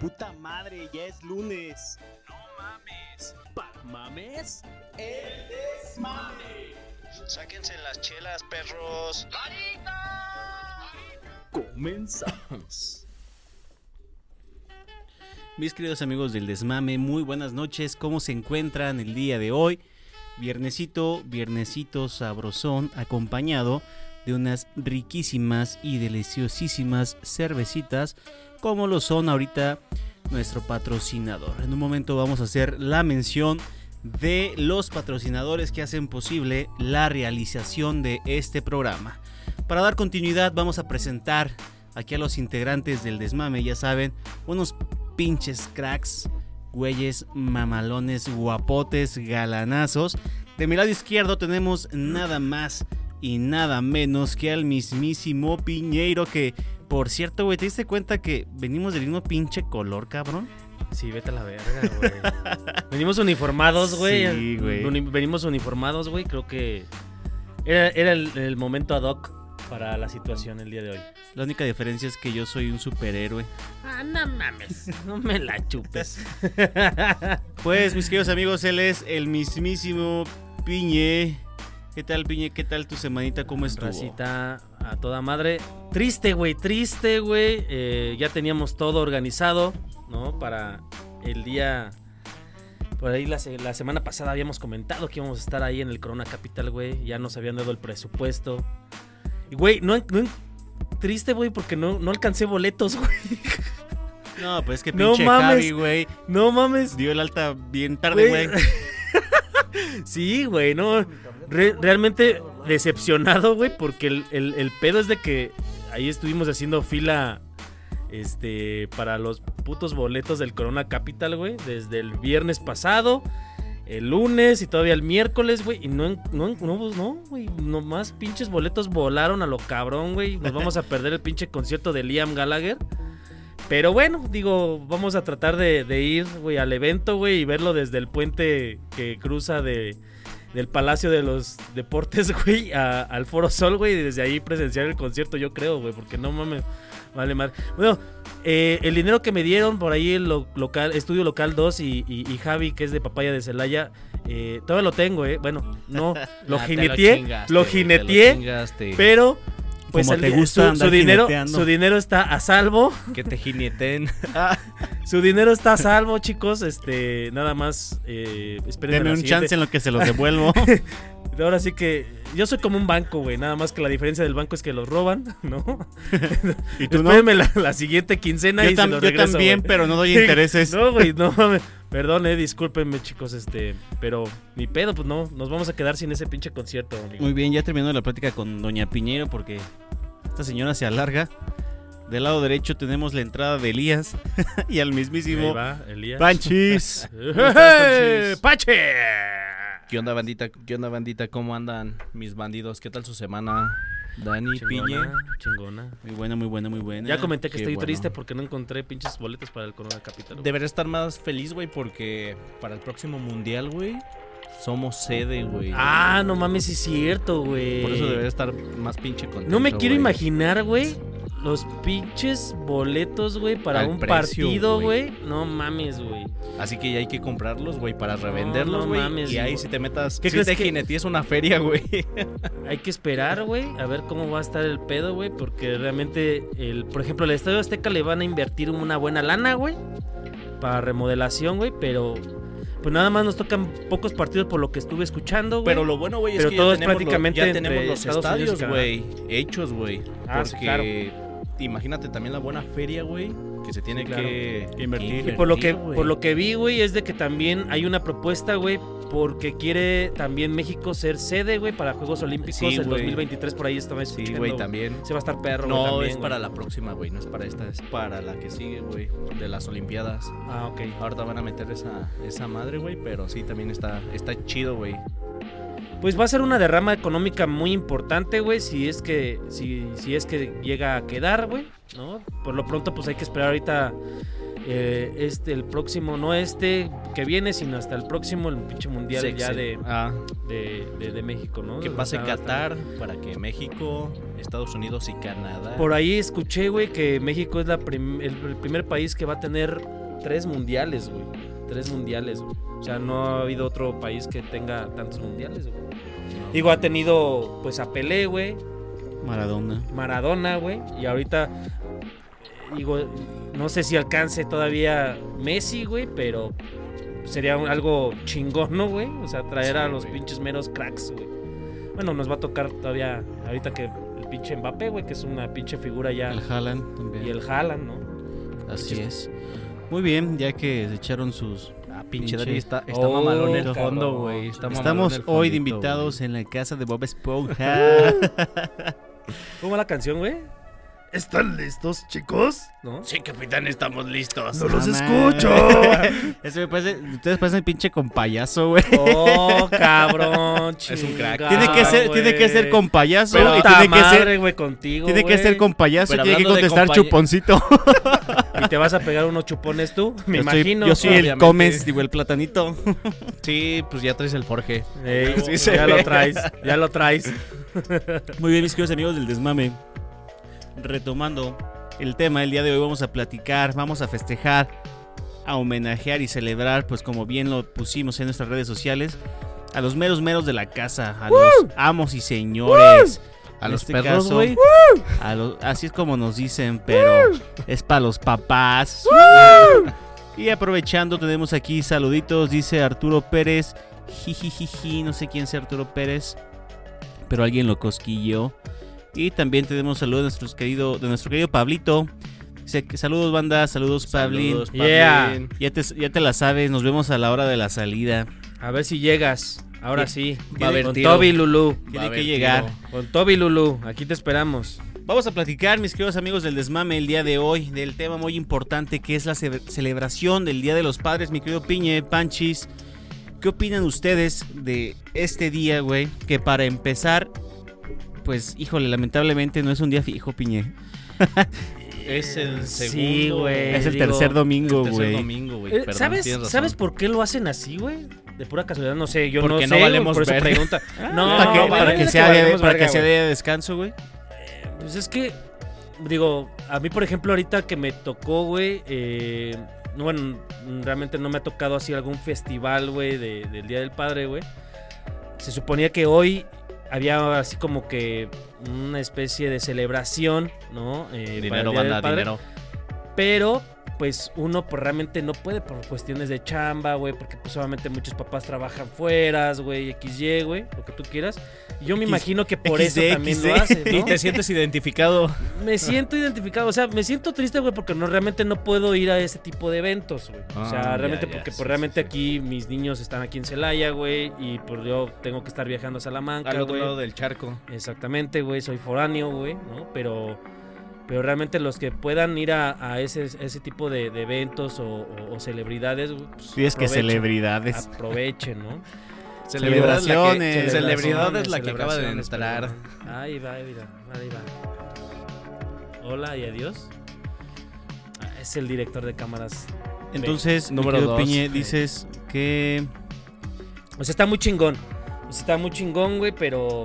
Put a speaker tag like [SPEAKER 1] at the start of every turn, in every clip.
[SPEAKER 1] Puta madre, ya es lunes.
[SPEAKER 2] No mames. ¿Para mames?
[SPEAKER 1] El desmadre.
[SPEAKER 3] Sáquense las chelas, perros.
[SPEAKER 2] Comenzamos.
[SPEAKER 4] Mis queridos amigos del Desmame, muy buenas noches. ¿Cómo se encuentran el día de hoy? Viernesito, viernesito sabrosón, acompañado de unas riquísimas y deliciosísimas cervecitas, como lo son ahorita nuestro patrocinador. En un momento vamos a hacer la mención de los patrocinadores que hacen posible la realización de este programa. Para dar continuidad vamos a presentar aquí a los integrantes del desmame, ya saben, unos pinches cracks, güeyes, mamalones, guapotes, galanazos. De mi lado izquierdo tenemos nada más y nada menos que al mismísimo Piñeiro que, por cierto, güey, ¿te diste cuenta que venimos del mismo pinche color, cabrón?
[SPEAKER 5] Sí, vete a la verga, güey. Venimos uniformados, güey.
[SPEAKER 4] Sí, güey.
[SPEAKER 5] Uni- venimos uniformados, güey. Creo que era, era el, el momento ad hoc para la situación el día de hoy.
[SPEAKER 4] La única diferencia es que yo soy un superhéroe.
[SPEAKER 5] Ah, no mames. No me la chupes.
[SPEAKER 4] Pues, mis queridos amigos, él es el mismísimo Piñe. ¿Qué tal, Piñe? ¿Qué tal tu semanita? ¿Cómo estuvo?
[SPEAKER 5] Racita a toda madre. Triste, güey, triste, güey. Eh, ya teníamos todo organizado, ¿no? Para el día... Por ahí la, se- la semana pasada habíamos comentado que íbamos a estar ahí en el Corona Capital, güey. Ya nos habían dado el presupuesto. Y, güey, no... no- Triste, güey, porque no, no alcancé boletos, güey.
[SPEAKER 4] No, pues es que
[SPEAKER 5] No
[SPEAKER 4] pinche
[SPEAKER 5] mames.
[SPEAKER 4] Javi, güey,
[SPEAKER 5] No mames.
[SPEAKER 4] dio el alta bien tarde,
[SPEAKER 5] Güey.
[SPEAKER 4] güey.
[SPEAKER 5] Sí, güey, no. Re- realmente decepcionado, güey, porque el, el- el pedo es de que ahí estuvimos haciendo fila este, para los putos boletos del Corona Capital, güey, desde el viernes pasado, el lunes y todavía el miércoles, güey, y no, en- no, en- no, pues, no, güey, nomás pinches boletos volaron a lo cabrón, güey, nos vamos a perder el pinche concierto de Liam Gallagher. Pero bueno, digo, vamos a tratar de, de ir, güey, al evento, güey, y verlo desde el puente que cruza de, del Palacio de los Deportes, güey, a- al Foro Sol, güey, y desde ahí presenciar el concierto, yo creo, güey, porque no mames, vale mal. Bueno, eh, el dinero que me dieron por ahí, el lo- local, Estudio Local 2 y, y- y Javi, que es de Papaya de Celaya, eh, todavía lo tengo, eh, bueno, no, Ah, lo jineteé, lo jineteé,
[SPEAKER 2] jineteé.
[SPEAKER 5] pero... Pues
[SPEAKER 4] Como
[SPEAKER 5] el
[SPEAKER 4] te
[SPEAKER 5] di-
[SPEAKER 4] gusta
[SPEAKER 5] su-
[SPEAKER 4] andar
[SPEAKER 5] su dinero,
[SPEAKER 4] jineteando.
[SPEAKER 5] su dinero está a salvo. Ah,
[SPEAKER 2] Que te jineten.
[SPEAKER 5] Su dinero está a salvo, chicos. Este, nada más. Eh, espérenme
[SPEAKER 4] Deme
[SPEAKER 5] la
[SPEAKER 4] un
[SPEAKER 5] siguiente.
[SPEAKER 4] chance en lo que se los devuelvo.
[SPEAKER 5] Ahora sí que. Yo soy como un banco, güey. Nada más que la diferencia del banco es que los roban, ¿no?
[SPEAKER 4] ¿Y tú no?
[SPEAKER 5] Espérenme la, la siguiente quincena
[SPEAKER 4] Yo,
[SPEAKER 5] y
[SPEAKER 4] tam-
[SPEAKER 5] se los
[SPEAKER 4] yo
[SPEAKER 5] regreso,
[SPEAKER 4] también,
[SPEAKER 5] güey.
[SPEAKER 4] pero no doy intereses.
[SPEAKER 5] No, güey, no mames. Perdón, eh, discúlpenme, chicos, este. Pero ni pedo, pues no. Nos vamos a quedar sin ese pinche concierto, amigo.
[SPEAKER 4] Muy bien, ya terminó la plática con Doña Piñero porque esta señora se alarga. Del lado derecho tenemos la entrada de Elías y al
[SPEAKER 5] Ahí
[SPEAKER 4] mismísimo
[SPEAKER 5] va, Elías.
[SPEAKER 4] Panchis.
[SPEAKER 5] ¡Eh, ¡Pache!
[SPEAKER 2] ¿Qué onda, bandita? ¿Qué onda, bandita? ¿Cómo andan mis bandidos? ¿Qué tal su semana? Dani, Piñe.
[SPEAKER 5] Chingona, chingona.
[SPEAKER 4] Muy buena, muy buena, muy buena.
[SPEAKER 5] Ya comenté que
[SPEAKER 2] Qué
[SPEAKER 5] estoy
[SPEAKER 2] bueno.
[SPEAKER 5] triste porque no encontré pinches boletos para el Corona Capital. güey.
[SPEAKER 2] Debería estar más feliz, güey, porque para el próximo mundial, güey, somos sede, güey.
[SPEAKER 5] Ah, no mames, sí es cierto, güey.
[SPEAKER 2] Por eso debería estar más pinche contento.
[SPEAKER 5] No me quiero
[SPEAKER 2] güey.
[SPEAKER 5] imaginar, güey, los pinches boletos, güey, para
[SPEAKER 2] Al
[SPEAKER 5] un
[SPEAKER 2] precio,
[SPEAKER 5] partido,
[SPEAKER 2] güey.
[SPEAKER 5] güey. No mames, güey.
[SPEAKER 2] Así que ya hay que comprarlos, güey, para revenderlos,
[SPEAKER 5] no
[SPEAKER 2] güey.
[SPEAKER 5] mames,
[SPEAKER 2] y ahí
[SPEAKER 5] güey.
[SPEAKER 2] si te metas,
[SPEAKER 5] ¿Qué
[SPEAKER 2] si
[SPEAKER 5] crees
[SPEAKER 2] te
[SPEAKER 5] que-
[SPEAKER 2] jinetees una feria, güey.
[SPEAKER 5] Hay que esperar, güey, a ver cómo va a estar el pedo, güey, porque realmente, el, por ejemplo, al Estadio Azteca le van a invertir una buena lana, güey, para remodelación, güey, pero pues nada más nos tocan pocos partidos por lo que estuve escuchando, güey.
[SPEAKER 2] Pero lo bueno, güey, es
[SPEAKER 5] Pero
[SPEAKER 2] que
[SPEAKER 5] todo
[SPEAKER 2] ya
[SPEAKER 5] es
[SPEAKER 2] tenemos, lo-
[SPEAKER 5] prácticamente
[SPEAKER 2] ya tenemos
[SPEAKER 5] entre
[SPEAKER 2] los
[SPEAKER 5] Estados Unidos y
[SPEAKER 2] estadios, güey, hechos, güey.
[SPEAKER 5] Ah, sí, claro.
[SPEAKER 2] porque imagínate también la buena feria, güey, que se tiene
[SPEAKER 5] Sí, claro.
[SPEAKER 2] que que
[SPEAKER 4] Invertir.
[SPEAKER 2] invertir.
[SPEAKER 5] Y por lo que por lo que vi, güey, es de que también hay una propuesta, güey, porque quiere también México ser sede, güey, para Juegos Olímpicos
[SPEAKER 2] Sí,
[SPEAKER 5] el
[SPEAKER 2] güey.
[SPEAKER 5] 2023 por ahí estaba
[SPEAKER 2] Sí,
[SPEAKER 5] escuchando,
[SPEAKER 2] güey, también.
[SPEAKER 5] Se va a estar perro, güey,
[SPEAKER 2] no,
[SPEAKER 5] también,
[SPEAKER 2] es
[SPEAKER 5] güey.
[SPEAKER 2] para la próxima, güey, no es para esta, es para la que sigue, güey, de las Olimpiadas.
[SPEAKER 5] Ah, ok.
[SPEAKER 2] Ahorita van a meter esa, esa madre, güey, pero sí, también está, está chido, güey.
[SPEAKER 5] Pues va a ser una derrama económica muy importante, güey, si es que si, si es que llega a quedar, güey, ¿no? Por lo pronto pues hay que esperar ahorita eh, este, el próximo, no este que viene, sino hasta el próximo, el pinche mundial ya
[SPEAKER 2] Sexen-
[SPEAKER 5] de,
[SPEAKER 2] Ah,
[SPEAKER 5] de, de- de México, ¿no?
[SPEAKER 2] que
[SPEAKER 5] O
[SPEAKER 2] pase
[SPEAKER 5] sea,
[SPEAKER 2] Qatar para que México, Estados Unidos y Canadá.
[SPEAKER 5] Por ahí escuché, güey, que México es la prim- el, el primer país que va a tener tres mundiales, güey. Tres mundiales, güey. O sea, no ha habido otro país que tenga tantos mundiales, güey. Digo, ha tenido, pues, a Pelé, güey,
[SPEAKER 4] Maradona.
[SPEAKER 5] Maradona, güey. Y ahorita, eh, digo, no sé si alcance todavía Messi, güey, pero sería un- algo chingón, ¿no, güey? O sea, traer a los pinches meros cracks, güey. Bueno, nos va a tocar todavía, ahorita que el pinche Mbappé, güey, que es una pinche figura ya
[SPEAKER 4] El Haaland también.
[SPEAKER 5] y el Haaland, ¿no?
[SPEAKER 4] Así es. Muy bien, ya que se echaron sus...
[SPEAKER 2] Ah, pinche
[SPEAKER 4] Pinche-
[SPEAKER 2] Dani, está, está
[SPEAKER 5] Oh,
[SPEAKER 2] mamalón el
[SPEAKER 5] cabrón.
[SPEAKER 2] fondo, güey. está mamalón
[SPEAKER 4] Estamos
[SPEAKER 2] el
[SPEAKER 4] hoy de
[SPEAKER 2] fondito,
[SPEAKER 4] invitados
[SPEAKER 2] güey.
[SPEAKER 4] en la casa de Bob Esponja.
[SPEAKER 5] ¿Cómo va la canción, güey?
[SPEAKER 6] ¿Están listos, chicos?
[SPEAKER 5] ¿No?
[SPEAKER 2] Sí, capitán, estamos listos.
[SPEAKER 6] ¡No los
[SPEAKER 4] Mamá.
[SPEAKER 6] escucho!
[SPEAKER 4] Eso me parece, ustedes pasan pinche con payaso, güey.
[SPEAKER 5] Oh, cabrón,
[SPEAKER 2] Es un crack.
[SPEAKER 5] chinga,
[SPEAKER 4] Tiene que ser, tiene que ser con payaso
[SPEAKER 5] Ah, Pero
[SPEAKER 4] y
[SPEAKER 5] puta
[SPEAKER 4] tiene que
[SPEAKER 5] madre,
[SPEAKER 4] ser,
[SPEAKER 5] güey, contigo,
[SPEAKER 4] tiene que
[SPEAKER 5] güey.
[SPEAKER 4] ser con payaso y
[SPEAKER 2] Pero
[SPEAKER 4] tiene que
[SPEAKER 2] hablando de
[SPEAKER 4] contestar
[SPEAKER 2] compañe-
[SPEAKER 4] chuponcito.
[SPEAKER 5] Y te vas a pegar unos chupones tú, me
[SPEAKER 4] Yo soy-
[SPEAKER 5] imagino.
[SPEAKER 4] Yo soy el
[SPEAKER 2] obviamente.
[SPEAKER 4] Comes, digo el platanito.
[SPEAKER 2] Sí, pues ya traes el Jorge.
[SPEAKER 5] Ey,
[SPEAKER 4] Sí se
[SPEAKER 5] ya
[SPEAKER 4] ve.
[SPEAKER 5] lo traes, ya lo traes.
[SPEAKER 4] Muy bien, mis queridos amigos del desmame. Retomando el tema, el día de hoy vamos a platicar, vamos a festejar, a homenajear y celebrar, pues como bien lo pusimos en nuestras redes sociales, a los meros meros de la casa, a los amos y señores.
[SPEAKER 2] A
[SPEAKER 4] En
[SPEAKER 2] los
[SPEAKER 4] este
[SPEAKER 2] perros,
[SPEAKER 4] caso,
[SPEAKER 2] güey.
[SPEAKER 4] a lo- así es como nos dicen, pero es para los papás. Y aprovechando, tenemos aquí saluditos, dice Arturo Pérez. Jijijiji, no sé quién sea Arturo Pérez, pero alguien lo cosquilló. Y también tenemos saludos de, nuestros querido, de nuestro querido Pablito. Dice que- Saludos, banda, saludos, Pablín.
[SPEAKER 2] Saludos,
[SPEAKER 5] Yeah.
[SPEAKER 2] Pablín.
[SPEAKER 4] Ya te, ya te la sabes, nos vemos a la hora de la salida.
[SPEAKER 5] A ver si llegas. Ahora sí.
[SPEAKER 2] Va a haber
[SPEAKER 5] con
[SPEAKER 2] tiro.
[SPEAKER 5] Toby Lulú.
[SPEAKER 4] Tiene
[SPEAKER 2] haber
[SPEAKER 4] que llegar.
[SPEAKER 2] tiro.
[SPEAKER 5] Con Toby Lulú. Aquí te esperamos.
[SPEAKER 4] Vamos a platicar, mis queridos amigos del desmame, el día de hoy, del tema muy importante que es la ce- celebración del Día de los Padres, mi querido Piñe, Panchis. ¿Qué opinan ustedes de este día, güey? Que para empezar, pues, híjole, lamentablemente no es un día fijo, Piñe.
[SPEAKER 2] Es el
[SPEAKER 5] Sí,
[SPEAKER 2] segundo.
[SPEAKER 5] güey. Eh,
[SPEAKER 4] es el
[SPEAKER 5] digo,
[SPEAKER 4] tercer domingo,
[SPEAKER 2] tercer
[SPEAKER 4] güey.
[SPEAKER 2] domingo, güey.
[SPEAKER 5] Eh,
[SPEAKER 2] Perdón,
[SPEAKER 5] ¿Sabes,
[SPEAKER 2] tienes razón.
[SPEAKER 5] ¿Sabes por qué lo hacen así, güey? De pura casualidad, no sé. Yo
[SPEAKER 2] Porque
[SPEAKER 5] no
[SPEAKER 2] no
[SPEAKER 5] sé.
[SPEAKER 2] valemos
[SPEAKER 5] por eso
[SPEAKER 2] verga.
[SPEAKER 5] pregunta. No,
[SPEAKER 4] Ah, para que,
[SPEAKER 5] no,
[SPEAKER 4] para
[SPEAKER 5] vale,
[SPEAKER 4] que
[SPEAKER 5] es
[SPEAKER 4] sea, día,
[SPEAKER 5] valemos
[SPEAKER 4] para que
[SPEAKER 5] verga,
[SPEAKER 4] sea
[SPEAKER 5] güey.
[SPEAKER 4] día de descanso, güey.
[SPEAKER 5] Pues es que, digo, a mí, por ejemplo, ahorita que me tocó, güey, eh, no, bueno, realmente no me ha tocado así algún festival, güey, de- del Día del Padre, güey. Se suponía que hoy había así como que una especie de celebración, ¿no? Eh, para el
[SPEAKER 2] Dinero,
[SPEAKER 5] Día del
[SPEAKER 2] banda,
[SPEAKER 5] Padre,
[SPEAKER 2] dinero.
[SPEAKER 5] Pero, pues, uno pues, realmente no puede por cuestiones de chamba, güey, porque pues obviamente muchos papás trabajan fuera, güey, XY, güey, lo que tú quieras. Y Yo me
[SPEAKER 4] X-
[SPEAKER 5] imagino que por
[SPEAKER 4] XD,
[SPEAKER 5] eso también
[SPEAKER 4] XD.
[SPEAKER 5] lo hacen, ¿no?
[SPEAKER 2] ¿Y te sientes identificado?
[SPEAKER 5] Me siento identificado, o sea, me siento triste, güey, porque no, realmente no puedo ir a ese tipo de eventos, güey. o
[SPEAKER 2] Ah,
[SPEAKER 5] sea,
[SPEAKER 2] ya,
[SPEAKER 5] realmente,
[SPEAKER 2] ya,
[SPEAKER 5] porque pues,
[SPEAKER 2] sí, sí,
[SPEAKER 5] realmente
[SPEAKER 2] sí.
[SPEAKER 5] aquí mis niños están aquí en Celaya, güey, y pues yo tengo que estar viajando a Salamanca,
[SPEAKER 2] Al otro
[SPEAKER 5] güey.
[SPEAKER 2] lado del charco.
[SPEAKER 5] Exactamente, güey, soy foráneo, güey, ¿no? Pero, pero realmente los que puedan ir a, a ese, ese tipo de, de eventos o, o- o celebridades, güey, pues,
[SPEAKER 4] Sí, es que
[SPEAKER 5] aprovechen,
[SPEAKER 4] celebridades.
[SPEAKER 5] Aprovechen, ¿no?
[SPEAKER 2] Celebridad es la que-
[SPEAKER 4] Celebraciones.
[SPEAKER 2] Eh, Celebridad es la que acaba de
[SPEAKER 5] Celebraciones,
[SPEAKER 2] entrar.
[SPEAKER 5] perdón. Ahí va, ahí va, ahí va. Hola y adiós. Ah, Es el director de cámaras.
[SPEAKER 4] Entonces,
[SPEAKER 2] Número
[SPEAKER 4] número
[SPEAKER 2] dos.
[SPEAKER 4] Piñe, dices que...
[SPEAKER 5] O sea, está muy chingón. O sea, está muy chingón, güey, pero...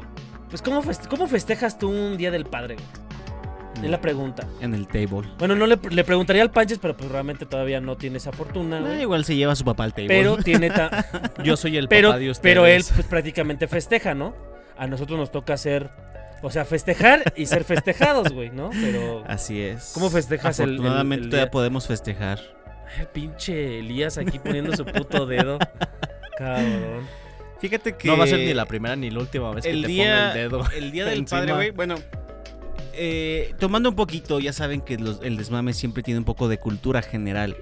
[SPEAKER 5] Pues, ¿cómo, feste- cómo festejas tú un Día del Padre, güey? Es la pregunta.
[SPEAKER 4] En el table.
[SPEAKER 5] Bueno, no le, le preguntaría al Panches, pero pues realmente todavía no tiene esa fortuna,
[SPEAKER 4] Ah,
[SPEAKER 5] güey.
[SPEAKER 4] igual se lleva a su papá al table.
[SPEAKER 5] Pero tiene ta-
[SPEAKER 2] Yo soy el
[SPEAKER 5] pero,
[SPEAKER 2] papá de ustedes.
[SPEAKER 5] pero él pues, prácticamente festeja, ¿no? A nosotros nos toca ser... O sea, festejar y ser festejados, güey, ¿no? Pero...
[SPEAKER 4] Así es.
[SPEAKER 5] ¿Cómo festejas el- el-
[SPEAKER 4] Afortunadamente
[SPEAKER 5] el
[SPEAKER 4] todavía
[SPEAKER 5] día?
[SPEAKER 4] podemos festejar.
[SPEAKER 5] Pinche Elías aquí poniendo su puto dedo. Cabrón.
[SPEAKER 4] Fíjate que
[SPEAKER 2] No va a ser ni la primera ni la última vez
[SPEAKER 4] el
[SPEAKER 2] que
[SPEAKER 4] día,
[SPEAKER 2] te ponga el dedo.
[SPEAKER 4] el día del
[SPEAKER 2] encima.
[SPEAKER 4] padre, güey. Bueno, eh, tomando un poquito, ya saben que los- el desmame siempre tiene un poco de cultura general.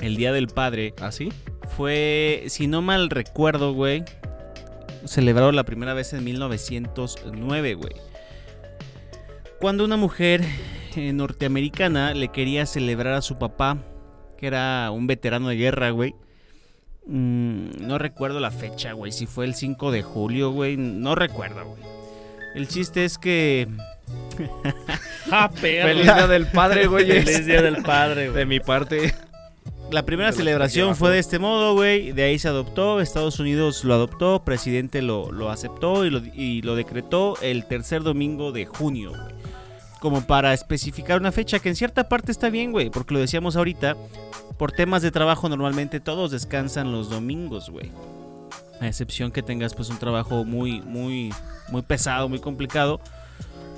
[SPEAKER 4] El día del padre
[SPEAKER 2] ¿Así?
[SPEAKER 4] fue, si no mal recuerdo, güey, celebrado la primera vez en 1909, güey. Cuando una mujer eh, norteamericana le quería celebrar a su papá, que era un veterano de guerra, güey. Mm, no recuerdo la fecha, güey, si fue el 5 de julio, güey, no recuerdo, güey. El chiste es que
[SPEAKER 5] ¡Ah, perro!
[SPEAKER 2] Feliz día del padre, güey.
[SPEAKER 5] Feliz Día del Padre,
[SPEAKER 2] De
[SPEAKER 5] güey.
[SPEAKER 2] mi parte.
[SPEAKER 4] la primera celebración fue de este modo, güey. De ahí se adoptó. Estados Unidos lo adoptó. Presidente lo, lo aceptó y lo, y lo decretó el tercer domingo de junio, güey. Como para especificar una fecha que en cierta parte está bien, güey. Porque lo decíamos ahorita. Por temas de trabajo normalmente todos descansan los domingos, güey. A excepción que tengas pues un trabajo muy, muy, muy pesado, muy complicado.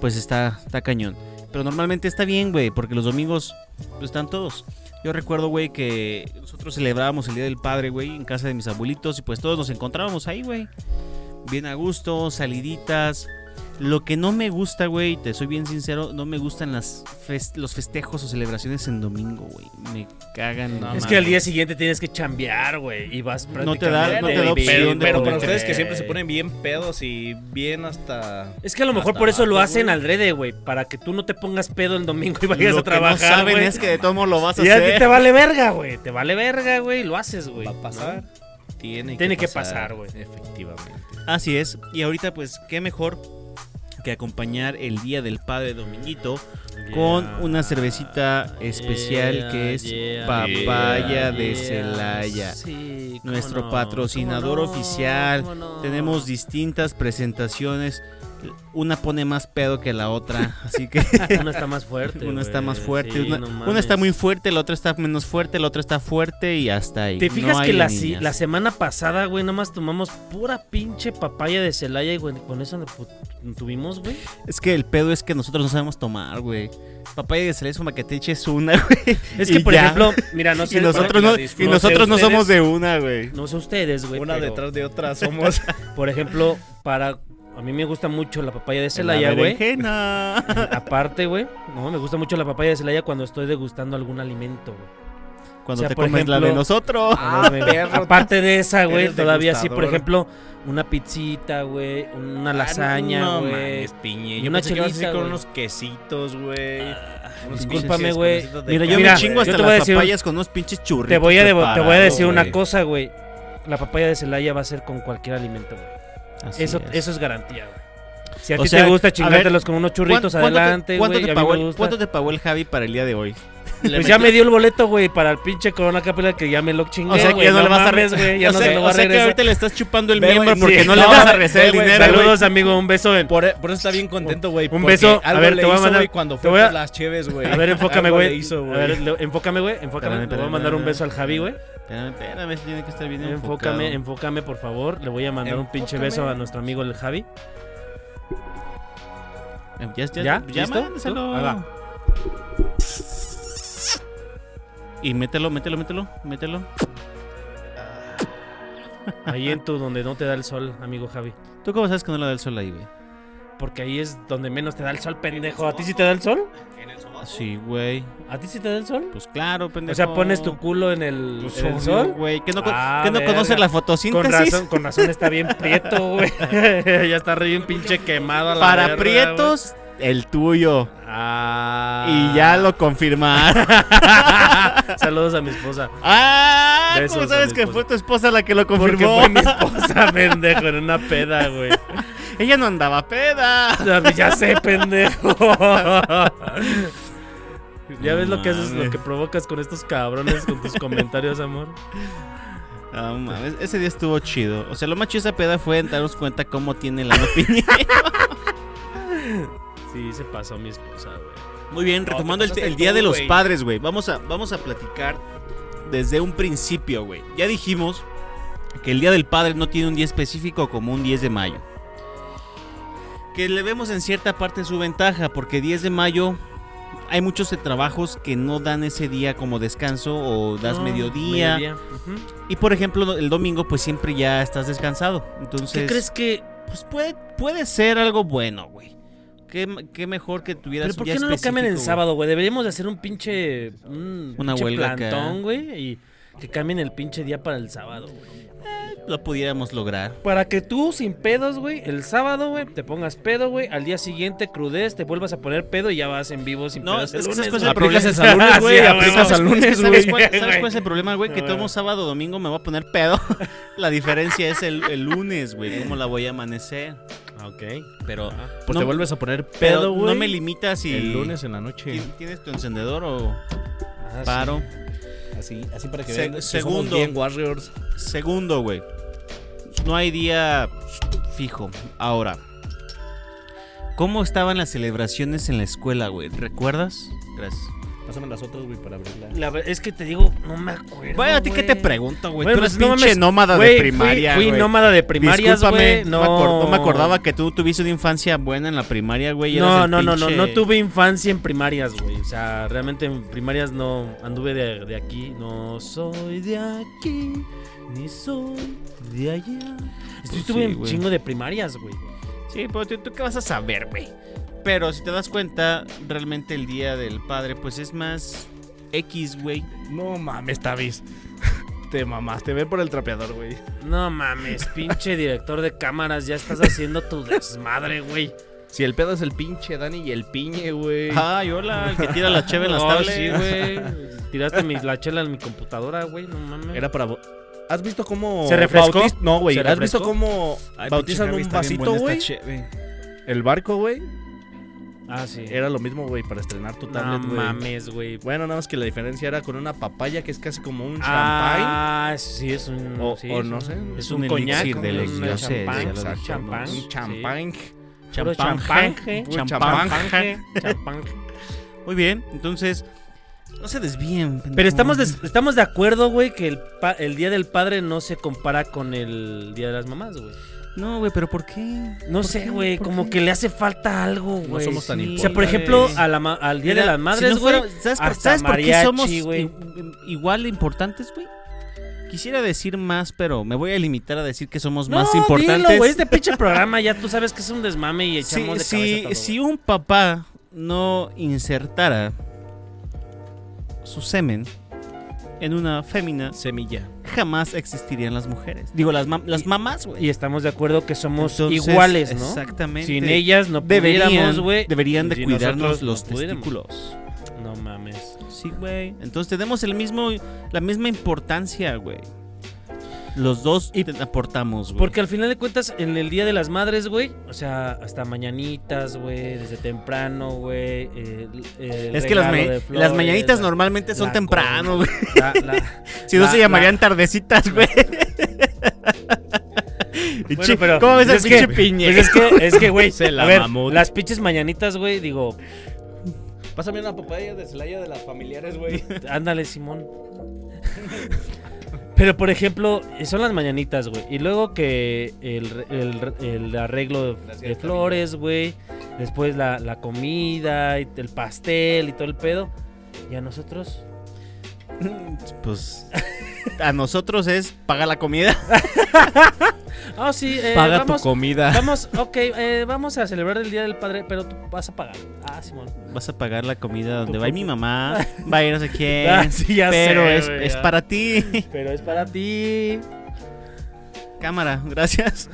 [SPEAKER 4] Pues está, está cañón. Pero normalmente está bien, güey. Porque los domingos pues, están todos. Yo recuerdo, güey, que nosotros celebrábamos el Día del Padre, güey, en casa de mis abuelitos y pues todos nos encontrábamos ahí, güey. Bien a gusto, saliditas. Lo que no me gusta, güey, te soy bien sincero, no me gustan las fes- los festejos o celebraciones en domingo, güey. Me cagan.
[SPEAKER 5] Es
[SPEAKER 2] No, mames.
[SPEAKER 5] que al día siguiente tienes que chambear, güey. Y vas
[SPEAKER 4] No te da- no te da
[SPEAKER 5] prácticamente
[SPEAKER 4] opción
[SPEAKER 5] bebido,
[SPEAKER 4] de
[SPEAKER 2] Pero para
[SPEAKER 4] güey.
[SPEAKER 2] ustedes que siempre se ponen bien pedos y bien hasta...
[SPEAKER 5] Es que a lo mejor
[SPEAKER 2] Hasta
[SPEAKER 5] por eso lo
[SPEAKER 2] abajo,
[SPEAKER 5] hacen
[SPEAKER 2] güey.
[SPEAKER 5] al rede, güey. Para que tú no te pongas pedo el domingo y vayas
[SPEAKER 4] Lo
[SPEAKER 5] a
[SPEAKER 4] que no
[SPEAKER 5] trabajar.
[SPEAKER 4] saben
[SPEAKER 5] güey.
[SPEAKER 4] es que de tomo lo vas a
[SPEAKER 5] Y a ti
[SPEAKER 4] hacer.
[SPEAKER 5] te vale verga, güey. Te vale verga, güey. Lo haces, güey.
[SPEAKER 2] Va a pasar.
[SPEAKER 5] ¿no?
[SPEAKER 2] Tiene,
[SPEAKER 5] Tiene que pasar, güey.
[SPEAKER 2] Efectivamente.
[SPEAKER 4] Así es. Y ahorita pues qué mejor que acompañar el Día del Padre Dominguito con
[SPEAKER 5] Yeah.
[SPEAKER 4] una cervecita especial
[SPEAKER 5] Yeah,
[SPEAKER 4] que es
[SPEAKER 5] yeah,
[SPEAKER 4] papaya
[SPEAKER 5] yeah,
[SPEAKER 4] de
[SPEAKER 5] yeah.
[SPEAKER 4] Celaya.
[SPEAKER 5] Sí, cómo
[SPEAKER 4] Nuestro
[SPEAKER 5] no,
[SPEAKER 4] patrocinador
[SPEAKER 5] cómo no,
[SPEAKER 4] oficial.
[SPEAKER 5] cómo no.
[SPEAKER 4] Tenemos distintas presentaciones. Una pone más pedo que la otra, así que
[SPEAKER 5] Una está más fuerte.
[SPEAKER 4] una está
[SPEAKER 5] güey.
[SPEAKER 4] más fuerte,
[SPEAKER 5] Sí,
[SPEAKER 4] una,
[SPEAKER 5] no
[SPEAKER 4] una
[SPEAKER 5] mames.
[SPEAKER 4] está muy fuerte, la otra está menos fuerte, la otra está fuerte y hasta ahí.
[SPEAKER 5] ¿Te
[SPEAKER 4] No
[SPEAKER 5] fijas
[SPEAKER 4] hay
[SPEAKER 5] que
[SPEAKER 4] de
[SPEAKER 5] la, si-
[SPEAKER 4] niñas.
[SPEAKER 5] la semana pasada, güey, nada más tomamos pura pinche papaya de Celaya y güey, con eso nos pu- tuvimos, güey?
[SPEAKER 4] Es que el pedo es que nosotros no sabemos tomar, güey. Papaya de Celaya es como que te eches una, güey.
[SPEAKER 5] Es
[SPEAKER 4] y
[SPEAKER 5] que, por
[SPEAKER 4] ya.
[SPEAKER 5] ejemplo, mira, no sé.
[SPEAKER 4] y nosotros
[SPEAKER 5] no,
[SPEAKER 4] no,
[SPEAKER 2] la
[SPEAKER 4] y
[SPEAKER 2] disfruten
[SPEAKER 4] nosotros no
[SPEAKER 5] ustedes.
[SPEAKER 4] somos de una, güey.
[SPEAKER 5] no sé ustedes, güey.
[SPEAKER 2] Una
[SPEAKER 5] pero,
[SPEAKER 2] detrás de otra somos...
[SPEAKER 5] Por ejemplo, para. A mí me gusta mucho la ¿eh? papaya de Celaya,
[SPEAKER 4] La
[SPEAKER 5] güey.
[SPEAKER 4] berenjena.
[SPEAKER 5] Aparte, güey, no, me gusta mucho la papaya de Celaya cuando estoy degustando algún alimento, güey.
[SPEAKER 4] Cuando
[SPEAKER 5] O sea,
[SPEAKER 4] te
[SPEAKER 5] por
[SPEAKER 4] comes la de
[SPEAKER 5] ejemplo-
[SPEAKER 4] nosotros.
[SPEAKER 5] No, no, me- Ah, Aparte de esa, güey,
[SPEAKER 2] Eres
[SPEAKER 5] todavía sí, por
[SPEAKER 2] degustador.
[SPEAKER 5] ejemplo, una pizzita, güey,
[SPEAKER 4] Ah,
[SPEAKER 5] una lasaña,
[SPEAKER 2] Ah, No
[SPEAKER 5] güey.
[SPEAKER 2] mames, piñe.
[SPEAKER 5] Y
[SPEAKER 2] Yo
[SPEAKER 5] una
[SPEAKER 2] pensé que
[SPEAKER 5] chelita,
[SPEAKER 2] ibas a decir con
[SPEAKER 5] güey.
[SPEAKER 2] unos quesitos, güey. Unos
[SPEAKER 5] discúlpame,
[SPEAKER 2] pinches
[SPEAKER 5] güey.
[SPEAKER 2] quesitos Ah, de
[SPEAKER 4] Mira, yo
[SPEAKER 5] Mira,
[SPEAKER 4] me chingo
[SPEAKER 5] yo
[SPEAKER 4] hasta
[SPEAKER 5] te voy a
[SPEAKER 4] las
[SPEAKER 5] decir-
[SPEAKER 4] papayas con unos pinches churritos.
[SPEAKER 5] te, voy a debo- te voy a decir
[SPEAKER 4] preparados,
[SPEAKER 5] una
[SPEAKER 4] güey.
[SPEAKER 5] cosa, güey. La papaya de Celaya va a ser con cualquier alimento, güey.
[SPEAKER 4] Así
[SPEAKER 5] Eso,
[SPEAKER 4] es.
[SPEAKER 5] eso es garantía, güey. Si a
[SPEAKER 4] O
[SPEAKER 5] ti
[SPEAKER 4] sea,
[SPEAKER 5] te
[SPEAKER 4] a
[SPEAKER 5] gusta
[SPEAKER 4] ver,
[SPEAKER 5] chingártelos con unos churritos
[SPEAKER 4] ¿Cuánto te-
[SPEAKER 5] adelante,
[SPEAKER 4] cuánto
[SPEAKER 5] güey.
[SPEAKER 4] te
[SPEAKER 5] a mí
[SPEAKER 4] pagó
[SPEAKER 5] me
[SPEAKER 4] el-
[SPEAKER 5] gusta.
[SPEAKER 4] ¿Cuánto te pagó el Javi para el día de hoy?
[SPEAKER 2] Le
[SPEAKER 5] Pues ya
[SPEAKER 2] metí-
[SPEAKER 5] me dio el boleto, güey, para el pinche Corona Capital que ya me lo chingué,
[SPEAKER 4] O sea, que
[SPEAKER 5] güey,
[SPEAKER 4] ya no le vas a
[SPEAKER 5] mames, güey, ya
[SPEAKER 4] o
[SPEAKER 5] no
[SPEAKER 4] sea,
[SPEAKER 5] se lo
[SPEAKER 4] o
[SPEAKER 5] va a
[SPEAKER 4] sea que
[SPEAKER 5] regresar.
[SPEAKER 4] ahorita le estás chupando el
[SPEAKER 2] Ve,
[SPEAKER 4] miembro
[SPEAKER 2] güey,
[SPEAKER 4] porque
[SPEAKER 2] sí.
[SPEAKER 4] no le
[SPEAKER 2] No,
[SPEAKER 4] vas a
[SPEAKER 2] güey,
[SPEAKER 4] regresar el
[SPEAKER 2] güey,
[SPEAKER 4] dinero, güey.
[SPEAKER 5] Saludos, amigo, un beso en...
[SPEAKER 2] Por, por eso está bien contento, güey.
[SPEAKER 5] Un
[SPEAKER 2] porque
[SPEAKER 5] beso. A
[SPEAKER 2] algo
[SPEAKER 5] ver,
[SPEAKER 2] le
[SPEAKER 5] te voy a
[SPEAKER 2] hizo,
[SPEAKER 5] mandar-
[SPEAKER 2] güey, cuando
[SPEAKER 5] te
[SPEAKER 2] fue
[SPEAKER 5] voy a-
[SPEAKER 2] por las cheves, güey.
[SPEAKER 5] A ver, enfócame,
[SPEAKER 2] Algo le
[SPEAKER 5] güey.
[SPEAKER 2] hizo,
[SPEAKER 5] A ver, le- enfócame, güey.
[SPEAKER 4] Espérame,
[SPEAKER 5] Enfócame. Le voy a
[SPEAKER 4] espérame,
[SPEAKER 5] mandar un
[SPEAKER 4] espérame.
[SPEAKER 5] beso al Javi, güey.
[SPEAKER 4] Espérame, espérame, eso tiene que estar bien enfocado.
[SPEAKER 5] Enfócame, enfócame, por favor. Le voy a mandar un pinche
[SPEAKER 2] Enfócame.
[SPEAKER 5] beso a nuestro amigo el Javi.
[SPEAKER 4] ¿Ya? ¿Ya?
[SPEAKER 5] em, ¿Ya?
[SPEAKER 4] ya
[SPEAKER 5] ¿Listo?
[SPEAKER 4] mándaselo.
[SPEAKER 5] ¿Tú? Ahí va.
[SPEAKER 4] Y mételo, mételo, mételo, mételo.
[SPEAKER 5] Ahí en tu donde no te da el sol, amigo Javi.
[SPEAKER 4] ¿Tú cómo sabes que no le da el sol ahí, güey?
[SPEAKER 5] Porque ahí es donde menos te da el sol, pendejo. ¿A ti sí te da el sol?
[SPEAKER 4] Sí, güey.
[SPEAKER 5] ¿A ti sí te da el sol?
[SPEAKER 4] Pues claro, pendejo.
[SPEAKER 5] O sea, pones tu culo en el,
[SPEAKER 4] Pues
[SPEAKER 5] en el
[SPEAKER 4] obvio,
[SPEAKER 5] sol.
[SPEAKER 4] Güey, que no,
[SPEAKER 5] Ah,
[SPEAKER 4] que no
[SPEAKER 5] verga.
[SPEAKER 4] conoces la
[SPEAKER 5] Con
[SPEAKER 4] fotosíntesis.
[SPEAKER 5] razón, con razón está bien prieto, güey. ya está re bien pinche quemado a la
[SPEAKER 4] Para
[SPEAKER 5] verga,
[SPEAKER 4] prietos, el tuyo.
[SPEAKER 5] güey. Ah.
[SPEAKER 4] Y ya lo confirmaron.
[SPEAKER 5] Saludos a mi esposa.
[SPEAKER 4] ¡Ah!
[SPEAKER 5] Besos
[SPEAKER 4] ¿Cómo
[SPEAKER 5] a
[SPEAKER 4] sabes
[SPEAKER 5] mi
[SPEAKER 4] que
[SPEAKER 5] esposa.
[SPEAKER 4] fue tu esposa la que lo
[SPEAKER 5] Porque
[SPEAKER 4] confirmó?
[SPEAKER 5] fue mi esposa, pendejo, en una peda, güey.
[SPEAKER 4] Ella no andaba peda.
[SPEAKER 5] Ya sé, pendejo. Ya ves lo que haces, lo que provocas con estos cabrones, con tus comentarios, amor.
[SPEAKER 4] No mames, ese día estuvo chido. O sea, lo más chido de esa peda fue darnos cuenta cómo tiene la opinión.
[SPEAKER 5] Sí, se pasó mi esposa, güey.
[SPEAKER 4] Muy bien,
[SPEAKER 2] te
[SPEAKER 4] retomando el,
[SPEAKER 2] pasaste
[SPEAKER 4] el Día
[SPEAKER 2] tú,
[SPEAKER 4] de los
[SPEAKER 2] güey.
[SPEAKER 4] Padres, güey. Vamos a, vamos a platicar desde un principio, güey. Ya dijimos que el Día del Padre no tiene un día específico como un 10 de mayo. Que le vemos en cierta parte su ventaja, porque 10 de mayo hay muchos de trabajos que no dan ese día como descanso o das
[SPEAKER 5] No,
[SPEAKER 4] mediodía.
[SPEAKER 5] Ujú.
[SPEAKER 4] Y por ejemplo, el domingo pues siempre ya estás descansado.
[SPEAKER 5] ¿Qué
[SPEAKER 4] Entonces,
[SPEAKER 5] crees que.?
[SPEAKER 4] pues puede, puede ser algo bueno, güey. Qué, qué mejor que tuvieras
[SPEAKER 5] ¿Pero
[SPEAKER 4] un
[SPEAKER 5] por
[SPEAKER 4] día
[SPEAKER 5] qué no lo cambian en
[SPEAKER 4] específico, güey.
[SPEAKER 5] sábado, güey? Deberíamos de hacer un pinche. Un
[SPEAKER 4] Una
[SPEAKER 5] pinche
[SPEAKER 4] huelga acá.
[SPEAKER 5] plantón, güey. Y que cambien el pinche día para el sábado, güey.
[SPEAKER 4] lo pudiéramos lograr.
[SPEAKER 5] Para que tú, sin pedos, güey, el sábado, güey, te pongas pedo, güey. Al día siguiente, crudez, te vuelvas a poner pedo y ya vas en vivo sin
[SPEAKER 4] No, es
[SPEAKER 5] pedos.
[SPEAKER 4] que esas
[SPEAKER 5] lunes,
[SPEAKER 4] cosas-
[SPEAKER 5] güey.
[SPEAKER 2] Aplicas el salud, güey.
[SPEAKER 5] Sí, a
[SPEAKER 2] aplicas
[SPEAKER 5] huevo.
[SPEAKER 2] al lunes,
[SPEAKER 4] ¿Sabes
[SPEAKER 2] güey.
[SPEAKER 4] cuál, sabes cuál es el problema, güey? Que
[SPEAKER 5] Ah,
[SPEAKER 4] tomo
[SPEAKER 5] bueno.
[SPEAKER 4] sábado, domingo, me voy a poner pedo. La diferencia es el, el lunes, güey. ¿Cómo la voy a amanecer?
[SPEAKER 5] Ah, Ok.
[SPEAKER 4] Pero,
[SPEAKER 2] Pues
[SPEAKER 4] no-
[SPEAKER 2] te vuelves a poner
[SPEAKER 4] pero
[SPEAKER 2] pedo, güey.
[SPEAKER 4] no me limitas si
[SPEAKER 2] El lunes en la noche.
[SPEAKER 4] ti- tienes tu encendedor o
[SPEAKER 5] Ah, sí.
[SPEAKER 4] paro.
[SPEAKER 2] Así, así para que
[SPEAKER 4] Se-
[SPEAKER 2] vean. que
[SPEAKER 4] segundo.
[SPEAKER 2] somos bien Warriors.
[SPEAKER 4] Segundo, güey. No hay día fijo. Ahora. ¿Cómo estaban las celebraciones en la escuela, güey? ¿Recuerdas? Gracias.
[SPEAKER 2] Pásame las otras, güey, para abrirla.
[SPEAKER 5] La ver- es que te digo, no me acuerdo.
[SPEAKER 4] Vaya, ¿a ti qué
[SPEAKER 5] güey.
[SPEAKER 4] te pregunto, güey?
[SPEAKER 5] Bueno,
[SPEAKER 4] Tú eres
[SPEAKER 5] pues, no
[SPEAKER 4] pinche
[SPEAKER 5] mames,
[SPEAKER 4] nómada
[SPEAKER 5] Güey,
[SPEAKER 4] de
[SPEAKER 5] fui-
[SPEAKER 4] primaria,
[SPEAKER 5] Fui,
[SPEAKER 4] güey.
[SPEAKER 5] nómada de primarias,
[SPEAKER 4] Discúlpame,
[SPEAKER 5] güey.
[SPEAKER 4] no.
[SPEAKER 5] No.
[SPEAKER 4] me acor- no me acordaba que tú tuviste una infancia buena en la primaria, güey. eras
[SPEAKER 5] No,
[SPEAKER 4] el
[SPEAKER 5] no, no, no,
[SPEAKER 4] pinche-
[SPEAKER 5] no tuve infancia en primarias, güey. O sea, realmente en primarias no anduve de, de aquí. No soy de aquí, ni soy de allá. Estoy
[SPEAKER 4] Pues
[SPEAKER 5] tuve
[SPEAKER 4] sí,
[SPEAKER 5] un
[SPEAKER 4] güey.
[SPEAKER 5] chingo de primarias, güey.
[SPEAKER 4] Sí, pero tú, tú qué vas a saber, güey. Pero si te das cuenta, realmente el día del padre, pues es más X, güey.
[SPEAKER 2] No mames, Tavis. Te mamaste, ve por el trapeador, güey.
[SPEAKER 5] No mames, pinche director de cámaras, ya estás haciendo tu desmadre, güey.
[SPEAKER 2] Si el pedo es el pinche Dani y el piñe, güey.
[SPEAKER 4] Ay, hola, el que tira la cheve en las
[SPEAKER 5] Oh,
[SPEAKER 4] tablas.
[SPEAKER 5] sí, güey. Tiraste mis, la chela en mi computadora, güey. No mames.
[SPEAKER 2] Era para. vo- ¿Has visto cómo.
[SPEAKER 5] ¿Se refrescó?
[SPEAKER 2] bautiz- No, güey.
[SPEAKER 5] ¿Se
[SPEAKER 2] ¿Has visto
[SPEAKER 5] refrescó?
[SPEAKER 2] cómo bautizan un vasito, güey?
[SPEAKER 4] eh,
[SPEAKER 2] El barco, güey.
[SPEAKER 5] Ah, sí.
[SPEAKER 2] Era lo mismo, güey, para estrenar tu
[SPEAKER 5] no
[SPEAKER 2] tablet, güey.
[SPEAKER 5] mames, güey.
[SPEAKER 2] Bueno, nada más que la diferencia era con una papaya que es casi como un champagne.
[SPEAKER 5] Ah, sí, es un.
[SPEAKER 2] O-
[SPEAKER 5] sí,
[SPEAKER 2] o
[SPEAKER 5] es
[SPEAKER 2] no
[SPEAKER 5] un-
[SPEAKER 2] sé,
[SPEAKER 5] Es
[SPEAKER 4] un
[SPEAKER 5] un, coñac.
[SPEAKER 4] elixir del-
[SPEAKER 5] un
[SPEAKER 4] yo sé,
[SPEAKER 5] champán,
[SPEAKER 4] de la-
[SPEAKER 5] un champán.
[SPEAKER 2] Un champagne.
[SPEAKER 5] sí. Puro
[SPEAKER 4] Champán.
[SPEAKER 5] champán.
[SPEAKER 2] Un
[SPEAKER 4] Champán.
[SPEAKER 5] Champán. champán.
[SPEAKER 4] Muy bien, entonces. No se desvíen.
[SPEAKER 5] Pero
[SPEAKER 4] pendejo.
[SPEAKER 5] estamos de, estamos de acuerdo, güey, que el, pa- el Día del Padre no se compara con el Día de las Mamás, güey.
[SPEAKER 4] No, güey, pero ¿por qué?
[SPEAKER 5] No
[SPEAKER 4] ¿Por
[SPEAKER 5] sé,
[SPEAKER 4] qué?
[SPEAKER 5] güey,
[SPEAKER 4] ¿Por
[SPEAKER 5] como
[SPEAKER 4] qué?
[SPEAKER 5] que le hace falta algo, güey.
[SPEAKER 2] somos tan
[SPEAKER 5] O sea, por
[SPEAKER 2] importantes.
[SPEAKER 5] ejemplo, a la ma- al Día
[SPEAKER 4] Mira,
[SPEAKER 5] de las
[SPEAKER 4] si
[SPEAKER 5] Madres,
[SPEAKER 4] no
[SPEAKER 5] güey,
[SPEAKER 4] fuera- ¿Sabes, por,
[SPEAKER 5] hasta
[SPEAKER 4] ¿sabes por qué
[SPEAKER 5] mariachi,
[SPEAKER 4] somos
[SPEAKER 5] güey.
[SPEAKER 4] i- igual de importantes, güey? Quisiera decir más, pero me voy a limitar a decir que somos más
[SPEAKER 5] dilo,
[SPEAKER 4] importantes.
[SPEAKER 5] güey, este pinche programa ya tú sabes que es un desmame y
[SPEAKER 4] si,
[SPEAKER 5] echamos
[SPEAKER 4] si-
[SPEAKER 5] de cabeza todo.
[SPEAKER 4] si un papá no insertara su semen en una fémina,
[SPEAKER 2] Semilla.
[SPEAKER 4] jamás existirían las mujeres. Digo, las, mam- las mamás, güey.
[SPEAKER 5] Y estamos de acuerdo que somos
[SPEAKER 4] Entonces,
[SPEAKER 5] iguales, ¿no?
[SPEAKER 4] Exactamente.
[SPEAKER 5] Sin ellas no
[SPEAKER 4] deberían,
[SPEAKER 5] pudiéramos, güey.
[SPEAKER 4] deberían de
[SPEAKER 5] Si
[SPEAKER 4] cuidarnos
[SPEAKER 5] nosotros no
[SPEAKER 4] los
[SPEAKER 5] pudiéramos.
[SPEAKER 4] testículos.
[SPEAKER 5] No mames.
[SPEAKER 4] Sí, güey. Entonces tenemos el mismo, la misma importancia, güey. Los dos y aportamos, güey.
[SPEAKER 5] Porque al final de cuentas, en el Día de las Madres, güey, o sea, hasta mañanitas, güey, desde temprano, güey. eh, el
[SPEAKER 4] es que las,
[SPEAKER 5] regalo
[SPEAKER 4] ma-
[SPEAKER 5] de
[SPEAKER 4] las
[SPEAKER 5] flores,
[SPEAKER 4] mañanitas
[SPEAKER 5] la-
[SPEAKER 4] normalmente son
[SPEAKER 5] la
[SPEAKER 4] temprano, güey.
[SPEAKER 5] la- la-
[SPEAKER 4] Si no
[SPEAKER 5] la-
[SPEAKER 4] se llamarían tardecitas, güey. Pinche-
[SPEAKER 5] pero-
[SPEAKER 4] ¿Cómo ves
[SPEAKER 5] pues
[SPEAKER 4] al
[SPEAKER 5] es
[SPEAKER 4] pinche
[SPEAKER 5] que-
[SPEAKER 4] piñe?
[SPEAKER 5] Pues es que, es que, güey,
[SPEAKER 2] Se la
[SPEAKER 5] a ver,
[SPEAKER 2] mamó.
[SPEAKER 5] las pinches mañanitas, güey, digo,
[SPEAKER 2] Pásame una papaya de Celaya de las familiares, güey.
[SPEAKER 5] ándale, Simón. Pero, por ejemplo, son las mañanitas, güey. Y luego que el, re- el re- el arreglo de, de flores, güey. Después la, la comida, y el pastel y todo el pedo. Y a nosotros,
[SPEAKER 4] Pues a nosotros es paga la comida.
[SPEAKER 5] Ah, sí, eh,
[SPEAKER 2] Paga
[SPEAKER 5] vamos,
[SPEAKER 2] tu comida.
[SPEAKER 5] vamos, ok, eh, vamos a celebrar el Día del Padre, pero tú vas a pagar. Ah, Simón.
[SPEAKER 4] Vas a pagar la comida donde va mi mamá, va a ir no sé quién.
[SPEAKER 5] Ah, sí, ya
[SPEAKER 4] Eh, pero
[SPEAKER 5] sé,
[SPEAKER 4] es,
[SPEAKER 5] güey,
[SPEAKER 4] es
[SPEAKER 5] ya.
[SPEAKER 4] para ti.
[SPEAKER 5] Pero es para ti.
[SPEAKER 4] Cámara, gracias.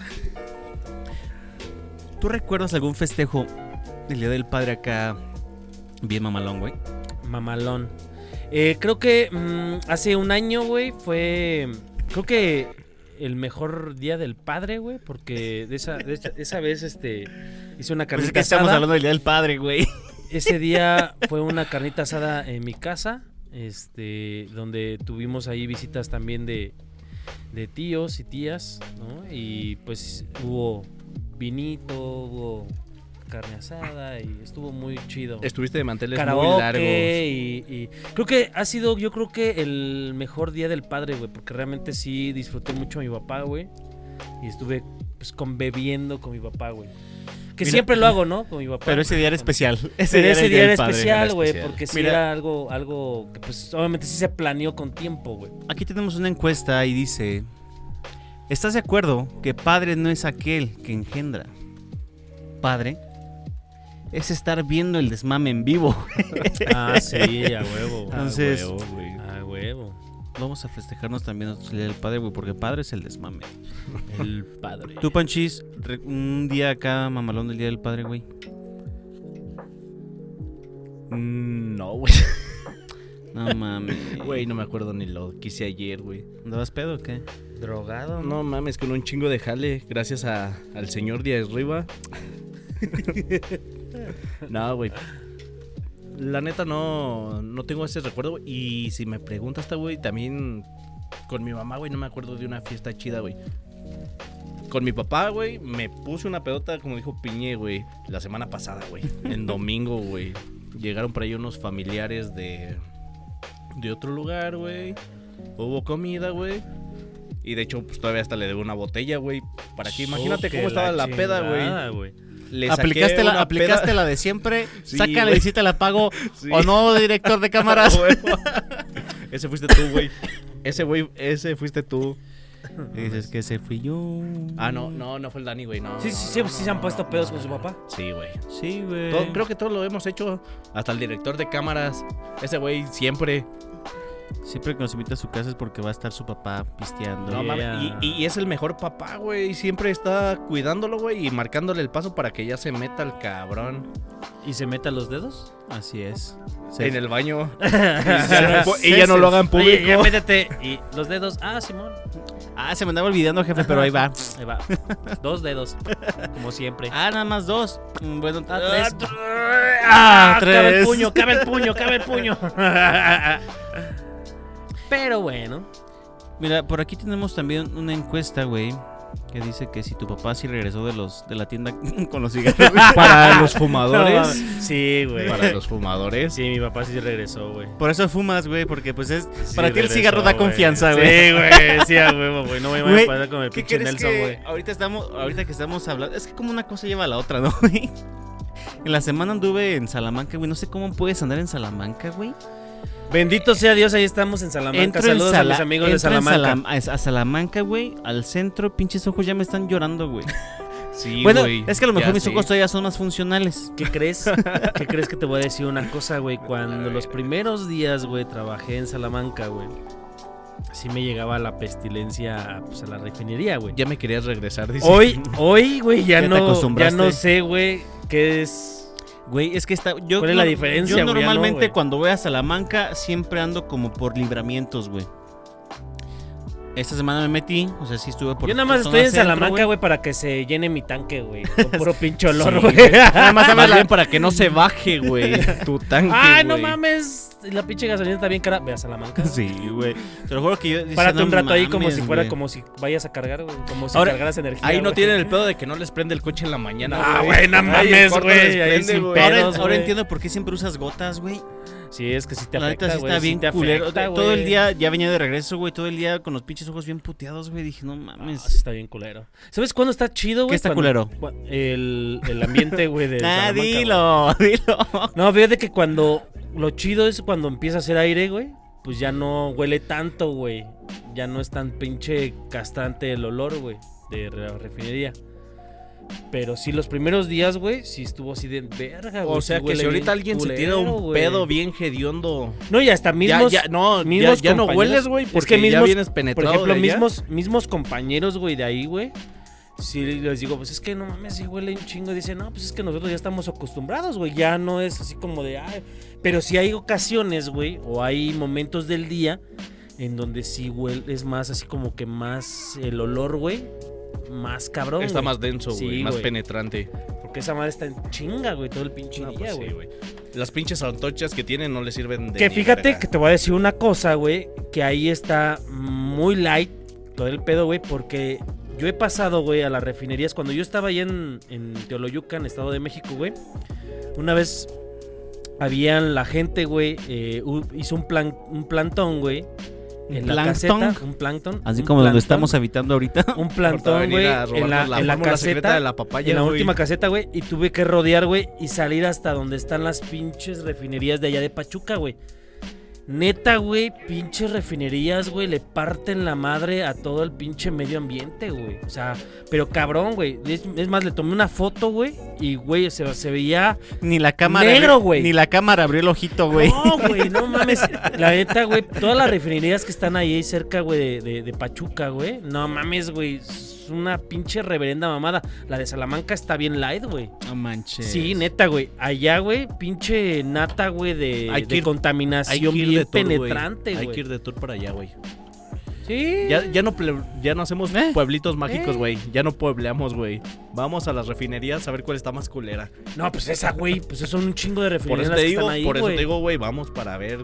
[SPEAKER 4] ¿Tú recuerdas algún festejo del Día del Padre acá? Bien mamalón, güey.
[SPEAKER 5] Mamalón. Eh, creo que mm, hace un año, güey, fue. Creo que el mejor Día del Padre, güey, porque de esa, de esa, de esa vez, este, hice una
[SPEAKER 4] Pues
[SPEAKER 5] carnita
[SPEAKER 4] es que estamos
[SPEAKER 5] asada.
[SPEAKER 4] hablando del Día del Padre, güey.
[SPEAKER 5] Ese día fue una carnita asada en mi casa, este, donde tuvimos ahí visitas también de, de tíos y tías, ¿no? Y pues hubo vinito, hubo carne asada y estuvo muy chido.
[SPEAKER 2] Estuviste de manteles muy largos.
[SPEAKER 5] Karaoke y, y creo que ha sido, yo creo que el mejor día del padre, güey, porque realmente sí disfruté mucho a mi papá, güey, y estuve pues conviviendo con mi papá, güey. Que
[SPEAKER 4] Mira.
[SPEAKER 5] siempre lo hago, ¿no? Con mi papá.
[SPEAKER 4] Pero ese día era
[SPEAKER 5] Con-
[SPEAKER 4] especial.
[SPEAKER 5] pero ese
[SPEAKER 4] el
[SPEAKER 5] día era
[SPEAKER 4] del Padre.
[SPEAKER 5] especial,
[SPEAKER 2] era
[SPEAKER 5] güey,
[SPEAKER 2] especial.
[SPEAKER 5] porque sí
[SPEAKER 4] Mira.
[SPEAKER 5] era algo, algo que pues obviamente sí se planeó con tiempo, güey.
[SPEAKER 4] Aquí tenemos una encuesta y dice: ¿Estás de acuerdo que padre no es aquel que engendra? Padre es estar viendo el desmame en vivo.
[SPEAKER 5] Ah, sí, a huevo.
[SPEAKER 4] Entonces,
[SPEAKER 2] Oh,
[SPEAKER 5] A huevo.
[SPEAKER 4] vamos a festejarnos también nosotros el Día del Padre, güey, porque padre es el desmame.
[SPEAKER 5] El padre.
[SPEAKER 4] Tú, Panchis, re- un día acá, mamalón del Día del Padre, güey.
[SPEAKER 2] Mm, No, güey.
[SPEAKER 4] No mames.
[SPEAKER 2] Güey, no me acuerdo ni lo que hice ayer, güey.
[SPEAKER 4] ¿Andabas pedo o qué?
[SPEAKER 5] drogado,
[SPEAKER 2] No mames, con un chingo de jale, gracias a, al señor Díaz Riva. no, güey. la neta no, no tengo ese recuerdo. güey. Y si me preguntas, ta, güey, también con mi mamá, güey, no me acuerdo de una fiesta chida, güey. Con mi papá, güey, me puse una pedota, como dijo Piñe, güey, la semana pasada, güey. En domingo, güey. Llegaron por ahí unos familiares de, de otro lugar, güey. Hubo comida, güey. Y de hecho, pues todavía hasta le debo una botella, güey. Para Oh, que imagínate cómo estaba la peda, güey.
[SPEAKER 5] güey.
[SPEAKER 2] Le saqué
[SPEAKER 4] Aplicaste, la,
[SPEAKER 2] una
[SPEAKER 4] aplicaste
[SPEAKER 2] peda-
[SPEAKER 4] la de siempre.
[SPEAKER 2] Sí,
[SPEAKER 4] sácale
[SPEAKER 2] güey.
[SPEAKER 4] y si te la pago.
[SPEAKER 2] Sí.
[SPEAKER 4] O no, director de cámaras.
[SPEAKER 2] Ese fuiste tú, güey. Ese güey, ese fuiste tú.
[SPEAKER 4] Y dices que se fui yo.
[SPEAKER 2] Ah, no, no, no fue el Dani, güey, no.
[SPEAKER 7] Sí, sí, sí, sí se han puesto pedos con su papá.
[SPEAKER 2] Sí, güey.
[SPEAKER 4] Sí, güey.
[SPEAKER 2] Todo- creo que todos lo hemos hecho, hasta el director de cámaras. Ese güey siempre.
[SPEAKER 4] Siempre que nos invita a su casa es porque va a estar su papá pisteando.
[SPEAKER 2] No
[SPEAKER 5] Yeah.
[SPEAKER 2] mames. Y, y es el mejor papá, güey. Siempre está cuidándolo, güey, y marcándole el paso para que ya se meta el cabrón
[SPEAKER 5] ¿Y se meta los dedos?
[SPEAKER 4] Así es.
[SPEAKER 2] en el baño.
[SPEAKER 5] y
[SPEAKER 2] ya no lo haga en
[SPEAKER 5] Oye, ya
[SPEAKER 2] público.
[SPEAKER 5] métete. Y los dedos. Ah, Simón.
[SPEAKER 4] Ah, se me andaba olvidando, jefe, pero ahí va.
[SPEAKER 5] Ahí va. Dos dedos. Como siempre.
[SPEAKER 4] Ah, nada más dos. Mm, Bueno, ah, tres.
[SPEAKER 5] Ah, Cabe el
[SPEAKER 4] tres.
[SPEAKER 5] puño, cabe el puño, cabe el puño. Pero bueno.
[SPEAKER 4] Mira, por aquí tenemos también una encuesta, güey. Que dice que si tu papá sí regresó de los de la tienda con los cigarros.
[SPEAKER 2] para los fumadores.
[SPEAKER 5] Sí, güey.
[SPEAKER 2] para los fumadores.
[SPEAKER 5] Sí, mi papá sí regresó, güey.
[SPEAKER 4] Por eso fumas, güey, porque pues es.
[SPEAKER 5] Sí
[SPEAKER 4] para ti el
[SPEAKER 5] regresó,
[SPEAKER 4] cigarro da
[SPEAKER 5] güey.
[SPEAKER 4] confianza, güey.
[SPEAKER 5] Sí, güey. Sí, a huevo, güey. No me voy
[SPEAKER 4] Güey,
[SPEAKER 5] a pasar con el
[SPEAKER 4] ¿Qué
[SPEAKER 5] pinche
[SPEAKER 4] crees
[SPEAKER 5] Nelson,
[SPEAKER 4] que
[SPEAKER 5] güey.
[SPEAKER 4] ahorita estamos, ahorita que estamos hablando, es que como una cosa lleva a la otra, ¿no, güey? En la semana anduve en Salamanca, güey. No sé cómo puedes andar en Salamanca, güey.
[SPEAKER 5] Bendito sea Dios, ahí estamos en Salamanca.
[SPEAKER 4] en
[SPEAKER 5] Saludos a
[SPEAKER 4] Sala-
[SPEAKER 5] mis amigos de
[SPEAKER 4] entro en
[SPEAKER 5] Salamanca.
[SPEAKER 4] Salam- a a Salamanca, güey. Al centro, pinches ojos ya me están llorando, güey.
[SPEAKER 2] Sí,
[SPEAKER 4] bueno,
[SPEAKER 2] güey,
[SPEAKER 4] es que a lo
[SPEAKER 2] ya
[SPEAKER 4] mejor mis
[SPEAKER 2] sé.
[SPEAKER 4] ojos todavía son más funcionales.
[SPEAKER 5] ¿Qué crees? ¿Qué crees que te voy a decir una cosa, güey? Cuando los primeros días, güey, trabajé en Salamanca, güey. Sí me llegaba la pestilencia pues, a la refinería, güey.
[SPEAKER 2] Ya me querías regresar, dice.
[SPEAKER 5] Hoy, hoy, güey, ya,
[SPEAKER 4] Ya te
[SPEAKER 5] no, ya
[SPEAKER 4] acostumbraste.
[SPEAKER 5] no sé, güey, qué es.
[SPEAKER 4] Güey, es que está. Yo,
[SPEAKER 5] ¿Cuál es la
[SPEAKER 4] nor-
[SPEAKER 5] diferencia,
[SPEAKER 4] Yo
[SPEAKER 5] güey? Ya no,
[SPEAKER 4] normalmente
[SPEAKER 5] güey.
[SPEAKER 4] cuando voy a Salamanca siempre ando como por libramientos, güey. Esta semana me metí, o sea, sí estuve por.
[SPEAKER 5] Yo nada más
[SPEAKER 4] zona
[SPEAKER 5] estoy en
[SPEAKER 4] centro,
[SPEAKER 5] Salamanca, güey, para que se llene mi tanque, güey. Con puro pinche
[SPEAKER 4] Sí,
[SPEAKER 5] olor, güey.
[SPEAKER 4] güey. Nada más
[SPEAKER 2] Más
[SPEAKER 4] habla-
[SPEAKER 2] bien para que no se baje, güey, tu tanque,
[SPEAKER 5] ¡Ay, Ah, no
[SPEAKER 2] güey.
[SPEAKER 5] mames! La pinche gasolina está bien cara. Ve a Salamanca.
[SPEAKER 4] Sí, güey. Te lo juro que yo. decía,
[SPEAKER 5] Párate
[SPEAKER 4] no
[SPEAKER 5] un rato ahí
[SPEAKER 4] mames,
[SPEAKER 5] como si fuera,
[SPEAKER 4] güey.
[SPEAKER 5] como si vayas a cargar, güey. Como si
[SPEAKER 2] Ahora,
[SPEAKER 5] cargaras energía.
[SPEAKER 2] Ahí no
[SPEAKER 5] güey.
[SPEAKER 2] tienen el pedo de que no les prende el coche en la mañana.
[SPEAKER 5] Ah, güey, no
[SPEAKER 2] Ay, en
[SPEAKER 5] mames,
[SPEAKER 2] corto
[SPEAKER 5] güey,
[SPEAKER 2] les
[SPEAKER 5] ahí
[SPEAKER 2] prende,
[SPEAKER 5] sin
[SPEAKER 2] güey.
[SPEAKER 5] pedo.
[SPEAKER 4] Ahora,
[SPEAKER 5] pedos,
[SPEAKER 4] ahora
[SPEAKER 5] güey.
[SPEAKER 4] entiendo por qué siempre usas gotas, güey.
[SPEAKER 5] Sí, es que sí te
[SPEAKER 4] La neta
[SPEAKER 5] afecta,
[SPEAKER 4] sí
[SPEAKER 5] güey.
[SPEAKER 4] está bien
[SPEAKER 5] te afecta,
[SPEAKER 4] culero. Todo el
[SPEAKER 5] güey.
[SPEAKER 4] día ya venía de regreso, güey. Todo el día con los pinches ojos bien puteados, güey. Dije, no mames.
[SPEAKER 5] Ah, sí está bien culero. ¿Sabes cuándo está chido, güey?
[SPEAKER 4] ¿Qué está
[SPEAKER 5] Cuando-
[SPEAKER 4] culero?
[SPEAKER 5] cua- El, el ambiente, güey, de
[SPEAKER 4] Ah,
[SPEAKER 5] Salamanca, güey.
[SPEAKER 4] dilo, dilo.
[SPEAKER 5] No, fíjate que cuando. Lo chido es cuando empieza a hacer aire, güey. Pues ya no huele tanto, güey. Ya no es tan pinche castrante el olor, güey. De la refinería. Pero sí, los primeros días, güey, sí estuvo así de verga, güey.
[SPEAKER 2] O sea
[SPEAKER 5] sí
[SPEAKER 2] que
[SPEAKER 5] huele
[SPEAKER 2] si ahorita
[SPEAKER 5] bien
[SPEAKER 2] alguien se tira
[SPEAKER 5] culero,
[SPEAKER 2] un
[SPEAKER 5] güey".
[SPEAKER 2] pedo bien hediondo.
[SPEAKER 5] No, y hasta mismos.
[SPEAKER 2] ya, ya, no, ya,
[SPEAKER 5] mismos
[SPEAKER 2] ya no
[SPEAKER 5] compañeros-
[SPEAKER 2] hueles, güey,
[SPEAKER 5] Es que
[SPEAKER 2] porque ya
[SPEAKER 5] mismos-
[SPEAKER 2] vienes
[SPEAKER 5] Por
[SPEAKER 2] penetrado.
[SPEAKER 5] ejemplo,
[SPEAKER 2] de allá.
[SPEAKER 5] mismos, mismos compañeros, güey, de ahí, güey. Si les digo, pues es que no mames, sí huele un chingo. Dicen, no, pues es que nosotros ya estamos acostumbrados, güey. Ya no es así como de, ay. Pero si hay ocasiones, güey, o hay momentos del día en donde sí huele, es más así como que más el olor, güey. Más cabrón.
[SPEAKER 2] Está
[SPEAKER 5] güey.
[SPEAKER 2] más denso, güey,
[SPEAKER 5] Sí,
[SPEAKER 2] más
[SPEAKER 5] güey.
[SPEAKER 2] penetrante.
[SPEAKER 5] Porque esa madre está en chinga, güey, todo el pinche
[SPEAKER 2] No,
[SPEAKER 5] día,
[SPEAKER 2] pues
[SPEAKER 5] güey.
[SPEAKER 2] sí, güey. Las pinches antorchas que tienen no le sirven de
[SPEAKER 5] Que
[SPEAKER 2] ni
[SPEAKER 5] fíjate
[SPEAKER 2] verga.
[SPEAKER 5] que te voy a decir una cosa, güey. Que ahí está muy light todo el pedo, güey. Porque yo he pasado, güey, a las refinerías. Cuando yo estaba ahí en, en Teoloyucan, Estado de México, güey. Una vez habían la gente, güey. eh, u- hizo un, plan, un plantón, güey. En la
[SPEAKER 4] ¿Plancton?
[SPEAKER 5] caseta. Un plancton.
[SPEAKER 4] Así
[SPEAKER 5] un
[SPEAKER 4] como donde
[SPEAKER 5] plantón,
[SPEAKER 4] estamos habitando ahorita.
[SPEAKER 5] Un
[SPEAKER 2] Ahorita va a
[SPEAKER 5] plantón,
[SPEAKER 2] venir
[SPEAKER 5] güey.
[SPEAKER 2] a
[SPEAKER 5] En la,
[SPEAKER 2] robarnos
[SPEAKER 5] en la
[SPEAKER 2] fórmula secreta
[SPEAKER 5] caseta.
[SPEAKER 2] de la papaya,
[SPEAKER 5] en la
[SPEAKER 2] güey.
[SPEAKER 5] última caseta, güey. Y tuve que rodear, güey. Y salir hasta donde están las pinches refinerías de allá de Pachuca, güey. Neta, güey. Pinches refinerías, güey. Le parten la madre a todo el pinche medio ambiente, güey. O sea, pero cabrón, güey. Es, es más, le tomé una foto, güey. Y, güey, se, se veía.
[SPEAKER 4] Ni la cámara.
[SPEAKER 5] Negro,
[SPEAKER 4] abri-
[SPEAKER 5] güey.
[SPEAKER 4] Ni la cámara abrió el ojito, güey.
[SPEAKER 5] No, güey, no mames. La neta, güey. Todas las refinerías que están ahí cerca, güey, de, de- de Pachuca, güey. No mames, güey. Es una pinche reverenda mamada. La de Salamanca está bien light, güey.
[SPEAKER 4] No manches.
[SPEAKER 2] Este,
[SPEAKER 5] Sí, neta, güey. Allá, güey, pinche nata, güey, de,
[SPEAKER 2] Hay que
[SPEAKER 5] de
[SPEAKER 2] ir-
[SPEAKER 5] contaminación
[SPEAKER 2] Hay que ir
[SPEAKER 5] bien
[SPEAKER 2] de tour, güey.
[SPEAKER 5] penetrante,
[SPEAKER 2] Hay que
[SPEAKER 5] güey.
[SPEAKER 2] ir de tour para allá, güey.
[SPEAKER 7] Sí.
[SPEAKER 2] Ya, ya no, ple- ya no hacemos
[SPEAKER 4] Eh.
[SPEAKER 2] pueblitos mágicos,
[SPEAKER 7] Eh.
[SPEAKER 2] güey. Ya no puebleamos, güey. Vamos a las refinerías a ver cuál está más culera.
[SPEAKER 5] No, pues esa, güey. Pues son un chingo de
[SPEAKER 2] Por
[SPEAKER 5] refinerías
[SPEAKER 2] eso
[SPEAKER 5] las
[SPEAKER 2] te
[SPEAKER 5] que
[SPEAKER 2] digo,
[SPEAKER 5] están ahí,
[SPEAKER 2] por eso
[SPEAKER 5] güey.
[SPEAKER 2] te digo, güey, vamos para ver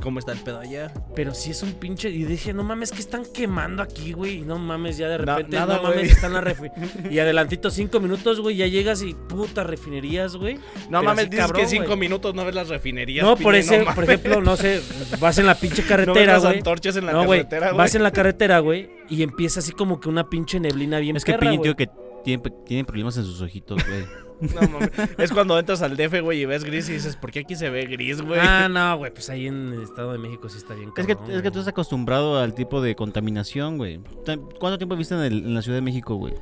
[SPEAKER 2] cómo está el pedo allá.
[SPEAKER 5] Pero sí es un pinche. Y dije, no mames, que están quemando aquí, güey. Y No mames, ya de
[SPEAKER 2] Na-
[SPEAKER 5] repente.
[SPEAKER 2] nada,
[SPEAKER 5] no mames,
[SPEAKER 2] güey.
[SPEAKER 5] están las refi- Y adelantito cinco minutos, güey. Ya llegas y putas refinerías, güey.
[SPEAKER 2] No
[SPEAKER 5] Pero
[SPEAKER 2] mames,
[SPEAKER 5] así,
[SPEAKER 2] dices
[SPEAKER 5] cabrón,
[SPEAKER 2] que cinco
[SPEAKER 5] güey.
[SPEAKER 2] minutos no ves las refinerías.
[SPEAKER 5] No,
[SPEAKER 2] Pili,
[SPEAKER 5] por ese, por
[SPEAKER 2] mames.
[SPEAKER 5] ejemplo, no sé, vas en la pinche
[SPEAKER 2] No ves
[SPEAKER 5] carretera,
[SPEAKER 2] las
[SPEAKER 5] güey.
[SPEAKER 2] antorchas en la
[SPEAKER 5] No, güey,
[SPEAKER 2] carretera, güey.
[SPEAKER 5] vas en la carretera, güey, y empieza así como que una pinche neblina bien
[SPEAKER 4] Es que
[SPEAKER 5] perra,
[SPEAKER 4] Piñi,
[SPEAKER 5] güey.
[SPEAKER 4] tío, que tiene, tiene problemas en sus ojitos, güey.
[SPEAKER 2] No, mames. Es cuando entras al DF, güey, y ves gris y dices, ¿por qué aquí se ve gris, güey?
[SPEAKER 5] Ah, no, güey, pues ahí en el Estado de México sí está bien
[SPEAKER 4] Es que,
[SPEAKER 5] cabrón,
[SPEAKER 4] es que tú
[SPEAKER 5] güey.
[SPEAKER 4] estás acostumbrado al tipo de contaminación, güey. Ta- ¿Cuánto tiempo viste en, el- en la Ciudad de México, güey?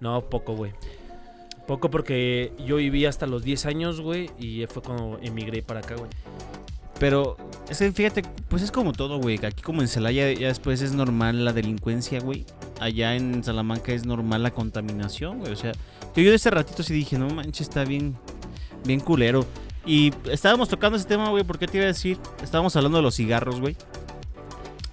[SPEAKER 5] No, poco, güey. Poco porque yo viví hasta los 10 años, güey, y fue cuando emigré para acá, güey.
[SPEAKER 4] Pero, es que fíjate, pues es como todo, güey. Aquí como en Celaya ya después es normal la delincuencia, güey. Allá en Salamanca es normal la contaminación, güey. O sea, yo, yo de ese ratito sí dije, no manches, está bien, bien culero. Y estábamos tocando ese tema, güey, porque te iba a decir, estábamos hablando de los cigarros, güey.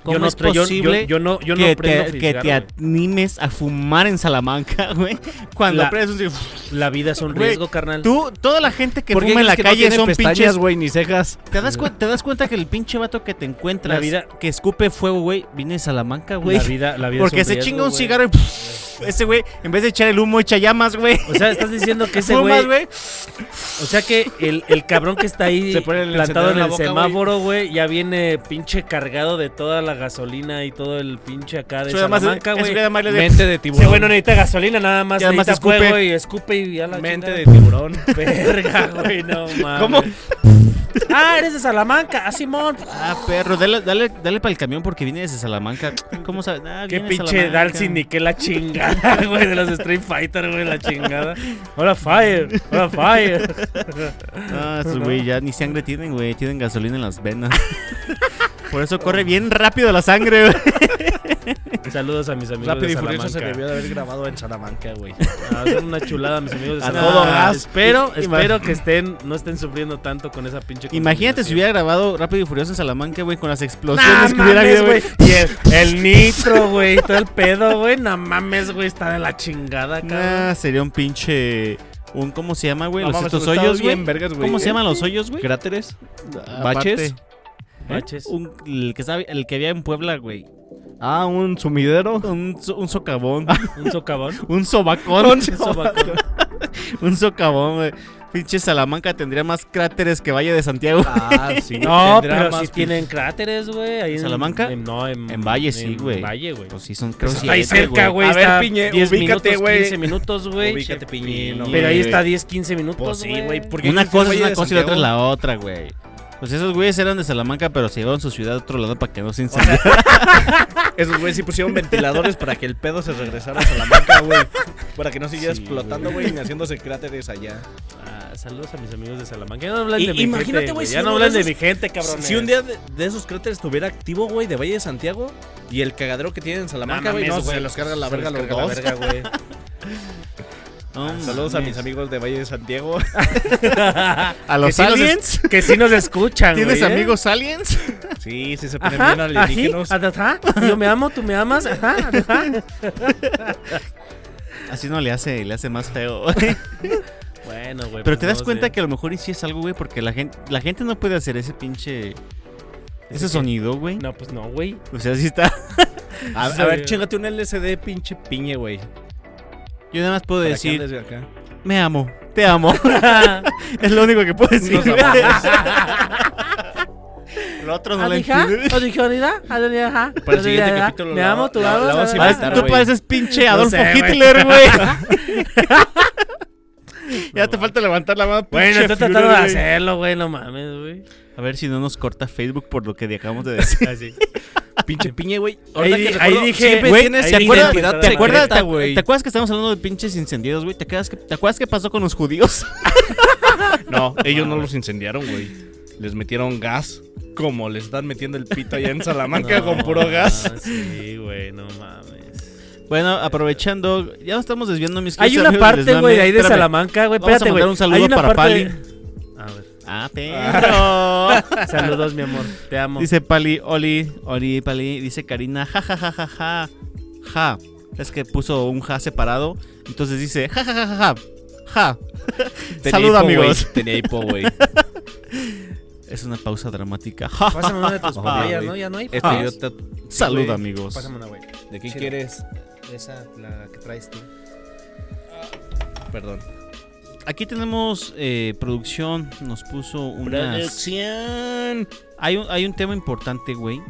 [SPEAKER 4] ¿Cómo
[SPEAKER 5] yo no
[SPEAKER 4] es
[SPEAKER 5] tra- yo-
[SPEAKER 4] posible
[SPEAKER 5] yo, yo no, yo no
[SPEAKER 4] que,
[SPEAKER 5] prendo
[SPEAKER 4] te, que
[SPEAKER 5] cigarro,
[SPEAKER 4] te
[SPEAKER 5] güey.
[SPEAKER 4] animes a fumar en Salamanca, güey. Cuando
[SPEAKER 5] La-
[SPEAKER 4] prendes un cigarro.
[SPEAKER 5] La vida es un
[SPEAKER 4] Güey,
[SPEAKER 5] riesgo, carnal.
[SPEAKER 4] Tú, toda la gente que fuma en la calle son pinches.
[SPEAKER 2] güey, ni cejas.
[SPEAKER 4] ¿Te das, cuen- te das cuenta que el pinche vato que te encuentras,
[SPEAKER 5] La vida-
[SPEAKER 4] que escupe fuego, güey, viene de Salamanca, güey.
[SPEAKER 5] la vida, la vida
[SPEAKER 4] Porque
[SPEAKER 5] es
[SPEAKER 4] se
[SPEAKER 5] un riesgo,
[SPEAKER 4] chinga un
[SPEAKER 5] güey.
[SPEAKER 4] cigarro y pff, ese güey, en vez de echar el humo, echa llamas, güey.
[SPEAKER 5] O sea, estás diciendo que ese
[SPEAKER 4] Fumas,
[SPEAKER 5] güey
[SPEAKER 4] güey.
[SPEAKER 5] O sea que el, el cabrón que está ahí
[SPEAKER 2] Se pone el
[SPEAKER 5] plantado
[SPEAKER 2] encendedor
[SPEAKER 5] en
[SPEAKER 2] en la
[SPEAKER 5] el
[SPEAKER 2] boca,
[SPEAKER 5] semáforo, güey, ya viene pinche cargado de toda la gasolina y todo el pinche acá de
[SPEAKER 4] Eso además-
[SPEAKER 5] Salamanca,
[SPEAKER 4] ese
[SPEAKER 5] güey.
[SPEAKER 4] güey además le de-
[SPEAKER 2] Mente de
[SPEAKER 5] Ese
[SPEAKER 2] tiburón.
[SPEAKER 5] güey no necesita gasolina, nada más
[SPEAKER 4] Y además
[SPEAKER 5] necesita
[SPEAKER 4] escupe.
[SPEAKER 5] fuego y escupe y ya la
[SPEAKER 2] Mente de
[SPEAKER 5] chingada.
[SPEAKER 2] tiburón.
[SPEAKER 5] Verga, güey, no mames.
[SPEAKER 2] ¿Cómo?
[SPEAKER 5] Ah, eres de Salamanca, ah, Simón.
[SPEAKER 4] Ah, perro, dale, dale, dale para el camión porque viene desde Salamanca. ¿Cómo sabes? Ah,
[SPEAKER 5] Qué
[SPEAKER 4] viene de
[SPEAKER 5] pinche
[SPEAKER 4] Salamanca.
[SPEAKER 5] Dalsin y qué la chingada, güey, de los Street Fighter, güey, la chingada. Hola, Fire, hola, Fire.
[SPEAKER 4] Ah, esos güey, ya ni sangre tienen, güey. Tienen gasolina en las venas. Por eso corre bien rápido la sangre, güey.
[SPEAKER 5] Saludos a mis amigos
[SPEAKER 2] Rápido
[SPEAKER 5] de
[SPEAKER 2] y furioso
[SPEAKER 5] Salamanca.
[SPEAKER 2] se debió de haber grabado en Salamanca, güey.
[SPEAKER 5] Ah, son una chulada, mis amigos. de
[SPEAKER 2] A
[SPEAKER 5] Salamanca.
[SPEAKER 2] todo gas.
[SPEAKER 5] Espero,
[SPEAKER 4] Y- y-
[SPEAKER 5] espero que estén, no estén sufriendo tanto con esa pinche.
[SPEAKER 4] Imagínate si
[SPEAKER 5] contaminación.
[SPEAKER 4] hubiera grabado Rápido y Furioso en Salamanca, güey, con las
[SPEAKER 5] ¡Nah,
[SPEAKER 4] explosiones que hubiera
[SPEAKER 5] mames,
[SPEAKER 4] habido, güey.
[SPEAKER 5] güey! Y el, el nitro, güey, todo el pedo, güey. No mames, güey, está de la chingada, cabrón.
[SPEAKER 4] Nah, sería un pinche. Un, ¿Cómo se llama, güey?
[SPEAKER 2] No
[SPEAKER 4] Los
[SPEAKER 2] mames,
[SPEAKER 4] estos
[SPEAKER 2] pero está
[SPEAKER 4] hoyos,
[SPEAKER 2] bien
[SPEAKER 4] güey.
[SPEAKER 2] vergas, güey.
[SPEAKER 4] ¿Cómo se llaman los hoyos, güey?
[SPEAKER 2] ¿Cráteres?
[SPEAKER 4] Aparte, ¿eh?
[SPEAKER 2] ¿Baches?
[SPEAKER 5] Baches.
[SPEAKER 4] un- el, que sabe, el que había en Puebla, güey.
[SPEAKER 2] Ah, un sumidero.
[SPEAKER 4] Un, so- un socavón.
[SPEAKER 5] Un socavón.
[SPEAKER 4] un sobacón.
[SPEAKER 5] Ah. Un sobacón.
[SPEAKER 4] un socavón, güey. Pinche Salamanca tendría más cráteres que Valle de Santiago.
[SPEAKER 2] Ah, sí.
[SPEAKER 5] No,
[SPEAKER 2] tendrá
[SPEAKER 5] pero
[SPEAKER 2] más
[SPEAKER 5] sí
[SPEAKER 2] pinche-
[SPEAKER 5] tienen cráteres, güey. ahí
[SPEAKER 4] ¿En Salamanca?
[SPEAKER 5] en- no, en,
[SPEAKER 4] En Valle sí, güey.
[SPEAKER 5] En Valle, güey.
[SPEAKER 4] Pues sí, son creo
[SPEAKER 5] Está ahí
[SPEAKER 4] siete,
[SPEAKER 5] cerca, güey.
[SPEAKER 2] A ver,
[SPEAKER 5] está
[SPEAKER 2] Piñe,
[SPEAKER 5] 10
[SPEAKER 2] ubícate,
[SPEAKER 5] minutos,
[SPEAKER 2] güey.
[SPEAKER 5] 15 minutos, güey.
[SPEAKER 2] Ubícate, Piñe, no
[SPEAKER 5] Pero ahí
[SPEAKER 2] mames.
[SPEAKER 5] está 10, 15 minutos,
[SPEAKER 2] Pues sí, güey. ¿por qué
[SPEAKER 4] Una
[SPEAKER 2] dices que
[SPEAKER 4] cosa es
[SPEAKER 2] Valle
[SPEAKER 4] una
[SPEAKER 2] de
[SPEAKER 4] cosa y la otra es
[SPEAKER 2] Santiago?
[SPEAKER 4] la otra, güey. Pues esos güeyes eran de Salamanca, pero se llevaron su ciudad a otro lado para que no se incendiara.
[SPEAKER 2] Esos güeyes sí pusieron ventiladores para que el pedo se regresara a Salamanca, güey. Para que no siguiera
[SPEAKER 4] Sí,
[SPEAKER 2] explotando, güey, ni haciéndose cráteres allá.
[SPEAKER 5] Ah, saludos a mis amigos de Salamanca. Ya no hablan
[SPEAKER 2] Y-
[SPEAKER 5] de mi
[SPEAKER 2] imagínate,
[SPEAKER 5] gente.
[SPEAKER 2] güey, si
[SPEAKER 5] ya
[SPEAKER 2] uno
[SPEAKER 5] no
[SPEAKER 2] de
[SPEAKER 5] hablan de
[SPEAKER 2] esos-
[SPEAKER 5] mi gente, cabrón.
[SPEAKER 2] Si un día de, de esos cráteres estuviera activo, güey, de Valle de Santiago y el cagadero que tienen en Salamanca, güey, no, se los carga la verga los dos.
[SPEAKER 4] No
[SPEAKER 2] Saludos a
[SPEAKER 4] mames.
[SPEAKER 2] mis amigos de Valle de Santiago.
[SPEAKER 4] ¿A los
[SPEAKER 5] sí nos
[SPEAKER 4] aliens?
[SPEAKER 5] que sí nos escuchan, güey.
[SPEAKER 4] ¿Tienes
[SPEAKER 5] ¿eh?
[SPEAKER 4] amigos aliens?
[SPEAKER 2] Sí, sí se ponen bien
[SPEAKER 5] Ajá, así,
[SPEAKER 2] alienígenos.
[SPEAKER 5] ajá, yo me amo, tú me amas, ajá, ajá.
[SPEAKER 4] Así no le hace, le hace más feo.
[SPEAKER 5] Bueno,
[SPEAKER 4] Pero
[SPEAKER 5] güey. pues
[SPEAKER 4] te das
[SPEAKER 5] no
[SPEAKER 4] cuenta
[SPEAKER 5] sé.
[SPEAKER 4] que a lo mejor y sí es algo, güey, porque la gente, la gente no puede hacer ese pinche. Ese
[SPEAKER 5] que-
[SPEAKER 4] sonido, güey.
[SPEAKER 5] No, pues no, güey.
[SPEAKER 4] O sea, sí está.
[SPEAKER 2] A, a
[SPEAKER 5] Sí.
[SPEAKER 2] ver, chingate un LCD, pinche piñe, güey.
[SPEAKER 4] Yo nada más puedo
[SPEAKER 2] Para que
[SPEAKER 4] decir,
[SPEAKER 2] andes de acá.
[SPEAKER 4] me amo, te amo. es lo único que puedo decir.
[SPEAKER 2] Nos amamos.
[SPEAKER 4] lo otro no lo
[SPEAKER 7] ¿Adija?
[SPEAKER 4] entiendo.
[SPEAKER 7] ¿Adija, Adija? Adija, ajá.
[SPEAKER 2] Para el siguiente
[SPEAKER 7] Adija,
[SPEAKER 2] capítulo
[SPEAKER 7] Me
[SPEAKER 2] la-
[SPEAKER 7] amo, tú
[SPEAKER 2] la- la vamos
[SPEAKER 7] amas.
[SPEAKER 2] a
[SPEAKER 4] Pareces-
[SPEAKER 2] inventar,
[SPEAKER 4] Tú
[SPEAKER 2] güey.
[SPEAKER 4] pareces pinche Adolfo
[SPEAKER 5] sé, güey.
[SPEAKER 4] Hitler, güey. ya te falta levantar la mano.
[SPEAKER 5] Bueno,
[SPEAKER 4] pinche Führer,
[SPEAKER 5] estoy tratando de
[SPEAKER 4] güey.
[SPEAKER 5] hacerlo, güey, no mames, güey.
[SPEAKER 4] A ver si no nos corta Facebook por lo que dejamos de decir.
[SPEAKER 5] Así.
[SPEAKER 2] Pinche piñe, güey.
[SPEAKER 5] Ahí
[SPEAKER 2] Ahorita
[SPEAKER 5] di-
[SPEAKER 2] que
[SPEAKER 5] ahí
[SPEAKER 2] recuerdo,
[SPEAKER 5] dije,
[SPEAKER 2] siempre
[SPEAKER 4] güey,
[SPEAKER 2] tienes
[SPEAKER 5] ¿te acuerdas-
[SPEAKER 2] identidad
[SPEAKER 5] te
[SPEAKER 4] ¿Te acuerdas,
[SPEAKER 2] secreta,
[SPEAKER 4] te,
[SPEAKER 2] güey.
[SPEAKER 4] te acuerdas que estamos hablando de pinches incendiados, güey? ¿Te acuerdas, que, ¿Te acuerdas qué pasó con los judíos?
[SPEAKER 2] No, ellos no los incendiaron, güey. Les metieron gas. Como les están metiendo el pito allá en Salamanca con puro gas.
[SPEAKER 5] Ah, Sí, güey, no mames.
[SPEAKER 4] Bueno, aprovechando, ya nos estamos desviando mis
[SPEAKER 5] Hay
[SPEAKER 4] queridos
[SPEAKER 5] una
[SPEAKER 4] amigos del
[SPEAKER 5] parte,
[SPEAKER 4] desmame.
[SPEAKER 5] güey, ahí de
[SPEAKER 4] Espérame.
[SPEAKER 5] Salamanca, güey.
[SPEAKER 4] Vamos a
[SPEAKER 5] Espérate, güey.
[SPEAKER 4] mandar un saludo
[SPEAKER 5] Hay una
[SPEAKER 4] para
[SPEAKER 5] parte de-
[SPEAKER 4] Pali.
[SPEAKER 5] A ver.
[SPEAKER 4] Ah, pero.
[SPEAKER 5] Saludos, mi amor. Te amo.
[SPEAKER 4] Dice Pali, Oli, Oli, Pali. Dice Karina, ja, ja, ja, ja, ja. Ja. Es que puso un ja separado. Entonces dice, ja, ja, ja, ja, ja. Ja. Salud,
[SPEAKER 2] hipo, güey.
[SPEAKER 4] amigos.
[SPEAKER 2] Tenía hipo, güey.
[SPEAKER 4] Es una pausa dramática. Ja, ja,
[SPEAKER 5] Pásame una de tus
[SPEAKER 4] Ah,
[SPEAKER 5] papayas,
[SPEAKER 4] güey.
[SPEAKER 5] ¿no? Ya no hay.
[SPEAKER 2] Este
[SPEAKER 4] Ah.
[SPEAKER 2] yo te-
[SPEAKER 4] Salud,
[SPEAKER 5] güey.
[SPEAKER 4] amigos.
[SPEAKER 5] Pásame una, güey.
[SPEAKER 2] ¿De qué
[SPEAKER 5] Chido.
[SPEAKER 2] quieres?
[SPEAKER 5] Esa, la que traes tú.
[SPEAKER 2] Perdón.
[SPEAKER 4] Aquí tenemos eh, producción. Nos puso unas.
[SPEAKER 2] Producción.
[SPEAKER 4] Hay un, hay un tema importante, güey.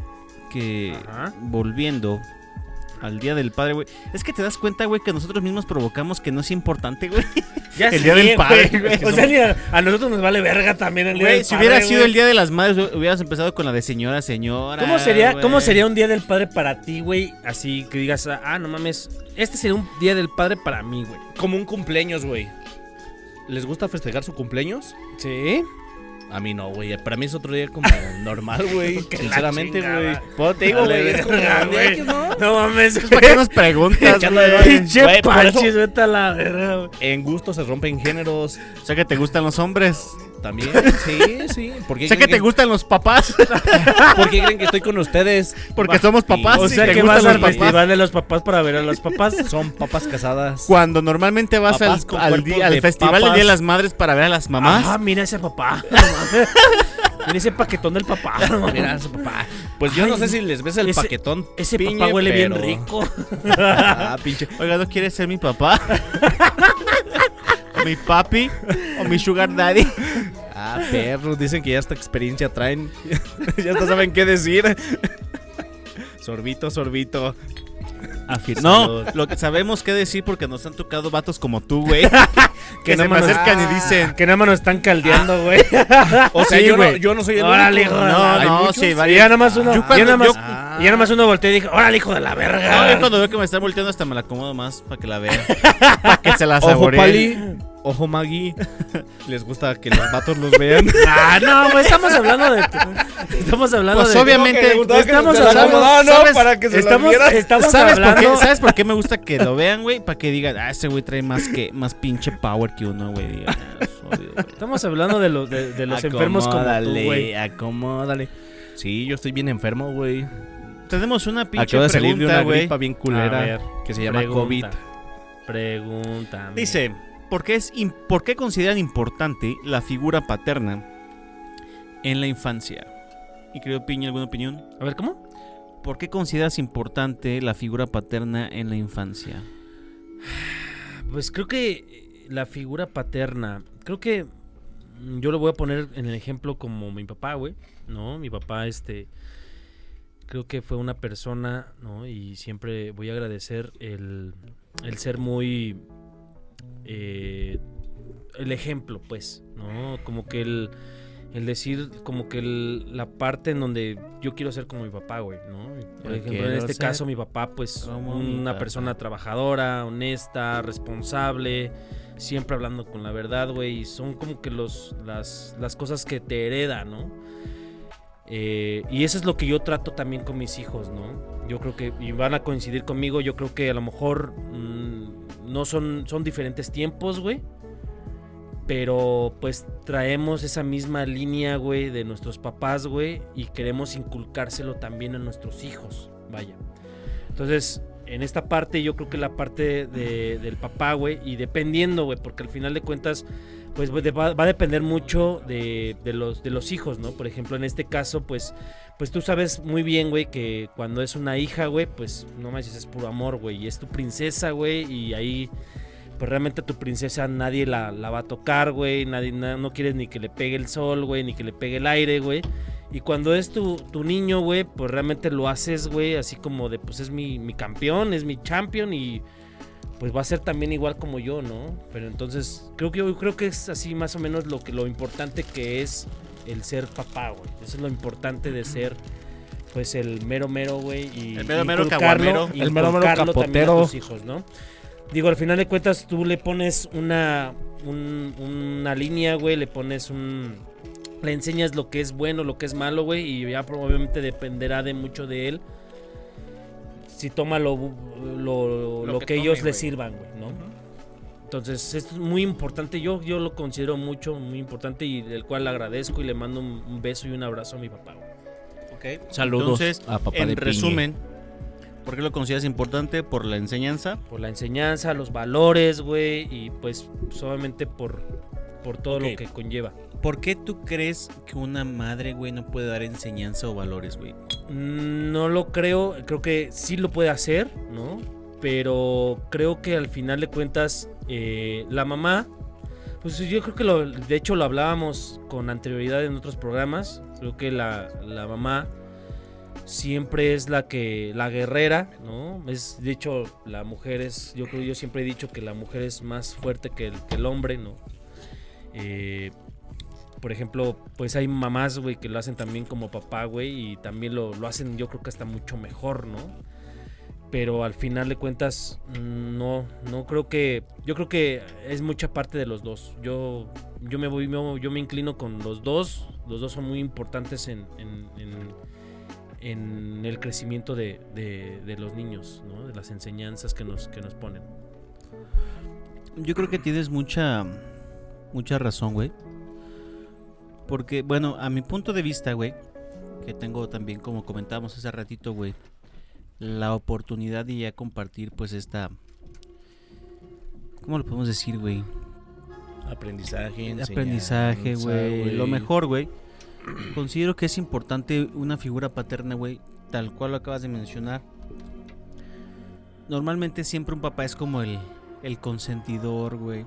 [SPEAKER 4] Que
[SPEAKER 5] Ajá.
[SPEAKER 4] volviendo al Día del Padre, güey. Es que te das cuenta, güey, que nosotros mismos provocamos que no es importante, güey.
[SPEAKER 5] Ya
[SPEAKER 4] El Día del Padre, güey.
[SPEAKER 5] O sea, ni a, a nosotros nos vale verga también el día
[SPEAKER 4] Güey,
[SPEAKER 5] del
[SPEAKER 4] si
[SPEAKER 5] padre,
[SPEAKER 4] hubiera sido
[SPEAKER 5] güey.
[SPEAKER 4] el Día de las Madres, güey, hubieras empezado con la de señora, señora.
[SPEAKER 5] ¿Cómo sería,
[SPEAKER 4] güey.
[SPEAKER 5] ¿Cómo sería un día del padre para ti, güey? Así que digas, ah, no mames. Este sería un día del padre para mí, güey.
[SPEAKER 2] Como un cumpleaños, güey. ¿Les gusta festejar su cumpleaños?
[SPEAKER 5] Sí.
[SPEAKER 2] A mí no, güey. Para mí es otro día como normal, güey.
[SPEAKER 5] Que la
[SPEAKER 2] Sinceramente, güey.
[SPEAKER 5] chingada.
[SPEAKER 2] Pues te digo, güey. es como
[SPEAKER 5] verga,
[SPEAKER 2] un día
[SPEAKER 5] güey.
[SPEAKER 2] X, ¿no?
[SPEAKER 5] No mames,
[SPEAKER 4] ¿Para qué nos preguntas,
[SPEAKER 2] Ya no
[SPEAKER 4] güey?
[SPEAKER 2] hay-
[SPEAKER 5] Pinche
[SPEAKER 2] Güey, por eso-
[SPEAKER 5] parches, vete a la verga, güey.
[SPEAKER 2] En gusto se rompen géneros.
[SPEAKER 4] O sea que te gustan los hombres.
[SPEAKER 2] También. Sí, sí. ¿Por qué,
[SPEAKER 4] O sea que
[SPEAKER 2] creen
[SPEAKER 4] te gustan los papás.
[SPEAKER 2] ¿Por qué creen que estoy con ustedes?
[SPEAKER 4] Porque somos papás.
[SPEAKER 5] O
[SPEAKER 4] sí,
[SPEAKER 5] sea
[SPEAKER 4] te
[SPEAKER 5] que
[SPEAKER 4] gustan
[SPEAKER 5] vas
[SPEAKER 4] los
[SPEAKER 5] al
[SPEAKER 4] papás.
[SPEAKER 5] festival de los papás para ver a los papás.
[SPEAKER 2] Son papas casadas.
[SPEAKER 4] Cuando normalmente vas al,
[SPEAKER 2] Papás con
[SPEAKER 4] al
[SPEAKER 2] cuerpos
[SPEAKER 4] di- al
[SPEAKER 2] de
[SPEAKER 4] festival del
[SPEAKER 2] papas.
[SPEAKER 4] Día de las Madres para ver a las mamás.
[SPEAKER 5] Ah, mira ese papá. No mames. mira ese paquetón del papá. no mames.
[SPEAKER 2] Mira, su papá. Pues yo no sé si les ves el
[SPEAKER 5] ese-
[SPEAKER 2] paquetón.
[SPEAKER 5] Ese
[SPEAKER 2] piñe,
[SPEAKER 5] papá huele bien
[SPEAKER 2] pero-
[SPEAKER 5] rico.
[SPEAKER 2] Ah, pinche.
[SPEAKER 4] Oiga, ¿no quieres ser mi papá? ¿O mi papi? ¿O mi sugar daddy?
[SPEAKER 2] Ah, perros, dicen que ya esta experiencia traen. ya hasta saben qué decir. sorbito, sorbito.
[SPEAKER 4] No, lo que sabemos qué decir porque nos han tocado vatos como tú, güey. que se me
[SPEAKER 5] más nos-
[SPEAKER 4] acercan y dicen...
[SPEAKER 5] Que nada más nos están caldeando, güey.
[SPEAKER 2] O sea,
[SPEAKER 4] Sí,
[SPEAKER 2] yo, no,
[SPEAKER 4] güey.
[SPEAKER 2] yo no soy el
[SPEAKER 5] Órale,
[SPEAKER 2] único.
[SPEAKER 5] hijo de
[SPEAKER 4] No,
[SPEAKER 5] la-
[SPEAKER 4] no,
[SPEAKER 5] hay muchos.
[SPEAKER 4] sí,
[SPEAKER 5] Y
[SPEAKER 4] varios.
[SPEAKER 5] ya nada más uno.
[SPEAKER 4] Yo
[SPEAKER 5] y
[SPEAKER 4] cuando-
[SPEAKER 5] ya nada más,
[SPEAKER 4] yo-
[SPEAKER 5] y ya nada más uno volteó y dije, órale, hijo de la
[SPEAKER 4] No,
[SPEAKER 2] Ah.
[SPEAKER 5] verga.
[SPEAKER 4] yo cuando veo que me están volteando hasta me la acomodo más para que la vea. para que se la
[SPEAKER 2] Ojo,
[SPEAKER 4] saboree.
[SPEAKER 2] Pali. Ojo, Maggie. Les gusta que los vatos los vean.
[SPEAKER 5] Ah, no, güey, estamos hablando de. tu- Estamos hablando
[SPEAKER 4] Pues
[SPEAKER 5] de.
[SPEAKER 4] obviamente,
[SPEAKER 5] Estamos
[SPEAKER 4] ¿sabes-
[SPEAKER 5] hablando.
[SPEAKER 4] ¿sabes-
[SPEAKER 5] estamos, estamos
[SPEAKER 4] ¿Sabes por, qué,
[SPEAKER 5] hablando.
[SPEAKER 4] ¿Sabes por qué me gusta que lo vean, güey? Para que digan, ah, ese güey trae más que más pinche power que uno, güey. Digan, "Ah, es obvio, güey".
[SPEAKER 5] Estamos hablando de, los de, de los enfermos como tú, güey.
[SPEAKER 2] Acomódale, acomódale. Sí, yo estoy bien enfermo, güey.
[SPEAKER 4] Tenemos una pinche
[SPEAKER 2] Acabo de salir de una
[SPEAKER 4] pregunta, güey.
[SPEAKER 2] gripa bien
[SPEAKER 5] A ver,
[SPEAKER 2] culera que se llama COVID.
[SPEAKER 5] pregunta, Pregúntame.
[SPEAKER 4] Dice, ¿por qué, es im- ¿por qué consideran importante la figura paterna en la infancia? Y creo, Piña, ¿alguna opinión?
[SPEAKER 5] A ver, ¿cómo?
[SPEAKER 4] ¿Por qué consideras importante la figura paterna en la infancia?
[SPEAKER 5] Pues creo que eh, la figura paterna, creo que mm, yo lo voy a poner en el ejemplo como mi papá, güey, ¿no? Mi papá, este, creo que fue una persona, ¿no? Y siempre voy a agradecer el, el ser muy... eh, el ejemplo, pues, ¿no? Como que el, el decir, como que el- la parte en donde yo quiero ser como mi papá, güey, ¿no? Por
[SPEAKER 4] Yo
[SPEAKER 5] ejemplo, en
[SPEAKER 4] quiero
[SPEAKER 5] este
[SPEAKER 4] ser
[SPEAKER 5] caso, mi papá, pues,
[SPEAKER 4] como mi
[SPEAKER 5] una
[SPEAKER 4] papá.
[SPEAKER 5] persona trabajadora, honesta, responsable, siempre hablando con la verdad, güey. y Son como que los, las, las cosas que te hereda, ¿no? Eh, y eso es lo que yo trato también con mis hijos, ¿no? Yo creo que, y van a coincidir conmigo, yo creo que a lo mejor mm, no son, son diferentes tiempos, güey. Pero pues traemos esa misma línea, güey, de nuestros papás, güey, y queremos inculcárselo también a nuestros hijos, vaya. Entonces, en esta parte yo creo que la parte de- del papá, güey, y dependiendo, güey, porque al final de cuentas, pues güey, de- va, va a depender mucho de, de los, de los hijos, ¿no? Por ejemplo, en este caso, pues, pues tú sabes muy bien, güey, que cuando es una hija, güey, pues no manches, es puro amor, güey, y es tu princesa, güey, y ahí... Pues realmente a tu princesa nadie la, la va a tocar, güey. Nadie, na- no quieres ni que le pegue el sol, güey, ni que le pegue el aire, güey. Y cuando es tu, tu niño, güey, pues realmente lo haces, güey, así como de, pues es mi, mi campeón, es mi champion y pues va a ser también igual como yo, ¿no? Pero entonces, creo que yo creo que es así más o menos lo, que, lo importante que es el ser papá, güey. Eso es lo importante de ser, pues, el mero mero, güey. y
[SPEAKER 4] El mero mero
[SPEAKER 5] inculcarlo-
[SPEAKER 4] caguamero,
[SPEAKER 2] el mero mero
[SPEAKER 5] inculcarlo también a
[SPEAKER 2] capotero.
[SPEAKER 5] tus hijos, ¿no? Digo, al final de cuentas, tú le pones una, un- una línea, güey, le pones un... Le enseñas lo que es bueno, lo que es malo, güey, y ya probablemente dependerá de mucho de él si toma lo, bu- lo, lo
[SPEAKER 4] que
[SPEAKER 5] que, ellos
[SPEAKER 4] tome,
[SPEAKER 5] le
[SPEAKER 4] güey.
[SPEAKER 5] sirvan, güey, ¿no? Entonces, esto es muy importante. Yo, yo lo considero mucho, muy importante y del cual le agradezco y le mando un, un beso y un abrazo a mi papá. güey.
[SPEAKER 4] Ok.
[SPEAKER 2] Saludos
[SPEAKER 4] Entonces,
[SPEAKER 2] a papá de
[SPEAKER 4] en
[SPEAKER 2] Piñe.
[SPEAKER 4] resumen, ¿por qué lo consideras importante? Por la enseñanza.
[SPEAKER 5] Por la enseñanza, los valores, güey, y pues, solamente por, por todo
[SPEAKER 4] Ok.
[SPEAKER 5] lo que conlleva.
[SPEAKER 4] ¿Por qué tú crees que una madre, güey, no puede dar enseñanza o valores, güey?
[SPEAKER 5] No lo creo, creo que sí lo puede hacer, ¿no? Pero creo que al final de cuentas, eh, la mamá, pues yo creo que lo, de hecho lo hablábamos con anterioridad en otros programas, creo que la, la mamá siempre es la que, la guerrera, ¿no? Es, de hecho, la mujer es, yo creo, yo siempre he dicho que la mujer es más fuerte que el, que el hombre, ¿no? Eh, por ejemplo, pues hay mamás, güey, que lo hacen también como papá, güey, y también lo, lo hacen yo creo que hasta mucho mejor, ¿no? Pero al final de cuentas, mm, no, no creo que, yo creo que es mucha parte de los dos. Yo, yo me voy, yo, yo me inclino con los dos, los dos son muy importantes en, en- en- en el crecimiento de, de- de los niños, ¿no? De las enseñanzas que nos, que nos ponen.
[SPEAKER 4] Yo creo que tienes mucha mucha razón, güey. Porque, bueno, a mi punto de vista, güey, que tengo también, como comentábamos hace ratito, güey, la oportunidad de ya compartir, pues, esta. ¿Cómo lo podemos decir, güey?
[SPEAKER 2] Aprendizaje,
[SPEAKER 4] El aprendizaje,
[SPEAKER 2] enseñanza,
[SPEAKER 4] güey. Lo mejor, güey. Considero que es importante una figura paterna, güey, tal cual lo acabas de mencionar. Normalmente siempre un papá es como el, el consentidor, güey.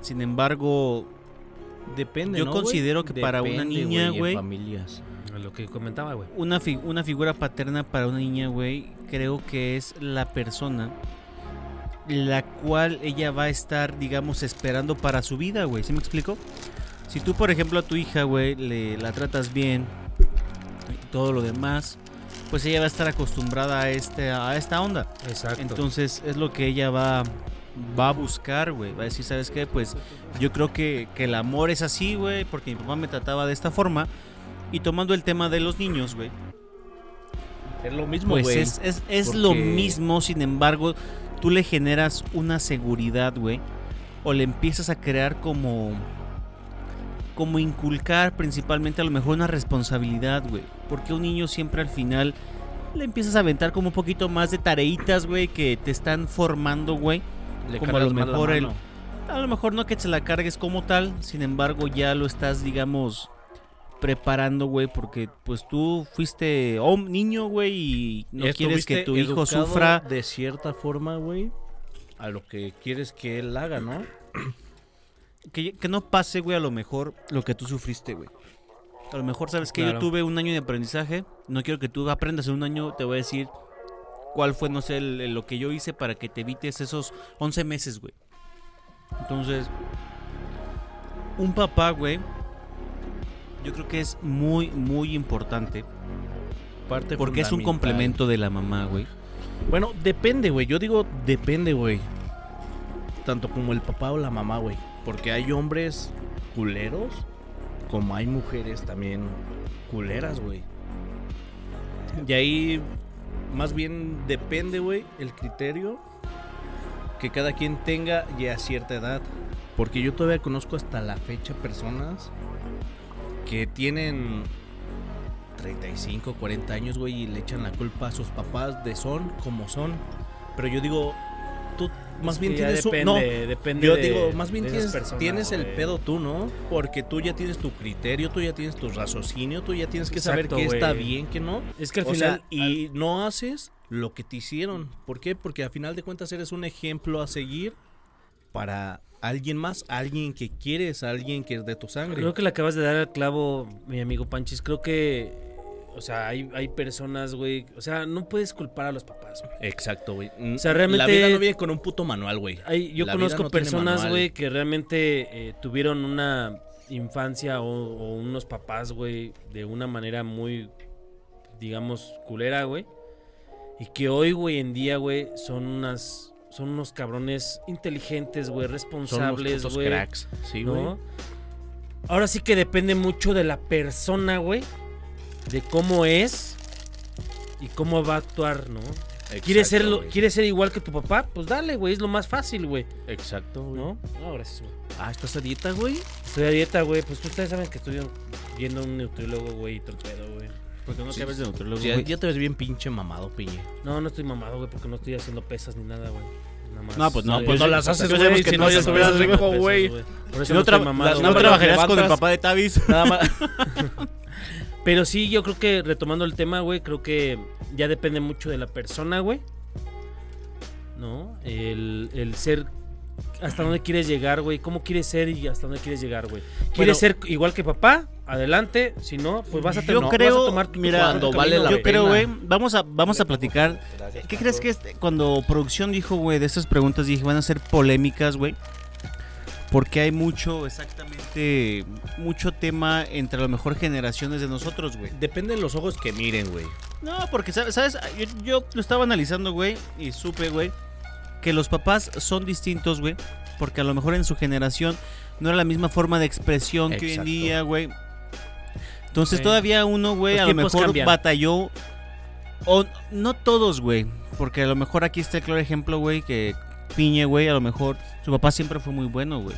[SPEAKER 4] Sin embargo,
[SPEAKER 2] Depende,
[SPEAKER 4] Yo
[SPEAKER 2] ¿no, güey?
[SPEAKER 4] considero que para una
[SPEAKER 2] Depende,
[SPEAKER 4] niña,
[SPEAKER 2] en
[SPEAKER 4] güey,
[SPEAKER 2] familias.
[SPEAKER 5] A Lo que comentaba, güey.
[SPEAKER 4] una, fi- una figura paterna para una niña, güey, creo que es la persona la cual ella va a estar, digamos, esperando para su vida, güey. ¿Sí me explico? Si tú, por ejemplo, a tu hija, güey, le- la tratas bien y todo lo demás, pues ella va a estar acostumbrada a, este, a esta onda.
[SPEAKER 5] Exacto.
[SPEAKER 4] Entonces es lo que ella va, va a buscar, güey. Va a decir, ¿sabes qué? Pues yo creo que, que el amor es así, güey, porque mi papá me trataba de esta forma. Y tomando el tema de los niños, güey.
[SPEAKER 2] Es lo mismo,
[SPEAKER 4] Pues
[SPEAKER 2] güey.
[SPEAKER 4] es, es- es lo
[SPEAKER 2] porque-
[SPEAKER 4] mismo, sin embargo, tú le generas una seguridad, güey. O le empiezas a crear como... Como inculcar principalmente a lo mejor una responsabilidad, güey. Porque un niño siempre al final le empiezas a aventar como un poquito más de tareitas, güey, que te están formando, güey.
[SPEAKER 2] Le
[SPEAKER 4] como a
[SPEAKER 2] cargas
[SPEAKER 4] lo
[SPEAKER 2] más la
[SPEAKER 4] mejor el-
[SPEAKER 2] mano.
[SPEAKER 4] A lo mejor no que se la cargues como tal, sin embargo ya lo estás, digamos, preparando, güey, porque pues tú fuiste hom- niño, güey, y no quieres que
[SPEAKER 2] Estuviste
[SPEAKER 4] tu hijo
[SPEAKER 2] educado
[SPEAKER 4] sufra.
[SPEAKER 2] de cierta forma, güey, a lo que quieres que él haga, ¿no?
[SPEAKER 4] Que, que no pase, güey, a lo mejor lo que tú sufriste, güey. A lo mejor sabes que yo
[SPEAKER 5] Claro.
[SPEAKER 4] tuve un año de aprendizaje, no quiero que tú aprendas en un año, te voy a decir cuál fue, no sé, el- el- lo que yo hice para que te evites esos 11 meses, güey. Entonces, un papá, güey, yo creo que es muy, muy importante.
[SPEAKER 2] Parte
[SPEAKER 4] Porque es un
[SPEAKER 2] fundamental.
[SPEAKER 4] complemento de la mamá, güey.
[SPEAKER 2] Bueno, depende, güey. Yo digo depende, güey. Tanto como el papá o la mamá, güey. Porque hay hombres culeros, como hay mujeres también culeras, güey. Y ahí más bien depende, güey, el criterio que cada quien tenga ya a cierta edad. Porque yo todavía conozco hasta la fecha personas que tienen 35, 40 años, güey, y le echan la culpa a sus papás de son como son. Pero yo digo, tú más
[SPEAKER 5] Es
[SPEAKER 2] bien
[SPEAKER 5] que ya
[SPEAKER 2] tienes un-
[SPEAKER 5] depende,
[SPEAKER 2] no,
[SPEAKER 5] depende
[SPEAKER 2] yo
[SPEAKER 5] de-
[SPEAKER 2] digo, más bien
[SPEAKER 5] de esas
[SPEAKER 2] tienes,
[SPEAKER 5] personas,
[SPEAKER 2] tienes el
[SPEAKER 5] güey.
[SPEAKER 2] pedo tú, ¿no? Porque tú ya tienes tu criterio, tú ya tienes tu raciocinio, tú ya tienes que
[SPEAKER 5] Exacto,
[SPEAKER 2] saber qué está
[SPEAKER 5] güey.
[SPEAKER 2] bien, qué no.
[SPEAKER 5] Es que al
[SPEAKER 2] O
[SPEAKER 5] final.
[SPEAKER 2] sea, ah, y no haces lo que te hicieron. ¿Por qué? Porque al final de cuentas eres un ejemplo a seguir para alguien más, alguien que quieres, alguien que es de tu sangre.
[SPEAKER 5] Creo que le acabas de dar al clavo, mi amigo Panchis. Creo que, o sea, hay, hay personas, güey. O sea, no puedes culpar a los papás, güey.
[SPEAKER 2] Exacto, güey.
[SPEAKER 5] O sea, realmente-
[SPEAKER 2] La vida no viene con un puto manual, güey.
[SPEAKER 5] Hay- yo
[SPEAKER 2] La vida
[SPEAKER 5] conozco
[SPEAKER 2] no tiene
[SPEAKER 5] personas,
[SPEAKER 2] manual.
[SPEAKER 5] güey, que realmente eh, tuvieron una infancia o, o unos papás, güey, de una manera muy, digamos, culera, güey. Y que hoy, güey, en día, güey, son unas... Son unos cabrones inteligentes, güey,
[SPEAKER 2] Son unos
[SPEAKER 5] responsables,
[SPEAKER 2] putos
[SPEAKER 5] güey.
[SPEAKER 2] cracks. Sí, güey.
[SPEAKER 5] ¿no? Ahora sí que depende mucho de la persona, güey. De cómo es y cómo va a actuar, ¿no? ¿Quieres,
[SPEAKER 2] Exacto,
[SPEAKER 5] ser lo-
[SPEAKER 2] güey.
[SPEAKER 5] ¿Quieres ser igual que tu papá? Pues dale, güey, es lo más fácil, güey.
[SPEAKER 2] Exacto, güey.
[SPEAKER 5] ¿No? No, gracias, güey.
[SPEAKER 2] Ah, ¿estás a dieta, güey?
[SPEAKER 5] Estoy a dieta, güey. Pues tú ustedes saben que estoy viendo a un nutriólogo, güey, y todo el pedo, güey.
[SPEAKER 4] Porque no
[SPEAKER 2] Sí.
[SPEAKER 4] cabes de nutriólogo,
[SPEAKER 2] Ya,
[SPEAKER 4] güey.
[SPEAKER 2] ya te ves bien pinche mamado, piñe.
[SPEAKER 5] No, no estoy mamado, güey, porque no estoy haciendo pesas ni nada, güey. Nada más.
[SPEAKER 4] No, pues no,
[SPEAKER 5] Estoy-
[SPEAKER 4] pues no las
[SPEAKER 2] haces,
[SPEAKER 5] Yo
[SPEAKER 2] güey,
[SPEAKER 5] sabemos
[SPEAKER 2] si
[SPEAKER 5] no, yo
[SPEAKER 2] no,
[SPEAKER 5] estoy
[SPEAKER 2] ya estuvieras
[SPEAKER 5] haciendo
[SPEAKER 2] rico,
[SPEAKER 5] pesas,
[SPEAKER 2] güey.
[SPEAKER 5] Por eso
[SPEAKER 4] no,
[SPEAKER 5] no estoy
[SPEAKER 4] tra-
[SPEAKER 5] mamado.
[SPEAKER 4] no
[SPEAKER 5] güey.
[SPEAKER 4] trabajarás con el
[SPEAKER 2] levantas.
[SPEAKER 4] papá de Tavis.
[SPEAKER 2] Nada más.
[SPEAKER 5] Pero sí, yo creo que retomando el tema, güey, creo que ya depende mucho de la persona, güey. ¿No? El, el ser. ¿Hasta dónde quieres llegar, güey? ¿Cómo quieres ser y hasta dónde quieres llegar, güey? ¿Quieres ser igual que papá? Adelante. Si no, pues vas a,
[SPEAKER 4] Yo
[SPEAKER 5] tener
[SPEAKER 4] creo, mira,
[SPEAKER 2] cuando vale la
[SPEAKER 4] Yo creo, güey,
[SPEAKER 2] pena.
[SPEAKER 4] vamos a, vamos a platicar. ¿Qué crees que este- cuando producción dijo, güey, de estas preguntas, dije, van a ser polémicas, güey? Porque hay mucho, exactamente, mucho tema entre a lo mejor generaciones de nosotros, güey.
[SPEAKER 2] Depende de los ojos que miren, güey.
[SPEAKER 4] No, porque, ¿sabes? ¿sabes? Yo, yo lo estaba analizando, güey, y supe, güey, que los papás son distintos, güey, porque a lo mejor en su generación no era la misma forma de expresión que hoy en
[SPEAKER 2] Exacto.
[SPEAKER 4] día, güey. Entonces
[SPEAKER 5] Ok.
[SPEAKER 4] todavía uno, güey,
[SPEAKER 5] Los
[SPEAKER 4] a lo
[SPEAKER 5] tiempos
[SPEAKER 4] mejor
[SPEAKER 5] cambian.
[SPEAKER 4] batalló, o no todos, güey, porque a lo mejor aquí está el claro ejemplo, güey, que Piñe, güey, a lo mejor su papá siempre fue muy bueno, güey.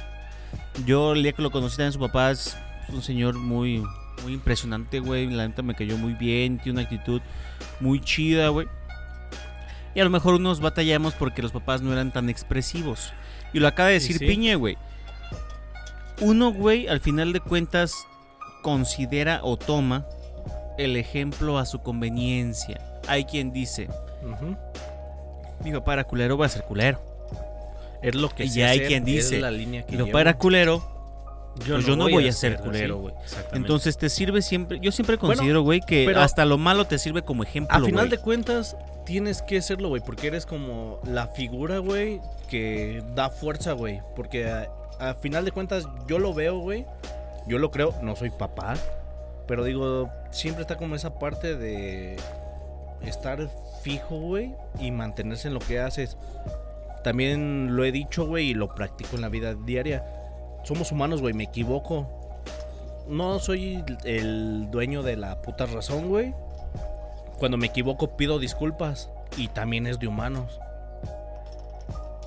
[SPEAKER 4] Yo el día que lo conocí también su papá es un señor muy, muy impresionante, güey. La neta me cayó muy bien, tiene una actitud muy chida, güey. Y a lo mejor unos batallamos porque los papás no eran tan expresivos. Y lo acaba de
[SPEAKER 5] Y
[SPEAKER 4] decir
[SPEAKER 5] sí.
[SPEAKER 4] Piñe, güey. Uno, güey, al final de cuentas considera o toma el ejemplo a su conveniencia. Hay quien dice, mi papá era culero, va a ser culero.
[SPEAKER 2] Es lo que
[SPEAKER 4] Y
[SPEAKER 2] sé
[SPEAKER 4] hay
[SPEAKER 2] ser,
[SPEAKER 4] quien
[SPEAKER 2] es
[SPEAKER 4] dice,
[SPEAKER 2] la línea que
[SPEAKER 4] Mi papá
[SPEAKER 2] llevo.
[SPEAKER 4] era culero, pues yo no voy a ser
[SPEAKER 5] hacerlo,
[SPEAKER 4] culero,
[SPEAKER 5] sí.
[SPEAKER 4] güey.
[SPEAKER 5] Exactamente.
[SPEAKER 4] Entonces te sirve siempre, yo siempre
[SPEAKER 2] Bueno,
[SPEAKER 4] considero, güey, que
[SPEAKER 2] pero-
[SPEAKER 4] hasta lo malo te sirve como ejemplo,
[SPEAKER 2] A final
[SPEAKER 4] güey.
[SPEAKER 2] de cuentas, tienes que serlo, güey, porque eres como la figura, güey, que da fuerza, güey. Porque a, a final de cuentas, yo lo veo, güey. Yo lo creo, no soy papá. Pero digo, siempre está como esa parte de estar fijo, güey, y mantenerse en lo que haces. También lo he dicho, güey, y lo practico en la vida diaria. Somos humanos, güey, me equivoco. No soy el dueño de la puta razón, güey cuando me equivoco pido disculpas y también es de humanos.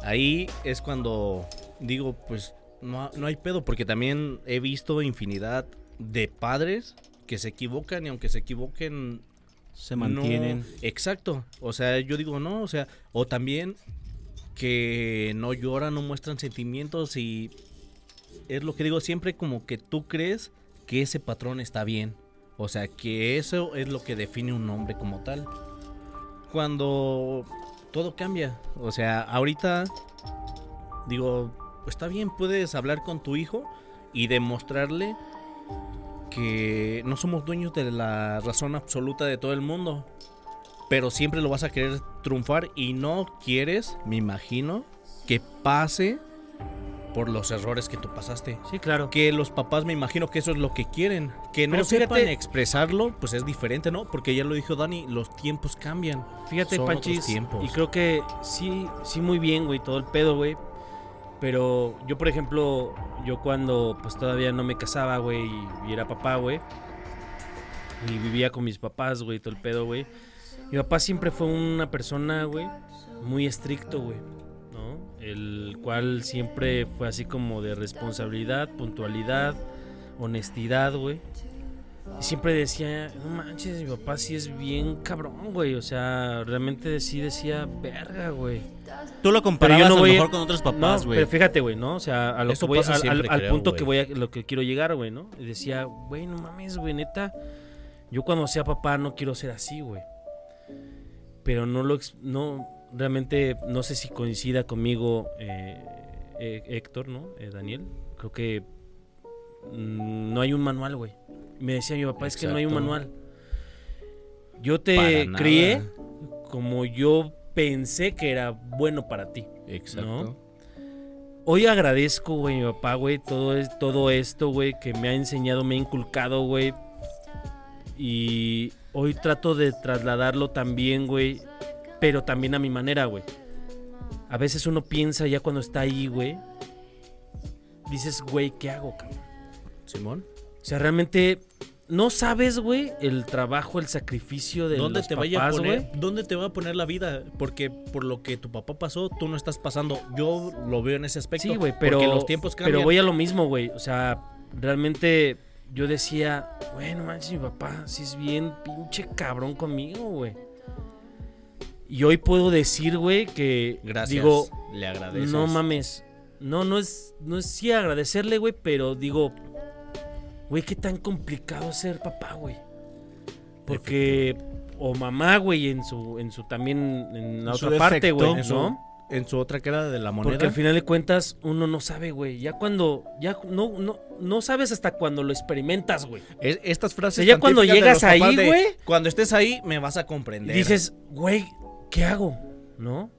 [SPEAKER 2] Ahí es cuando digo, pues no, ha- no hay pedo, porque también he visto infinidad de padres que se equivocan y aunque se equivoquen
[SPEAKER 4] se
[SPEAKER 2] no-
[SPEAKER 4] mantienen.
[SPEAKER 2] exacto. O sea, yo digo no, o sea, o también que no lloran, no muestran sentimientos y es lo que digo siempre como que tú crees que ese patrón está bien. O sea, que eso es lo que define un hombre como tal. Cuando todo cambia, o sea, ahorita digo, está bien, puedes hablar con tu hijo y demostrarle que no somos dueños de la razón absoluta de todo el mundo. Pero siempre lo vas a querer triunfar y no quieres, me imagino, que pase por los errores que tú pasaste.
[SPEAKER 5] Sí, claro.
[SPEAKER 2] Que los papás me imagino que eso es lo que quieren. Que no
[SPEAKER 5] Pero
[SPEAKER 2] sepan
[SPEAKER 5] fíjate-
[SPEAKER 2] expresarlo, pues es diferente, ¿no? Porque ya lo dijo Dani, los tiempos cambian.
[SPEAKER 5] Fíjate,
[SPEAKER 2] Son otros
[SPEAKER 5] Panchis,
[SPEAKER 2] tiempos.
[SPEAKER 5] y creo que sí, sí muy bien, güey, todo el pedo, güey. Pero yo, por ejemplo, yo cuando pues todavía no me casaba, güey, y, y era papá, güey. Y vivía con mis papás, güey, todo el pedo, güey. Mi papá siempre fue una persona, güey, muy estricto, güey, ¿no? El cual siempre fue así como de responsabilidad, puntualidad, honestidad, güey. Y siempre decía, no manches, mi papá sí es bien cabrón, güey. O sea, realmente sí decía, verga, güey.
[SPEAKER 4] Tú lo comparabas
[SPEAKER 5] Pero yo no
[SPEAKER 4] a lo
[SPEAKER 5] voy a-
[SPEAKER 4] mejor con otros papás,
[SPEAKER 5] No,
[SPEAKER 4] güey.
[SPEAKER 5] pero fíjate, güey, ¿no? O sea, a lo que
[SPEAKER 2] Eso
[SPEAKER 5] voy-
[SPEAKER 2] pasa
[SPEAKER 5] al- al,
[SPEAKER 2] siempre,
[SPEAKER 5] al
[SPEAKER 2] creo,
[SPEAKER 5] punto que voy a, lo que quiero llegar, güey, ¿no? Y decía, güey, no mames, güey, neta, yo cuando sea papá no quiero ser así, güey. Pero no lo, ex- no, realmente, no sé si coincida conmigo eh, eh, Héctor, ¿no? Eh, Daniel, creo que mm, no hay un manual, güey. Me decía mi papá, es que no hay un
[SPEAKER 2] Exacto.
[SPEAKER 5] manual. Yo
[SPEAKER 2] Para
[SPEAKER 5] te
[SPEAKER 2] nada.
[SPEAKER 5] crié como yo pensé que era bueno para ti.
[SPEAKER 2] Exacto.
[SPEAKER 5] Hoy agradezco, güey, mi papá, güey, todo, es, todo esto, güey, que me ha enseñado, me ha inculcado, güey. Y hoy trato de trasladarlo también, güey, pero también a mi manera, güey. A veces uno piensa ya cuando está ahí, güey. Dices, güey, ¿qué hago, cabrón?
[SPEAKER 2] Simón.
[SPEAKER 5] O sea, realmente no sabes, güey, el trabajo, el sacrificio de
[SPEAKER 2] ¿Dónde
[SPEAKER 5] los
[SPEAKER 2] te, vaya a
[SPEAKER 5] papás,
[SPEAKER 2] poner,
[SPEAKER 5] güey.
[SPEAKER 2] ¿Dónde te va a poner la vida? Porque por lo que tu papá pasó, tú no estás pasando. Yo lo veo en ese aspecto.
[SPEAKER 5] Sí, güey, pero,
[SPEAKER 2] Porque los tiempos cambian.
[SPEAKER 5] pero voy a lo mismo, güey. O sea, realmente yo decía, bueno, manches, mi papá, si es bien pinche cabrón conmigo, güey. Y hoy puedo decir, güey, que
[SPEAKER 2] Gracias.
[SPEAKER 5] digo,
[SPEAKER 2] le agradeces.
[SPEAKER 5] no mames. No, no es, no es sí agradecerle, güey, pero digo, güey, qué tan complicado es ser papá, güey. Porque, o mamá, güey, en su, en su también, en la
[SPEAKER 2] En su
[SPEAKER 5] otra parte,
[SPEAKER 2] defecto,
[SPEAKER 5] güey,
[SPEAKER 2] en su
[SPEAKER 5] ¿no?
[SPEAKER 2] En su otra cara de la moneda.
[SPEAKER 5] Porque al final de cuentas, uno no sabe, güey. Ya cuando, ya no, no, no sabes hasta cuando lo experimentas, güey.
[SPEAKER 2] Es- estas frases.
[SPEAKER 5] O sea, ya
[SPEAKER 2] tan
[SPEAKER 5] cuando
[SPEAKER 2] típicas de
[SPEAKER 5] llegas
[SPEAKER 2] los papás
[SPEAKER 5] ahí,
[SPEAKER 2] de,
[SPEAKER 5] güey.
[SPEAKER 2] Cuando estés ahí, me vas a
[SPEAKER 5] Y
[SPEAKER 2] comprender.
[SPEAKER 5] dices, güey, ¿qué hago? ¿No?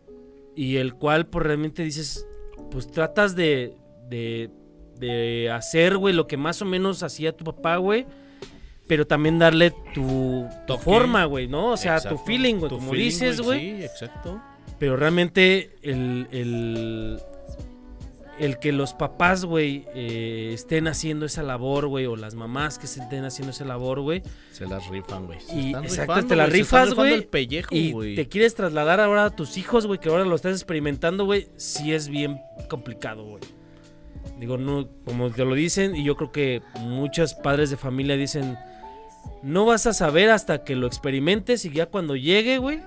[SPEAKER 5] Y el cual, pues realmente dices, pues tratas de, de, de hacer, güey, lo que más o menos hacía tu papá, güey. Pero también darle tu, tu
[SPEAKER 2] Toque.
[SPEAKER 5] forma, güey, ¿no? O sea, tu
[SPEAKER 2] Exacto.
[SPEAKER 5] feeling, güey,
[SPEAKER 2] Tu
[SPEAKER 5] como
[SPEAKER 2] feeling,
[SPEAKER 5] dices, güey.
[SPEAKER 2] Sí, exacto.
[SPEAKER 5] Pero realmente el, el, el que los papás, güey, eh, estén haciendo esa labor, güey, o las mamás que se estén haciendo esa labor, güey,
[SPEAKER 2] Se las rifan, güey. Se
[SPEAKER 5] Y-
[SPEAKER 2] están
[SPEAKER 5] exacto,
[SPEAKER 2] rifando,
[SPEAKER 5] te la
[SPEAKER 2] güey, se están
[SPEAKER 5] rifas,
[SPEAKER 2] rifando
[SPEAKER 5] güey,
[SPEAKER 2] el pellejo,
[SPEAKER 5] y
[SPEAKER 2] güey.
[SPEAKER 5] te quieres trasladar ahora a tus hijos, güey, que ahora lo estás experimentando, güey, sí es bien complicado, güey. Digo, no, como te lo dicen, y yo creo que muchos padres de familia dicen, no vas a saber hasta que lo experimentes y ya cuando llegue, güey,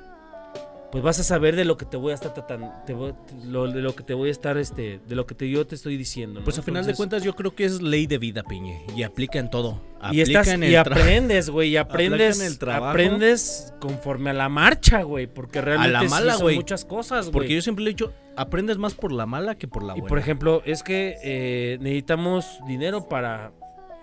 [SPEAKER 5] pues vas a saber de lo que te voy a estar tratan- te voy- lo- de lo que te voy a estar, este, de lo que te, yo te estoy diciendo. ¿no?
[SPEAKER 2] Pues al final
[SPEAKER 5] Entonces,
[SPEAKER 2] de cuentas yo creo que es ley de vida, Piñe. Y aplica en todo.
[SPEAKER 5] Y, estás,
[SPEAKER 2] Aplica en
[SPEAKER 5] y
[SPEAKER 2] el tra-
[SPEAKER 5] aprendes, güey, y aprendes,
[SPEAKER 2] Aplica en el trabajo.
[SPEAKER 5] aprendes conforme a la marcha, güey, porque realmente sí
[SPEAKER 2] mala,
[SPEAKER 5] son
[SPEAKER 2] güey.
[SPEAKER 5] muchas cosas, güey.
[SPEAKER 2] Porque yo siempre le he dicho, aprendes más por la mala que por la
[SPEAKER 5] Y
[SPEAKER 2] buena.
[SPEAKER 5] por ejemplo, es que eh, necesitamos dinero para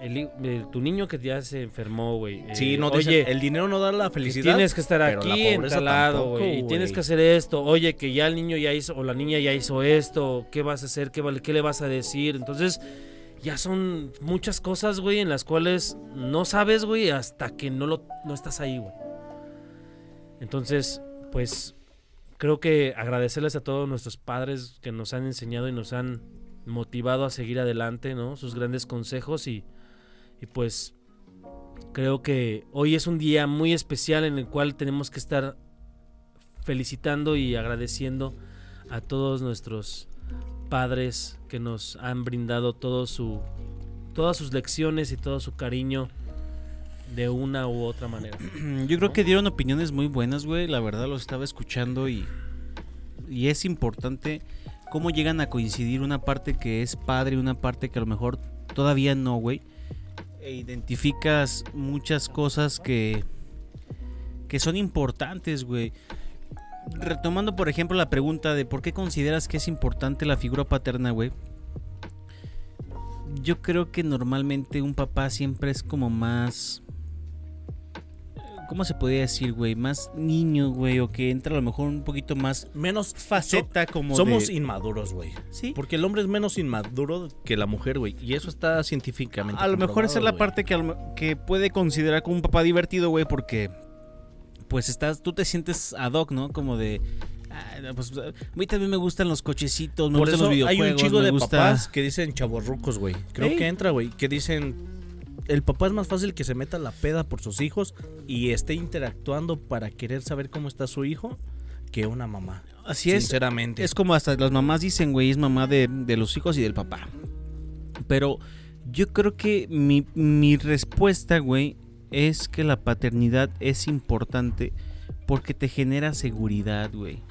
[SPEAKER 5] el hi- eh, tu niño que ya se enfermó, güey. Eh,
[SPEAKER 2] sí, no,
[SPEAKER 5] oye,
[SPEAKER 2] dicen, el dinero no da la
[SPEAKER 5] que
[SPEAKER 2] felicidad.
[SPEAKER 5] tienes que estar
[SPEAKER 2] pero la
[SPEAKER 5] aquí en
[SPEAKER 2] pobreza
[SPEAKER 5] tal lado,
[SPEAKER 2] tampoco,
[SPEAKER 5] güey. Y tienes
[SPEAKER 2] güey.
[SPEAKER 5] que hacer esto. Oye, que ya el niño ya hizo, o la niña ya hizo esto. ¿Qué vas a hacer? ¿Qué, vale- qué le vas a decir? Entonces, ya son muchas cosas, güey, en las cuales no sabes, güey, hasta que no, lo, no estás ahí, güey. Entonces, pues, creo que agradecerles a todos nuestros padres que nos han enseñado y nos han motivado a seguir adelante, ¿no? Sus grandes consejos y, y pues creo que hoy es un día muy especial en el cual tenemos que estar felicitando y agradeciendo a todos nuestros padres que nos han brindado todo su, todas sus lecciones y todo su cariño de una u otra manera.
[SPEAKER 4] Yo creo que dieron opiniones muy buenas, güey. La verdad los estaba escuchando y, y es importante cómo llegan a coincidir una parte que es padre y una parte que a lo mejor todavía no, güey. E identificas muchas cosas que, que son importantes, güey. Retomando, por ejemplo, la pregunta de por qué consideras que es importante la figura paterna, güey. Yo creo que normalmente un papá siempre es como más... ¿Cómo se podría decir, güey? Más niño, güey, o que entra a lo mejor un poquito más
[SPEAKER 2] menos
[SPEAKER 4] faceta como
[SPEAKER 2] Somos
[SPEAKER 4] de...
[SPEAKER 2] inmaduros, güey.
[SPEAKER 4] Sí.
[SPEAKER 2] Porque el hombre es menos inmaduro que la mujer, güey. Y eso está científicamente.
[SPEAKER 4] A lo mejor esa es la
[SPEAKER 2] comprobado, güey.
[SPEAKER 4] parte que, a lo me- que puede considerar como un papá divertido, güey, porque pues estás, tú te sientes ad hoc, ¿no? Como de... "Ah, no, pues, a mí también me gustan los cochecitos, me
[SPEAKER 2] Por
[SPEAKER 4] gustan
[SPEAKER 2] eso
[SPEAKER 4] los
[SPEAKER 2] hay
[SPEAKER 4] videojuegos,
[SPEAKER 2] un chico
[SPEAKER 4] me
[SPEAKER 2] de
[SPEAKER 4] gusta...
[SPEAKER 2] papás que dicen chavorrucos, güey. Creo
[SPEAKER 4] Sí.
[SPEAKER 2] que entra, güey. Que dicen. El papá es más fácil que se meta la peda por sus hijos y esté interactuando para querer saber cómo está su hijo que una mamá.
[SPEAKER 4] Así es,
[SPEAKER 2] Sinceramente.
[SPEAKER 4] Es como hasta las mamás dicen, güey, es mamá de, de los hijos y del papá. Pero yo creo que mi, mi respuesta, güey, es que la paternidad es importante porque te genera seguridad, güey.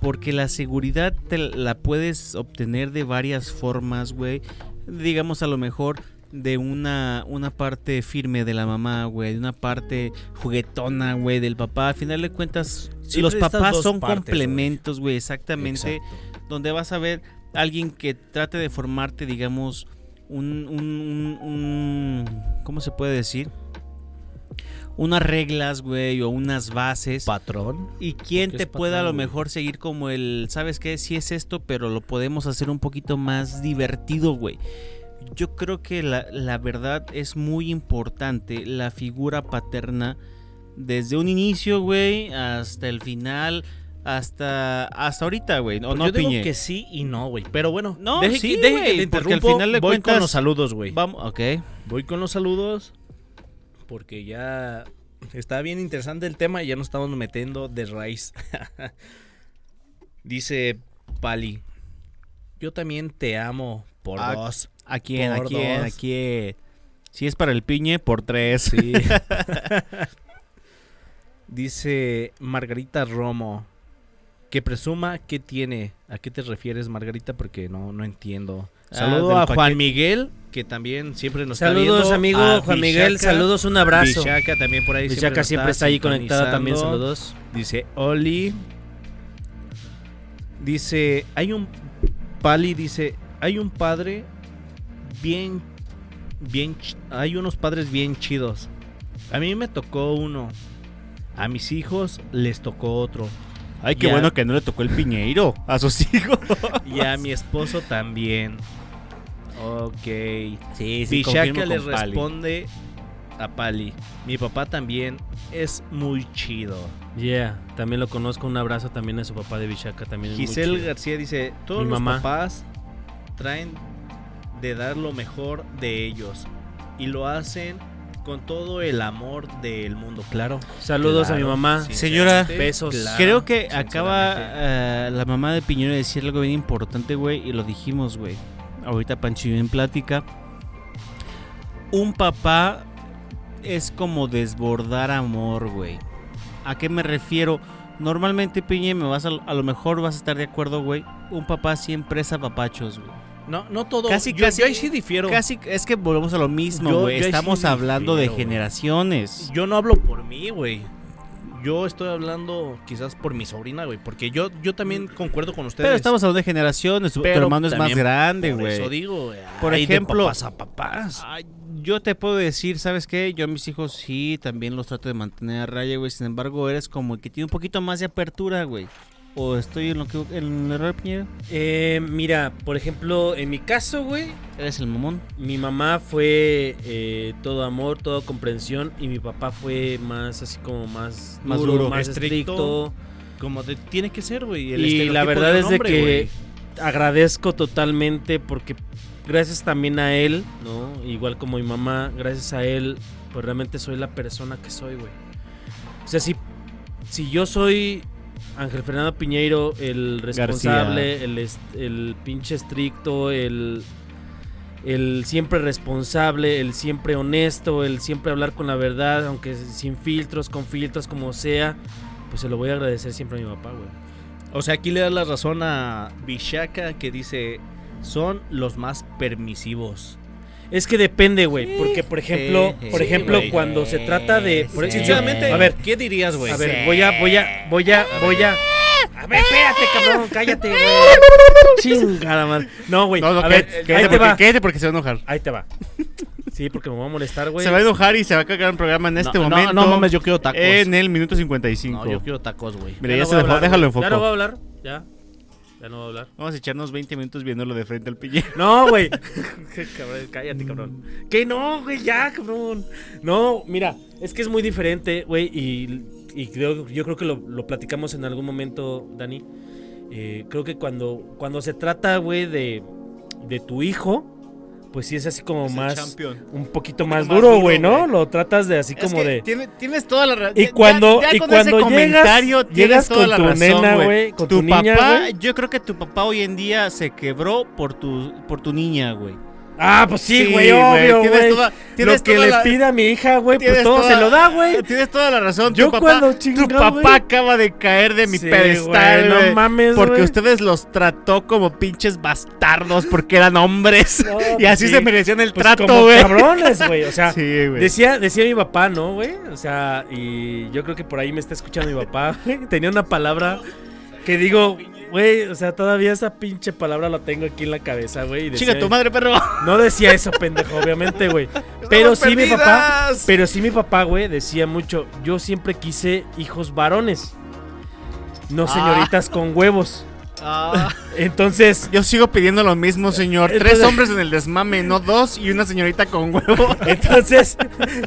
[SPEAKER 4] Porque la seguridad te la puedes obtener de varias formas, güey. Digamos a lo mejor de una, una parte firme de la mamá, güey. De una parte juguetona, güey, del papá. Al final de cuentas,
[SPEAKER 2] Siempre
[SPEAKER 4] los
[SPEAKER 2] estas
[SPEAKER 4] papás
[SPEAKER 2] dos
[SPEAKER 4] son
[SPEAKER 2] partes,
[SPEAKER 4] complementos, güey. Exactamente.
[SPEAKER 2] Exacto.
[SPEAKER 4] Donde vas a ver alguien que trate de formarte, digamos, un, un- un- un- ¿Cómo se puede decir? Unas reglas, güey, o unas bases.
[SPEAKER 2] Patrón.
[SPEAKER 4] Y quien
[SPEAKER 2] Porque
[SPEAKER 4] te
[SPEAKER 2] es
[SPEAKER 4] pueda a
[SPEAKER 2] patán,
[SPEAKER 4] lo
[SPEAKER 2] güey.
[SPEAKER 4] mejor seguir como el, ¿sabes qué? Sí es esto, pero lo podemos hacer un poquito más divertido, güey. Yo creo que la, la verdad es muy importante la figura paterna desde un inicio, güey, hasta el final, hasta hasta ahorita, güey. No,
[SPEAKER 2] Pues
[SPEAKER 4] no
[SPEAKER 2] yo digo
[SPEAKER 4] piñe.
[SPEAKER 2] que sí y no, güey. Pero bueno,
[SPEAKER 4] No,
[SPEAKER 2] deje
[SPEAKER 4] sí,
[SPEAKER 2] que, deje que
[SPEAKER 4] güey,
[SPEAKER 2] te
[SPEAKER 4] porque al
[SPEAKER 2] interrumpo.
[SPEAKER 4] final de
[SPEAKER 2] voy con
[SPEAKER 4] cuentas-
[SPEAKER 2] los saludos, güey.
[SPEAKER 4] Vamos, ok.
[SPEAKER 2] Voy con los saludos. Porque ya está bien interesante el tema y ya nos estamos metiendo de raíz. Dice Pali, yo también te amo por
[SPEAKER 4] Ah,
[SPEAKER 2] dos.
[SPEAKER 4] ¿A quién?
[SPEAKER 2] Por
[SPEAKER 4] ¿A quién?
[SPEAKER 2] dos.
[SPEAKER 4] ¿A quién? Si es para el piñe, por tres.
[SPEAKER 2] Pues Sí. Dice Margarita Romo, que presuma que tiene. ¿A qué te refieres, Margarita? Porque no, no entiendo.
[SPEAKER 4] Ah,
[SPEAKER 2] Saludo
[SPEAKER 4] del
[SPEAKER 2] a Juan
[SPEAKER 4] paquete.
[SPEAKER 2] Miguel, que también siempre nos
[SPEAKER 5] Saludos,
[SPEAKER 2] está
[SPEAKER 5] amigo
[SPEAKER 2] viendo. A
[SPEAKER 5] Juan
[SPEAKER 2] Vishaca.
[SPEAKER 5] Miguel. Saludos, un abrazo.
[SPEAKER 2] Vishaca también por ahí.
[SPEAKER 5] Vichaca
[SPEAKER 2] nos
[SPEAKER 5] siempre está ahí conectada también.
[SPEAKER 2] sintonizando.
[SPEAKER 5] Saludos.
[SPEAKER 2] Dice Oli. Dice, hay un Pali dice, hay un padre bien bien ch- hay unos padres bien chidos. A mí me tocó uno. A mis hijos les tocó otro.
[SPEAKER 4] Ay, qué
[SPEAKER 2] Ya.
[SPEAKER 4] bueno que no le tocó el piñeiro a sus hijos.
[SPEAKER 2] Y a mi esposo también. Ok.
[SPEAKER 4] Sí,
[SPEAKER 2] Vishaka le responde a Pali. Mi papá también es muy chido.
[SPEAKER 5] Yeah, también lo conozco. Un abrazo también a su papá de Vichaca. También es muy
[SPEAKER 2] Giselle
[SPEAKER 5] chido.
[SPEAKER 2] García dice, todos
[SPEAKER 5] Mi
[SPEAKER 2] los
[SPEAKER 5] mamá.
[SPEAKER 2] papás traen de dar lo mejor de ellos y lo hacen con todo el amor del mundo, claro.
[SPEAKER 5] Saludos a mi
[SPEAKER 2] Claro,
[SPEAKER 5] mamá.
[SPEAKER 2] sinceramente,
[SPEAKER 4] Señora,
[SPEAKER 5] besos.
[SPEAKER 2] claro,
[SPEAKER 4] Creo que
[SPEAKER 2] sinceramente.
[SPEAKER 4] acaba eh, la mamá de Piñero de decir algo bien importante, güey, y lo dijimos, güey. Ahorita Pancho y yo en plática. Un papá es como desbordar amor, güey. ¿A qué me refiero? Normalmente, Piñe, me vas a, a lo mejor vas a estar de acuerdo, güey. Un papá siempre es apapachos, güey.
[SPEAKER 2] No, no todo.
[SPEAKER 4] Casi,
[SPEAKER 2] yo,
[SPEAKER 4] casi-
[SPEAKER 2] yo ahí sí difiero.
[SPEAKER 4] Casi es que volvemos a lo mismo,
[SPEAKER 2] Yo-
[SPEAKER 4] güey.
[SPEAKER 2] yo ahí sí
[SPEAKER 4] Estamos
[SPEAKER 2] difiero,
[SPEAKER 4] hablando de
[SPEAKER 2] güey.
[SPEAKER 4] generaciones.
[SPEAKER 2] Yo no hablo por mí, güey. Yo estoy hablando quizás por mi sobrina, güey, porque yo, yo también concuerdo con ustedes.
[SPEAKER 4] Pero estamos hablando de generaciones. Tu- Tu
[SPEAKER 2] Pero
[SPEAKER 4] hermano es más
[SPEAKER 2] también
[SPEAKER 4] grande,
[SPEAKER 2] por eso
[SPEAKER 4] güey.
[SPEAKER 2] digo, güey,
[SPEAKER 4] Por
[SPEAKER 2] hay de
[SPEAKER 4] ejemplo-
[SPEAKER 2] papás a papás.
[SPEAKER 4] Ah, Yo te puedo decir, ¿sabes qué? Yo a mis hijos sí, también los trato de mantener a raya, güey. Sin embargo, eres como el que tiene un poquito más de apertura, güey. ¿O estoy en, lo que, en el error, Piñero?
[SPEAKER 5] Eh, mira, por ejemplo, en mi caso, güey,
[SPEAKER 4] Eres el mamón.
[SPEAKER 5] mi mamá fue eh, todo amor, toda comprensión y mi papá fue más así como más
[SPEAKER 4] Más
[SPEAKER 5] duro,
[SPEAKER 4] duro.
[SPEAKER 5] más
[SPEAKER 2] Estricto.
[SPEAKER 5] estricto.
[SPEAKER 2] Como de- tiene que ser, güey. el
[SPEAKER 5] Y la
[SPEAKER 2] estereotipo
[SPEAKER 5] verdad
[SPEAKER 2] un
[SPEAKER 5] es de
[SPEAKER 2] hombre,
[SPEAKER 5] que
[SPEAKER 2] güey.
[SPEAKER 5] agradezco totalmente porque gracias también a él, ¿no? Igual como mi mamá, gracias a él, pues realmente soy la persona que soy, güey. O sea, si, si yo soy Ángel Fernando Piñeiro, el responsable, el, est- el pinche estricto, el, el siempre responsable, el siempre honesto, el siempre hablar con la verdad, aunque sin filtros, con filtros, como sea, pues se lo voy a agradecer siempre a mi papá, güey.
[SPEAKER 2] O sea, aquí le das la razón a Vishaka que dice, son los más permisivos.
[SPEAKER 5] Es que depende, güey. Porque, por ejemplo,
[SPEAKER 2] sí,
[SPEAKER 5] por ejemplo,
[SPEAKER 2] güey.
[SPEAKER 5] cuando se trata de. por-
[SPEAKER 2] Sinceramente,
[SPEAKER 5] a ver,
[SPEAKER 2] ¿qué dirías, güey?
[SPEAKER 5] a ver, voy a, voy a, voy a, voy a. Pues A ver, espérate, cabrón, cállate, güey. Chingada madre. No, güey. a ver, ahí te va.
[SPEAKER 4] quédate porque se va a enojar.
[SPEAKER 5] Ahí te va. Sí, porque me va a molestar, güey.
[SPEAKER 4] Se va a enojar y se va a cagar el programa en
[SPEAKER 2] No,
[SPEAKER 4] este
[SPEAKER 2] no,
[SPEAKER 4] momento.
[SPEAKER 2] No, mames, yo quiero tacos.
[SPEAKER 4] En el minuto 55.
[SPEAKER 2] No, yo quiero tacos, güey.
[SPEAKER 4] Mira, ya,
[SPEAKER 5] no
[SPEAKER 4] se
[SPEAKER 5] va a
[SPEAKER 4] dejó,
[SPEAKER 5] hablar,
[SPEAKER 4] déjalo en
[SPEAKER 5] güey. Ya no va a
[SPEAKER 4] foco.
[SPEAKER 5] hablar, ya. Ya no va a hablar.
[SPEAKER 4] Vamos a echarnos 20 minutos viéndolo de frente al piñero.
[SPEAKER 5] No, güey. Cabrón, cállate, cabrón. Que no, güey, ya, cabrón. No, mira, es que es muy diferente, güey. Y, y creo, yo creo que lo, lo platicamos en algún momento, Dani. Eh, creo que cuando, cuando se trata, güey, de, de tu hijo, pues sí es así como más. Un poquito más
[SPEAKER 4] más
[SPEAKER 5] duro,
[SPEAKER 4] duro,
[SPEAKER 5] güey, ¿no?
[SPEAKER 4] güey.
[SPEAKER 5] Lo tratas de así como de.
[SPEAKER 4] tienes toda la razón.
[SPEAKER 5] Y cuando, y cuando llegas, llegas con tu nena, güey, con tu,
[SPEAKER 4] Tu,
[SPEAKER 5] niña,
[SPEAKER 4] papá,
[SPEAKER 5] güey.
[SPEAKER 4] yo creo que tu papá hoy en día se quebró por tu, por tu niña, güey.
[SPEAKER 5] Ah, pues sí, güey, obvio,
[SPEAKER 4] Tienes
[SPEAKER 5] güey.
[SPEAKER 4] toda, tienes
[SPEAKER 5] Lo que
[SPEAKER 4] toda
[SPEAKER 5] le
[SPEAKER 4] la-
[SPEAKER 5] pida a mi hija, güey, pues
[SPEAKER 4] tienes
[SPEAKER 5] todo
[SPEAKER 4] toda-
[SPEAKER 5] se lo da, güey.
[SPEAKER 4] Tienes toda la razón.
[SPEAKER 5] Yo
[SPEAKER 4] tu papá,
[SPEAKER 5] cuando
[SPEAKER 4] tu
[SPEAKER 5] chinga,
[SPEAKER 4] papá
[SPEAKER 5] güey.
[SPEAKER 4] acaba de caer de mi
[SPEAKER 5] Sí,
[SPEAKER 4] pedestal,
[SPEAKER 5] güey,
[SPEAKER 4] güey.
[SPEAKER 5] No mames,
[SPEAKER 4] porque
[SPEAKER 5] güey.
[SPEAKER 4] ustedes los trató como pinches bastardos porque eran hombres.
[SPEAKER 5] No,
[SPEAKER 4] y así
[SPEAKER 5] sí.
[SPEAKER 4] se merecían el
[SPEAKER 5] Pues
[SPEAKER 4] trato,
[SPEAKER 5] como
[SPEAKER 4] güey.
[SPEAKER 5] cabrones, güey. O sea,
[SPEAKER 4] Sí, güey.
[SPEAKER 5] decía, decía mi papá, ¿no, güey? O sea, y yo creo que por ahí me está escuchando mi papá. güey. Tenía una palabra que digo, güey, o sea, todavía esa pinche palabra la tengo aquí en la cabeza, güey. y decía-
[SPEAKER 4] Chinga tu madre, perro.
[SPEAKER 5] No decía eso, pendejo, obviamente, güey. Pero sí mi papá, pero sí mi papá, güey, decía mucho, yo siempre quise hijos varones.
[SPEAKER 4] Ah.
[SPEAKER 5] No señoritas con huevos. Entonces,
[SPEAKER 4] Yo sigo pidiendo lo mismo, señor.
[SPEAKER 5] Entonces-
[SPEAKER 4] Tres hombres en el desmame, no dos, y una señorita con huevo.
[SPEAKER 5] Entonces,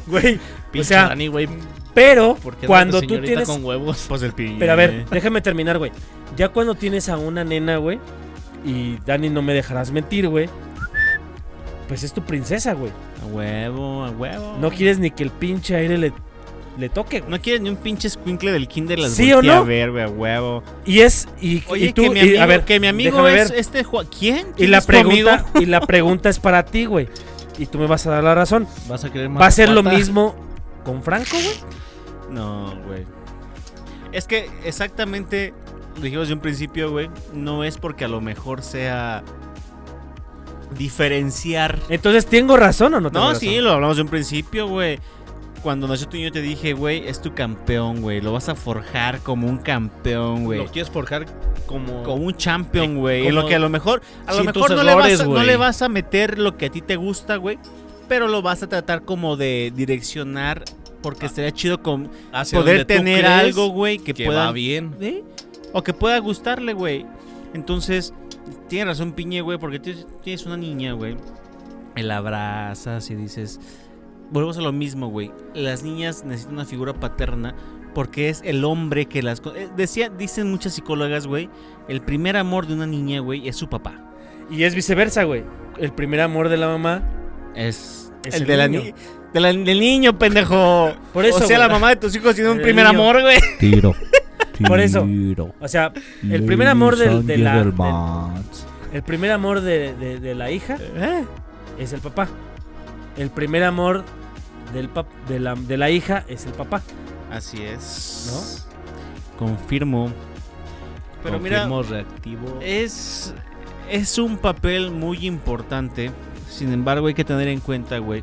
[SPEAKER 5] güey, o
[SPEAKER 2] Pinche
[SPEAKER 5] sea,
[SPEAKER 2] Dani, güey,
[SPEAKER 5] pero
[SPEAKER 2] ¿por qué
[SPEAKER 5] cuando
[SPEAKER 2] tanta
[SPEAKER 5] tú
[SPEAKER 2] señorita
[SPEAKER 5] tienes...
[SPEAKER 2] con huevos?
[SPEAKER 4] Pues el piñe.
[SPEAKER 5] Pero a ver, déjame terminar, güey. Ya cuando tienes a una nena, güey, y Dani no me dejarás mentir, güey. pues es tu princesa, güey.
[SPEAKER 4] A huevo, a huevo.
[SPEAKER 5] No quieres ni que el pinche aire le, le toque, güey.
[SPEAKER 4] No quieres ni un pinche escuincle del kinder las
[SPEAKER 5] ¿Sí o
[SPEAKER 4] voltea
[SPEAKER 5] no?
[SPEAKER 4] a ver, güey, a huevo.
[SPEAKER 5] Y es, y,
[SPEAKER 4] Oye,
[SPEAKER 5] y tú,
[SPEAKER 4] que mi
[SPEAKER 5] y-
[SPEAKER 4] amigo,
[SPEAKER 5] a ver,
[SPEAKER 4] que mi amigo
[SPEAKER 5] déjame
[SPEAKER 4] es
[SPEAKER 5] ver.
[SPEAKER 4] este Juan. ¿Quién?
[SPEAKER 5] Y
[SPEAKER 4] ¿Quién
[SPEAKER 5] la,
[SPEAKER 4] es tu amigo?
[SPEAKER 5] pregunta, y la pregunta es para ti, güey. Y tú me vas a dar la razón.
[SPEAKER 2] Vas a querer
[SPEAKER 5] ¿Va a ser lo
[SPEAKER 2] Mazapata.
[SPEAKER 5] mismo con Franco, güey?
[SPEAKER 4] No, güey. Es que exactamente, lo dijimos de un principio, güey, no es porque a lo mejor sea diferenciar.
[SPEAKER 5] Entonces, ¿tengo razón o no tengo
[SPEAKER 4] No,
[SPEAKER 5] razón?
[SPEAKER 4] sí, lo hablamos de un principio, güey. Cuando nació tu niño te dije, güey, es tu campeón, güey. Lo vas a forjar como un campeón, güey.
[SPEAKER 2] Lo quieres forjar como.
[SPEAKER 4] Como un champion, güey.
[SPEAKER 2] como-
[SPEAKER 4] En lo que a lo mejor, a lo
[SPEAKER 2] Sin
[SPEAKER 4] mejor
[SPEAKER 2] tus
[SPEAKER 4] no, le vas
[SPEAKER 2] errores,
[SPEAKER 4] a, no
[SPEAKER 2] güey.
[SPEAKER 4] le vas a meter lo que a ti te gusta, güey. Pero lo vas a tratar como de direccionar. Porque estaría chido con
[SPEAKER 2] Ah. hacia
[SPEAKER 4] poder
[SPEAKER 2] donde tú
[SPEAKER 4] tener
[SPEAKER 2] crees
[SPEAKER 4] algo, güey, que,
[SPEAKER 2] que
[SPEAKER 4] pueda.
[SPEAKER 2] va bien.
[SPEAKER 4] ¿eh? O que pueda gustarle, güey. Entonces, tiene razón Piñe, güey, porque tienes, tienes una niña, güey. Y La abrazas y dices. Volvemos a lo mismo, güey. Las niñas necesitan una figura paterna porque es el hombre que las. co- eh, Decía, dicen muchas psicólogas, güey. El primer amor de una niña, güey, es su papá.
[SPEAKER 5] Y es viceversa, güey. El primer amor de la mamá.
[SPEAKER 4] Es,
[SPEAKER 5] Es
[SPEAKER 4] el,
[SPEAKER 5] el
[SPEAKER 4] de la
[SPEAKER 5] niño.
[SPEAKER 4] ni- de la- del niño, pendejo.
[SPEAKER 5] Por eso,
[SPEAKER 4] o sea,
[SPEAKER 5] güey.
[SPEAKER 4] la mamá de tus hijos tiene un
[SPEAKER 5] El
[SPEAKER 4] primer
[SPEAKER 5] niño.
[SPEAKER 4] amor, güey.
[SPEAKER 8] Tiro.
[SPEAKER 5] Por eso.
[SPEAKER 8] Tiro.
[SPEAKER 5] O sea, el primer amor del- de,
[SPEAKER 8] Ladies
[SPEAKER 5] la,
[SPEAKER 8] and
[SPEAKER 5] del-
[SPEAKER 8] gentlemen.
[SPEAKER 5] el primer amor de, de- de la hija
[SPEAKER 4] ¿Eh?
[SPEAKER 5] es el papá. El primer amor del pap- de, la, de la hija es el papá.
[SPEAKER 4] Así es. ¿No? Confirmo. Pero mira,
[SPEAKER 2] Confirmo reactivo.
[SPEAKER 4] es, es un papel muy importante. Sin embargo, hay que tener en cuenta, güey,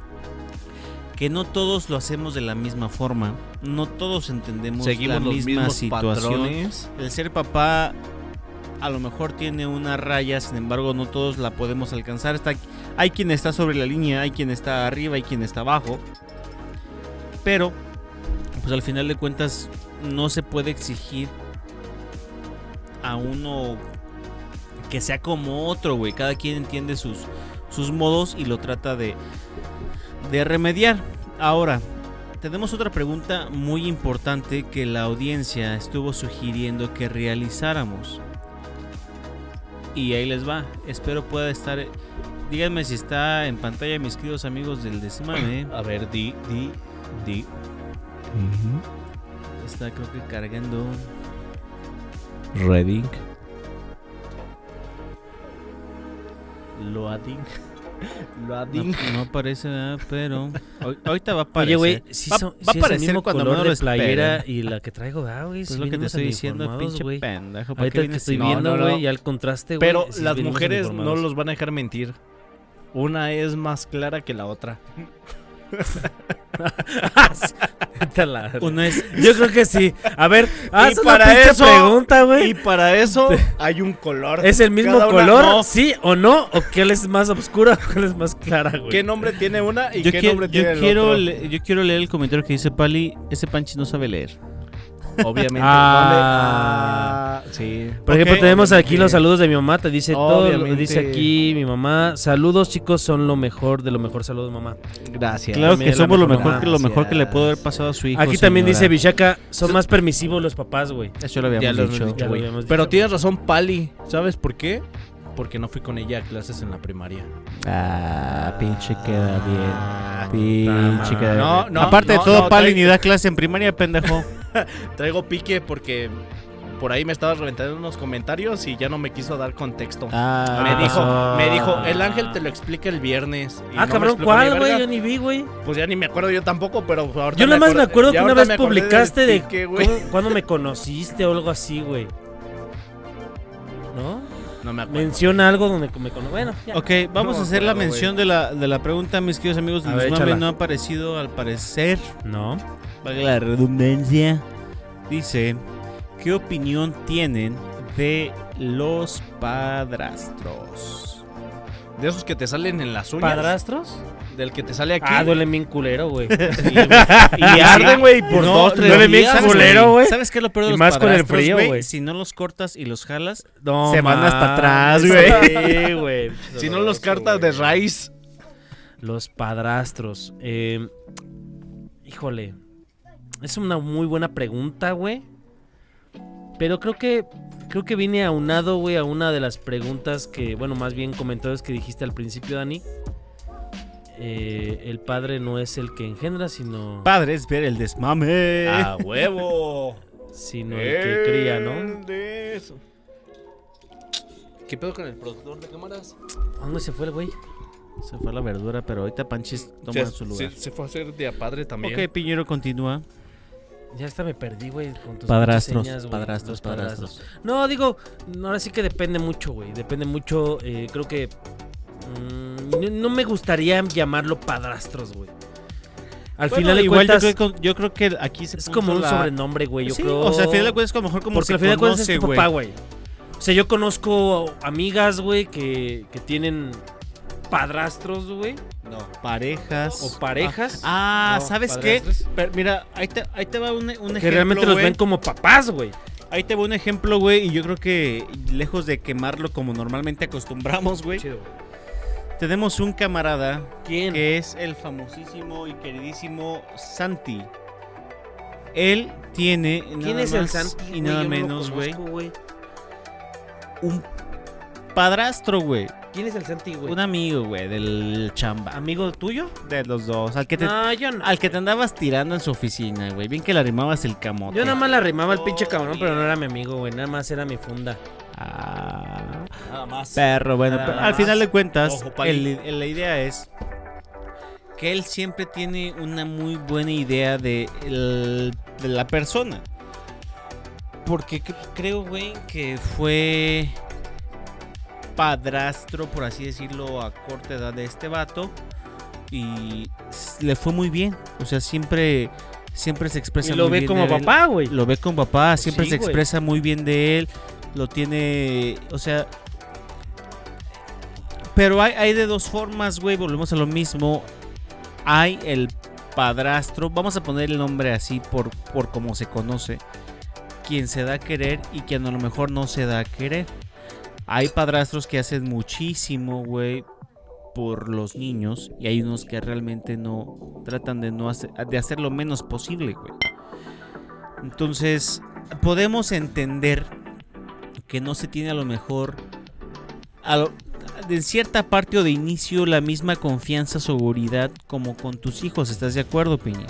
[SPEAKER 4] que no todos lo hacemos de la misma forma. No todos entendemos
[SPEAKER 2] Seguimos
[SPEAKER 4] la
[SPEAKER 2] los
[SPEAKER 4] misma
[SPEAKER 2] mismos
[SPEAKER 4] situación.
[SPEAKER 2] patrones.
[SPEAKER 4] El ser papá a lo mejor tiene una raya, sin embargo, no todos la podemos alcanzar. Está, hay quien está sobre la línea, hay quien está arriba, hay quien está abajo. Pero, pues al final de cuentas, no se puede exigir a uno que sea como otro, güey. Cada quien entiende sus, sus modos y lo trata de, de remediar. Ahora, tenemos otra pregunta muy importante que la audiencia estuvo sugiriendo que realizáramos. Y ahí les va. Espero pueda estar. Díganme si está en pantalla, mis queridos amigos del Desmame.
[SPEAKER 2] A ver, di, di, di.
[SPEAKER 8] Ujú.
[SPEAKER 4] Está, creo que cargando.
[SPEAKER 8] Reading.
[SPEAKER 4] Loading. Loading. No, no aparece, ¿verdad? pero. ahí- Ahorita va a aparecer.
[SPEAKER 5] Oye, güey, sí,
[SPEAKER 4] va,
[SPEAKER 5] son-
[SPEAKER 4] va
[SPEAKER 5] sí
[SPEAKER 4] a
[SPEAKER 5] es el
[SPEAKER 4] aparecer
[SPEAKER 5] mismo
[SPEAKER 4] cuando
[SPEAKER 5] color
[SPEAKER 4] menos
[SPEAKER 5] de
[SPEAKER 4] lo
[SPEAKER 5] playera
[SPEAKER 4] esperen.
[SPEAKER 5] y la que traigo, ¿verdad, güey?
[SPEAKER 4] Pues
[SPEAKER 5] Sí,
[SPEAKER 4] es lo que te
[SPEAKER 5] venimos
[SPEAKER 4] estoy diciendo,
[SPEAKER 5] uniformados,
[SPEAKER 4] pinche
[SPEAKER 5] güey.
[SPEAKER 4] pendejo. ¿para qué
[SPEAKER 5] Ahorita que
[SPEAKER 4] vienes
[SPEAKER 5] estoy
[SPEAKER 4] No,
[SPEAKER 5] viendo,
[SPEAKER 4] no,
[SPEAKER 5] güey,
[SPEAKER 4] no.
[SPEAKER 5] ya el contraste, güey.
[SPEAKER 2] Pero
[SPEAKER 5] sí
[SPEAKER 2] las
[SPEAKER 5] venimos
[SPEAKER 2] mujeres no
[SPEAKER 5] uniformados.
[SPEAKER 2] los van a dejar mentir. Una es más clara que la otra.
[SPEAKER 5] Vete a la-
[SPEAKER 4] Uno es.
[SPEAKER 5] Yo creo que sí. A ver, haz una
[SPEAKER 2] para
[SPEAKER 5] pinche
[SPEAKER 2] eso-
[SPEAKER 5] pregunta,
[SPEAKER 2] Y
[SPEAKER 5] güey.
[SPEAKER 2] para eso hay un color.
[SPEAKER 5] ¿Es el mismo
[SPEAKER 2] cada una-
[SPEAKER 5] color?
[SPEAKER 2] no.
[SPEAKER 5] ¿Sí o no? ¿O cuál es más oscura o cuál es más clara, güey?
[SPEAKER 2] ¿Qué nombre tiene una y
[SPEAKER 4] Yo,
[SPEAKER 2] qué
[SPEAKER 4] quiero-
[SPEAKER 2] nombre
[SPEAKER 4] yo
[SPEAKER 2] tiene el
[SPEAKER 4] quiero
[SPEAKER 2] otro?
[SPEAKER 4] le- yo quiero leer el comentario que dice Pali. Ese Panchi no sabe leer.
[SPEAKER 2] Obviamente.
[SPEAKER 5] Ah.
[SPEAKER 2] vale. Ah, sí.
[SPEAKER 5] Por ejemplo,
[SPEAKER 4] Ok.
[SPEAKER 5] tenemos aquí los saludos de mi mamá. Te dice todo. lo-
[SPEAKER 2] Obviamente.
[SPEAKER 5] Dice aquí mi mamá. Saludos, chicos, son lo mejor de lo mejor. Saludos, mamá.
[SPEAKER 2] Gracias.
[SPEAKER 4] Claro
[SPEAKER 5] También
[SPEAKER 4] que
[SPEAKER 5] es la
[SPEAKER 4] somos lo
[SPEAKER 5] mejor
[SPEAKER 4] mejor que lo mejor que le
[SPEAKER 2] gracias.
[SPEAKER 4] pudo haber pasado a su hijo.
[SPEAKER 5] aquí también dice
[SPEAKER 4] señora.
[SPEAKER 5] Vishaka. Son más permisivos los papás, güey.
[SPEAKER 4] Eso lo habíamos
[SPEAKER 2] Ya lo hemos
[SPEAKER 4] dicho.
[SPEAKER 2] dicho,
[SPEAKER 5] Ya lo
[SPEAKER 2] güey.
[SPEAKER 5] habíamos
[SPEAKER 2] Pero
[SPEAKER 5] dicho,
[SPEAKER 2] tienes razón, Pali. ¿Sabes por qué? Porque no fui con ella a clases en la primaria.
[SPEAKER 8] Ah, pinche queda
[SPEAKER 4] Ah,
[SPEAKER 8] bien.
[SPEAKER 5] madre.
[SPEAKER 8] Pinche queda bien.
[SPEAKER 2] No, no.
[SPEAKER 4] Aparte
[SPEAKER 2] no,
[SPEAKER 4] de todo,
[SPEAKER 2] no,
[SPEAKER 4] Pali
[SPEAKER 2] traigo-
[SPEAKER 4] ni da clase en primaria, pendejo.
[SPEAKER 2] Traigo pique porque por ahí me estabas reventando unos comentarios y ya no me quiso dar contexto.
[SPEAKER 4] Ah,
[SPEAKER 2] me
[SPEAKER 4] ¿qué
[SPEAKER 2] dijo,
[SPEAKER 4] pasó?
[SPEAKER 2] me dijo, el ángel te lo explica el viernes. Y
[SPEAKER 5] Ah,
[SPEAKER 2] no me
[SPEAKER 5] cabrón,
[SPEAKER 2] explicó ni
[SPEAKER 5] ¿cuál,
[SPEAKER 2] verga.
[SPEAKER 5] güey? Yo ni vi, güey.
[SPEAKER 2] Pues ya ni me acuerdo yo tampoco, pero ahorita
[SPEAKER 5] Yo nada más me
[SPEAKER 2] acordé-
[SPEAKER 5] acuerdo
[SPEAKER 2] ya
[SPEAKER 5] que una
[SPEAKER 2] ahorita
[SPEAKER 5] vez
[SPEAKER 2] me acordé del
[SPEAKER 5] publicaste de
[SPEAKER 2] pique, güey.
[SPEAKER 5] ¿Cómo- ¿Cuándo me conociste o algo así, güey? ¿No?
[SPEAKER 2] No me acuerdo.
[SPEAKER 5] Menciona algo donde me conoce. Bueno, ya.
[SPEAKER 4] Ok, vamos
[SPEAKER 2] No
[SPEAKER 4] a hacer
[SPEAKER 2] me
[SPEAKER 4] la
[SPEAKER 2] acuerdo, güey.
[SPEAKER 4] mención de la, de la pregunta, mis queridos amigos.
[SPEAKER 5] A
[SPEAKER 4] del
[SPEAKER 5] ver,
[SPEAKER 4] Desmame
[SPEAKER 5] échala.
[SPEAKER 4] no ha aparecido, al parecer.
[SPEAKER 5] No.
[SPEAKER 4] Valga la redundancia. Dice, ¿qué opinión tienen de los padrastros?
[SPEAKER 2] De esos que te salen en las uñas.
[SPEAKER 5] ¿Padrastros?
[SPEAKER 2] Del que te sale aquí.
[SPEAKER 5] Ah, duele bien culero, güey.
[SPEAKER 2] y arden, güey, por
[SPEAKER 4] No,
[SPEAKER 2] dos, tres
[SPEAKER 5] duele bien
[SPEAKER 2] días.
[SPEAKER 4] ¿Sabes,
[SPEAKER 2] güey.
[SPEAKER 5] culero,
[SPEAKER 4] güey?
[SPEAKER 5] güey.
[SPEAKER 4] ¿Sabes qué es lo peor de
[SPEAKER 5] Y
[SPEAKER 4] los
[SPEAKER 5] más con el
[SPEAKER 4] padrastros,
[SPEAKER 5] frío,
[SPEAKER 4] güey?
[SPEAKER 5] güey.
[SPEAKER 4] Si no los cortas y los jalas,
[SPEAKER 5] No
[SPEAKER 4] Se van hasta
[SPEAKER 5] mames,
[SPEAKER 4] atrás, güey.
[SPEAKER 5] sí, güey.
[SPEAKER 2] Si no los
[SPEAKER 5] Doloroso,
[SPEAKER 2] cartas de
[SPEAKER 5] güey.
[SPEAKER 2] raíz.
[SPEAKER 5] Los padrastros. Eh, híjole. Es una muy buena pregunta, güey. Pero creo que. Creo que vine aunado, güey, a una de las preguntas que. Bueno, más bien comentarios que dijiste al principio, Dani. eh, el padre no es el que engendra, sino,
[SPEAKER 4] Padres, ver el desmame.
[SPEAKER 5] Ah,
[SPEAKER 2] ¡A huevo!
[SPEAKER 5] sino el que cría, ¿no?
[SPEAKER 2] ¿Qué pedo con el productor de cámaras?
[SPEAKER 5] ¿Dónde se fue el güey?
[SPEAKER 4] Se fue la verdura, pero ahorita Panchis toma su lugar.
[SPEAKER 2] Se, se fue a hacer de a padre también.
[SPEAKER 4] Ok, Piñero continúa.
[SPEAKER 5] Ya hasta me perdí, güey, con tus
[SPEAKER 4] Padrastros,
[SPEAKER 5] contraseñas, güey,
[SPEAKER 4] padrastros,
[SPEAKER 5] los
[SPEAKER 4] padrastros.
[SPEAKER 5] No, digo, ahora sí que depende mucho, güey. Depende mucho, eh, creo que... mm, no, no me gustaría llamarlo padrastros, güey. Al
[SPEAKER 4] Bueno,
[SPEAKER 5] final de
[SPEAKER 4] igual yo
[SPEAKER 5] cuentas,
[SPEAKER 4] creo, que- yo creo que aquí se
[SPEAKER 5] es
[SPEAKER 4] puso
[SPEAKER 5] como un
[SPEAKER 4] la-
[SPEAKER 5] sobrenombre, güey, yo
[SPEAKER 4] Sí,
[SPEAKER 5] creo.
[SPEAKER 4] O sea, al final de cuentas, como mejor como
[SPEAKER 5] Porque
[SPEAKER 4] se
[SPEAKER 5] al final de cuentas es tu
[SPEAKER 4] conoce,
[SPEAKER 5] papá,
[SPEAKER 4] güey.
[SPEAKER 5] güey. O sea, yo conozco amigas, güey, que, que tienen padrastros, güey,
[SPEAKER 4] No, parejas.
[SPEAKER 5] o parejas.
[SPEAKER 4] Ah,
[SPEAKER 5] No,
[SPEAKER 4] ¿sabes
[SPEAKER 5] padrastros.
[SPEAKER 4] qué? Pero mira, ahí te, ahí te va un, un ejemplo.
[SPEAKER 5] Que realmente los
[SPEAKER 4] güey.
[SPEAKER 5] ven como papás, güey.
[SPEAKER 4] Ahí te va un ejemplo, güey. Y yo creo que lejos de quemarlo como normalmente acostumbramos, güey.
[SPEAKER 5] Chido, güey.
[SPEAKER 4] Tenemos un camarada
[SPEAKER 5] ¿Quién?
[SPEAKER 4] que es el famosísimo y queridísimo Santi. Él tiene.
[SPEAKER 5] ¿Quién
[SPEAKER 4] nada
[SPEAKER 5] es el
[SPEAKER 4] más
[SPEAKER 5] Santi?
[SPEAKER 4] Y
[SPEAKER 5] güey?
[SPEAKER 4] nada
[SPEAKER 5] Yo no lo
[SPEAKER 4] menos, güey.
[SPEAKER 5] conozco, güey.
[SPEAKER 4] Un padrastro, güey.
[SPEAKER 5] ¿Quién es el Santi, güey?
[SPEAKER 4] Un amigo, güey, del chamba.
[SPEAKER 5] ¿Amigo tuyo?
[SPEAKER 4] De los dos. Al que te,
[SPEAKER 5] No, yo no.
[SPEAKER 4] al que te andabas tirando en su oficina, güey. Bien que le arrimabas el camote.
[SPEAKER 5] Yo nada más la arrimaba al pinche cabrón, pero no era mi amigo, güey. Nada más era mi funda.
[SPEAKER 4] Ah,
[SPEAKER 2] Nada más.
[SPEAKER 4] perro, bueno.
[SPEAKER 5] Nada
[SPEAKER 4] pero
[SPEAKER 5] más.
[SPEAKER 4] al final de cuentas,
[SPEAKER 2] Ojo, pali.
[SPEAKER 4] el- el- la idea es que él siempre tiene una muy buena idea de, el- de la persona. Porque cre- creo, güey, que fue padrastro, por así decirlo, a corta edad de este vato. Y s- le fue muy bien. O sea, siempre, siempre se expresa
[SPEAKER 5] Y lo
[SPEAKER 4] muy
[SPEAKER 5] ve
[SPEAKER 4] bien
[SPEAKER 5] como
[SPEAKER 4] de él.
[SPEAKER 5] papá, güey.
[SPEAKER 4] Lo ve con papá, Ah, siempre
[SPEAKER 5] sí,
[SPEAKER 4] se
[SPEAKER 5] güey.
[SPEAKER 4] expresa muy bien de él. Lo tiene. O sea. Pero hay, hay de dos formas, güey. Volvemos a lo mismo. Hay el padrastro. Vamos a poner el nombre así por, por como se conoce. Quien se da a querer y quien a lo mejor no se da a querer. Hay padrastros que hacen muchísimo, güey, por los niños. Y hay unos que realmente no. Tratan de no hacer, de hacer lo menos posible, güey. Entonces, podemos entender que no se tiene a lo mejor a lo- de cierta parte o de inicio la misma confianza, seguridad como con tus hijos. ¿Estás de acuerdo, Piña?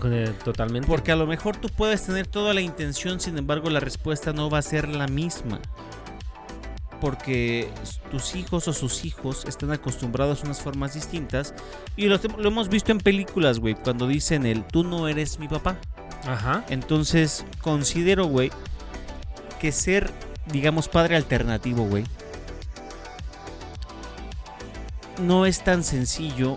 [SPEAKER 5] Con el- Totalmente.
[SPEAKER 4] Porque a lo mejor tú puedes tener toda la intención, sin embargo la respuesta no va a ser la misma. Porque s- tus hijos o sus hijos están acostumbrados a unas formas distintas. Y lo, lo hemos visto en películas, güey, cuando dicen el tú no eres mi papá.
[SPEAKER 5] Ajá.
[SPEAKER 4] Entonces, considero, güey, que ser, digamos, padre alternativo, güey, no es tan sencillo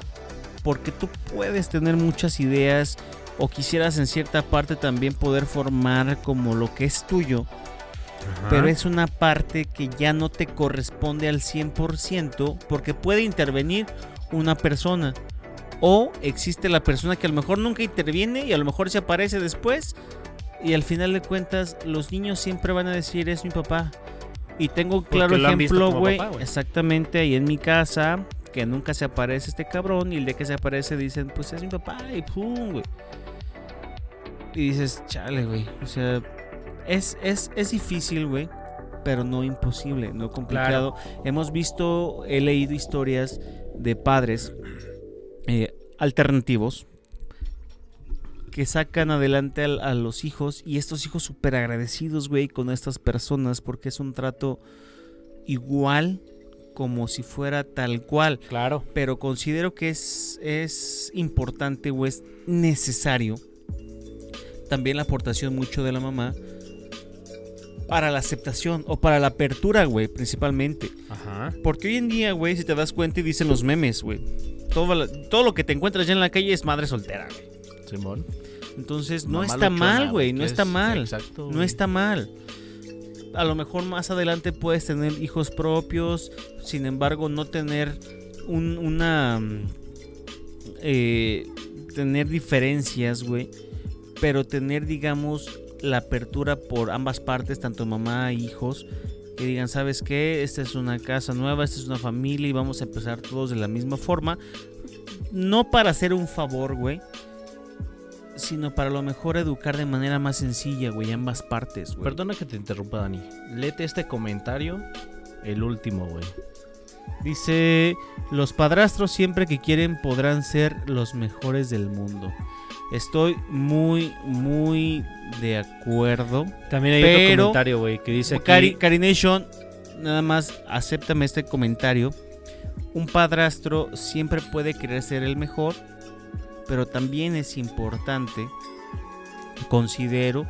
[SPEAKER 4] porque tú puedes tener muchas ideas o quisieras en cierta parte también poder formar como lo que es tuyo,
[SPEAKER 5] ajá.
[SPEAKER 4] pero es una parte que ya no te corresponde al 100% porque puede intervenir una persona. O existe la persona que a lo mejor nunca interviene y a lo mejor se aparece después. Y al final de cuentas, los niños siempre van a decir, es mi papá. Y tengo un claro
[SPEAKER 5] lo han visto
[SPEAKER 4] ejemplo,
[SPEAKER 5] como
[SPEAKER 4] güey.
[SPEAKER 5] papá, güey.
[SPEAKER 4] Exactamente, ahí en mi casa, que nunca se aparece este cabrón. Y el día que se aparece dicen, pues es mi papá. Y pum, güey. Y dices, chale, güey. O sea, es, es, es difícil, güey. Pero no imposible, no complicado. Hemos visto, he leído historias de padres eh, alternativos que sacan adelante al- a, los hijos y estos hijos súper agradecidos, güey, con estas personas porque es un trato igual como si fuera tal cual.
[SPEAKER 5] Claro.
[SPEAKER 4] Pero considero que es, es importante o es necesario también la aportación mucho de la mamá para la aceptación o para la apertura, güey, principalmente.
[SPEAKER 5] Ajá.
[SPEAKER 4] Porque hoy en día, güey, si te das cuenta y dicen los memes, güey. Todo, la- todo lo que te encuentras ya en la calle es madre soltera, güey.
[SPEAKER 2] Simón.
[SPEAKER 4] Entonces, no
[SPEAKER 2] Mamá
[SPEAKER 4] está
[SPEAKER 2] luchona,
[SPEAKER 4] mal, güey. No
[SPEAKER 2] que
[SPEAKER 4] está
[SPEAKER 2] es-
[SPEAKER 4] mal.
[SPEAKER 2] Exacto.
[SPEAKER 4] No
[SPEAKER 2] güey.
[SPEAKER 4] está mal. A lo mejor más adelante puedes tener hijos propios. Sin embargo, no tener un- una. mm, eh, tener diferencias, güey. Pero tener, digamos, la apertura por ambas partes, tanto mamá e hijos. Que digan, ¿sabes qué? Esta es una casa nueva, esta es una familia y vamos a empezar todos de la misma forma. No para hacer un favor, güey sino para lo mejor educar de manera más sencilla, güey, ambas partes, güey.
[SPEAKER 2] Perdona que te interrumpa, Dani. Lete este comentario, el último, güey.
[SPEAKER 4] Dice, los padrastros siempre que quieren podrán ser los mejores del mundo. Estoy muy, muy de acuerdo.
[SPEAKER 5] También hay
[SPEAKER 4] Pero-
[SPEAKER 5] otro comentario, güey, que dice aquí...
[SPEAKER 4] Cari- Carination, nada más acéptame este comentario. Un padrastro siempre puede querer ser el mejor, pero también es importante, considero,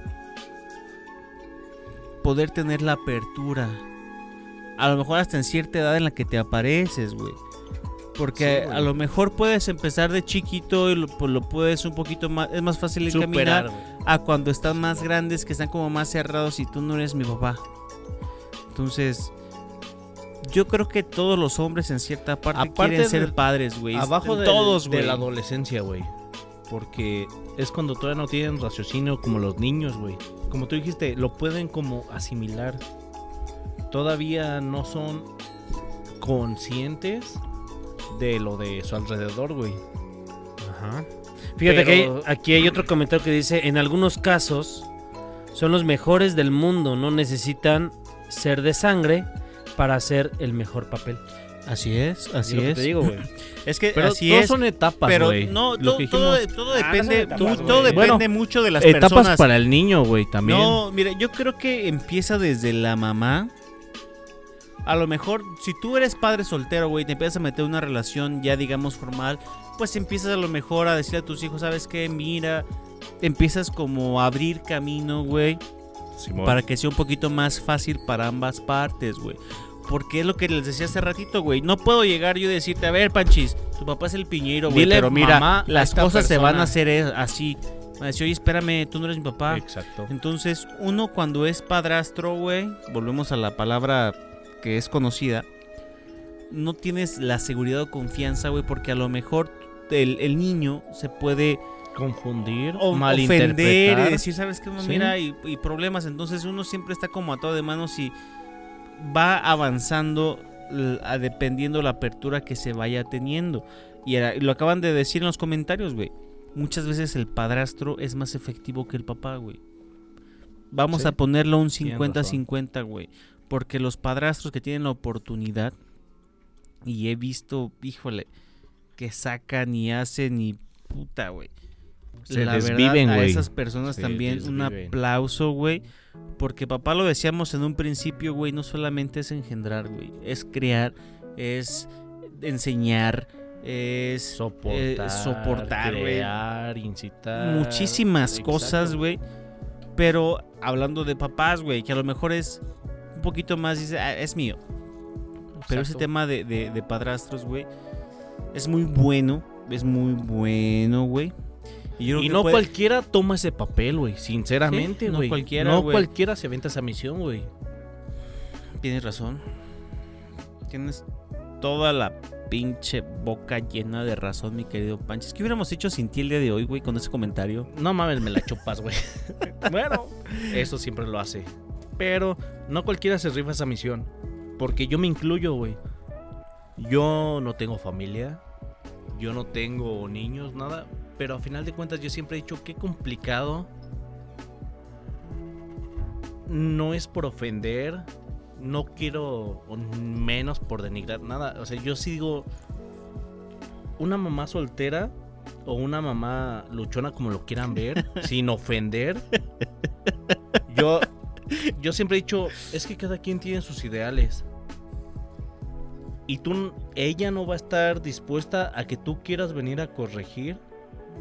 [SPEAKER 4] poder tener la apertura. A lo mejor hasta en cierta edad en la que te apareces, güey. Porque a lo mejor puedes empezar de chiquito y lo, pues lo puedes un poquito más... Es más fácil encaminar
[SPEAKER 5] superar, güey.
[SPEAKER 4] a cuando están más grandes, que están como más cerrados y tú no eres mi papá. Entonces, yo creo que todos los hombres en cierta parte
[SPEAKER 2] Aparte
[SPEAKER 4] quieren ser
[SPEAKER 2] del-
[SPEAKER 4] padres, güey.
[SPEAKER 2] Abajo del-
[SPEAKER 4] todos,
[SPEAKER 2] de
[SPEAKER 4] güey.
[SPEAKER 2] la adolescencia, güey. Porque es cuando todavía no tienen raciocinio como los niños, güey. Como tú dijiste, lo pueden como asimilar. Todavía no son conscientes de lo de su alrededor, güey.
[SPEAKER 5] Ajá. Fíjate que hay-
[SPEAKER 2] Pero-
[SPEAKER 5] aquí hay otro comentario que dice, en algunos casos son los mejores del mundo, no necesitan ser de sangre para hacer el mejor papel.
[SPEAKER 4] Así es, así
[SPEAKER 5] lo que
[SPEAKER 4] es.
[SPEAKER 5] te digo, güey.
[SPEAKER 4] Es que
[SPEAKER 2] Pero
[SPEAKER 4] así
[SPEAKER 2] todos
[SPEAKER 4] es.
[SPEAKER 2] son etapas,
[SPEAKER 4] Pero
[SPEAKER 2] güey.
[SPEAKER 4] no,
[SPEAKER 2] Lo
[SPEAKER 4] todo,
[SPEAKER 2] que
[SPEAKER 4] todo-
[SPEAKER 2] dijimos, Ah,
[SPEAKER 4] todo depende,
[SPEAKER 7] etapas,
[SPEAKER 4] tú-
[SPEAKER 7] güey.
[SPEAKER 4] todo depende
[SPEAKER 2] Bueno,
[SPEAKER 4] mucho de las
[SPEAKER 2] etapas
[SPEAKER 4] personas.
[SPEAKER 2] para el niño, güey, también.
[SPEAKER 4] No, mira, yo creo que empieza desde la mamá. A lo mejor, si tú eres padre soltero, güey, te empiezas a meter en una relación ya, digamos, formal, pues empiezas a lo mejor a decirle a tus hijos, ¿sabes qué? Mira, empiezas como a abrir camino, güey,
[SPEAKER 2] Simón.
[SPEAKER 4] para que sea un poquito más fácil para ambas partes, güey. Porque es lo que les decía hace ratito, güey. No puedo llegar yo y decirte, a ver, Panchis, tu papá es el piñero, güey.
[SPEAKER 2] Dile,
[SPEAKER 4] Pero mira,
[SPEAKER 2] mamá, a
[SPEAKER 4] las
[SPEAKER 2] esta
[SPEAKER 4] cosas se van a
[SPEAKER 2] persona".
[SPEAKER 4] hacer es- así. Van a decir, oye, espérame, tú no eres mi papá.
[SPEAKER 2] Exacto.
[SPEAKER 4] Entonces, uno cuando es padrastro, güey, volvemos a la palabra que es conocida, no tienes la seguridad o confianza, güey, porque a lo mejor el, el niño se puede
[SPEAKER 2] Confundir,
[SPEAKER 4] o- ofender
[SPEAKER 2] malinterpretar.
[SPEAKER 4] y decir, ¿sabes qué?
[SPEAKER 2] Sí.
[SPEAKER 4] Mira, y, y problemas. Entonces, uno siempre está como atado de manos y va avanzando l- a- dependiendo la apertura que se vaya teniendo. Y era- lo acaban de decir en los comentarios, güey. Muchas veces el padrastro es más efectivo que el papá, güey. Vamos
[SPEAKER 2] Sí.
[SPEAKER 4] a ponerlo un
[SPEAKER 2] Tienes
[SPEAKER 4] 50-50, güey. Porque los padrastros que tienen la oportunidad, y he visto, híjole, que sacan y hacen y puta, güey.
[SPEAKER 2] Se
[SPEAKER 4] la
[SPEAKER 2] desviven,
[SPEAKER 4] verdad, a
[SPEAKER 2] güey.
[SPEAKER 4] esas personas
[SPEAKER 2] Se
[SPEAKER 4] también un
[SPEAKER 2] desviven.
[SPEAKER 4] aplauso, güey. Porque papá lo decíamos en un principio, güey, no solamente es engendrar, güey. Es crear, es enseñar, es
[SPEAKER 2] soportar,
[SPEAKER 4] eh, soportar, güey.
[SPEAKER 2] crear, incitar.
[SPEAKER 4] Muchísimas
[SPEAKER 2] Exacto.
[SPEAKER 4] cosas, güey. Pero hablando de papás, güey, que a lo mejor es un poquito más, dice, "Ah, es mío. Pero ese
[SPEAKER 2] Exacto.
[SPEAKER 4] tema de, de- de padrastros, güey, es muy bueno. Es muy bueno, güey. Y, yo creo
[SPEAKER 2] Y
[SPEAKER 4] que
[SPEAKER 2] no
[SPEAKER 4] puede-
[SPEAKER 2] cualquiera toma ese papel, güey. Sinceramente,
[SPEAKER 4] Sí, no
[SPEAKER 2] güey.
[SPEAKER 4] cualquiera,
[SPEAKER 2] No
[SPEAKER 4] güey.
[SPEAKER 2] cualquiera se aventa esa misión, güey.
[SPEAKER 4] Tienes razón. Tienes toda la pinche boca llena de razón, mi querido Panches. ¿Qué hubiéramos hecho sin ti el día de hoy, güey, con ese comentario?
[SPEAKER 2] No mames, me la chupas, güey. bueno, eso siempre lo hace. Pero no cualquiera se rifa esa misión. Porque yo me incluyo, güey. Yo no tengo familia. Yo no tengo niños, nada. Pero a final de cuentas yo siempre he dicho qué complicado. No es por ofender. No quiero o menos por denigrar nada. O sea, yo sí digo. Una mamá soltera o una mamá luchona, como lo quieran ver, sin ofender. Yo, yo siempre he dicho, es que cada quien tiene sus ideales. Y tú, ella no va a estar dispuesta a que tú quieras venir a corregir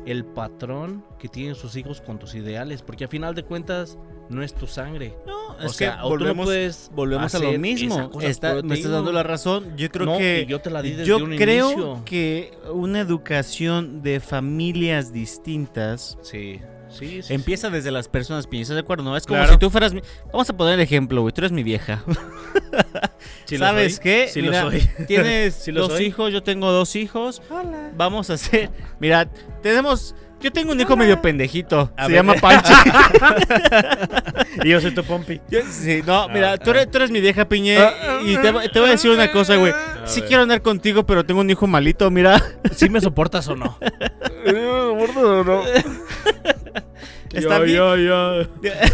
[SPEAKER 2] el patrón que tienen sus hijos con tus ideales, porque a final de cuentas no es tu sangre.
[SPEAKER 4] No,
[SPEAKER 2] o sea, o tú no puedes
[SPEAKER 4] volvemos a lo
[SPEAKER 2] hacer
[SPEAKER 4] mismo.
[SPEAKER 2] esa cosa,
[SPEAKER 4] Está-
[SPEAKER 2] pero te
[SPEAKER 4] me estás
[SPEAKER 2] digo,
[SPEAKER 4] dando la razón. Yo creo
[SPEAKER 2] no,
[SPEAKER 4] que
[SPEAKER 2] y yo te la di desde
[SPEAKER 4] yo
[SPEAKER 2] un
[SPEAKER 4] creo
[SPEAKER 2] inicio.
[SPEAKER 4] que una educación de familias distintas
[SPEAKER 2] Sí, sí, sí.
[SPEAKER 4] empieza desde las personas, Piña, ¿estás de acuerdo? No, es como
[SPEAKER 5] Claro.
[SPEAKER 4] si tú fueras mi- Vamos a poner el ejemplo, güey, tú eres mi vieja.
[SPEAKER 5] Sí lo
[SPEAKER 4] ¿Sabes
[SPEAKER 5] soy,
[SPEAKER 4] qué?
[SPEAKER 5] Sí
[SPEAKER 4] Mira,
[SPEAKER 5] lo soy.
[SPEAKER 4] Tienes
[SPEAKER 5] Sí lo
[SPEAKER 4] dos
[SPEAKER 5] soy.
[SPEAKER 4] hijos, yo tengo dos hijos. Vamos a hacer. Mira, tenemos. Yo tengo un hijo medio pendejito.
[SPEAKER 5] A
[SPEAKER 4] se
[SPEAKER 5] ver.
[SPEAKER 4] llama Pancho.
[SPEAKER 5] Y yo soy tu pompi.
[SPEAKER 4] Yo- sí, no, mira,
[SPEAKER 5] Ah,
[SPEAKER 4] tú eres, tú eres mi vieja piñe. y te, va- te voy a decir una cosa, güey.
[SPEAKER 5] A
[SPEAKER 4] Sí
[SPEAKER 5] ver.
[SPEAKER 4] quiero andar contigo, pero tengo un hijo malito, mira.
[SPEAKER 2] ¿Sí me soportas o no?
[SPEAKER 6] ¿Gordo o no?
[SPEAKER 4] Está bien.
[SPEAKER 5] yo, yo.
[SPEAKER 4] Ya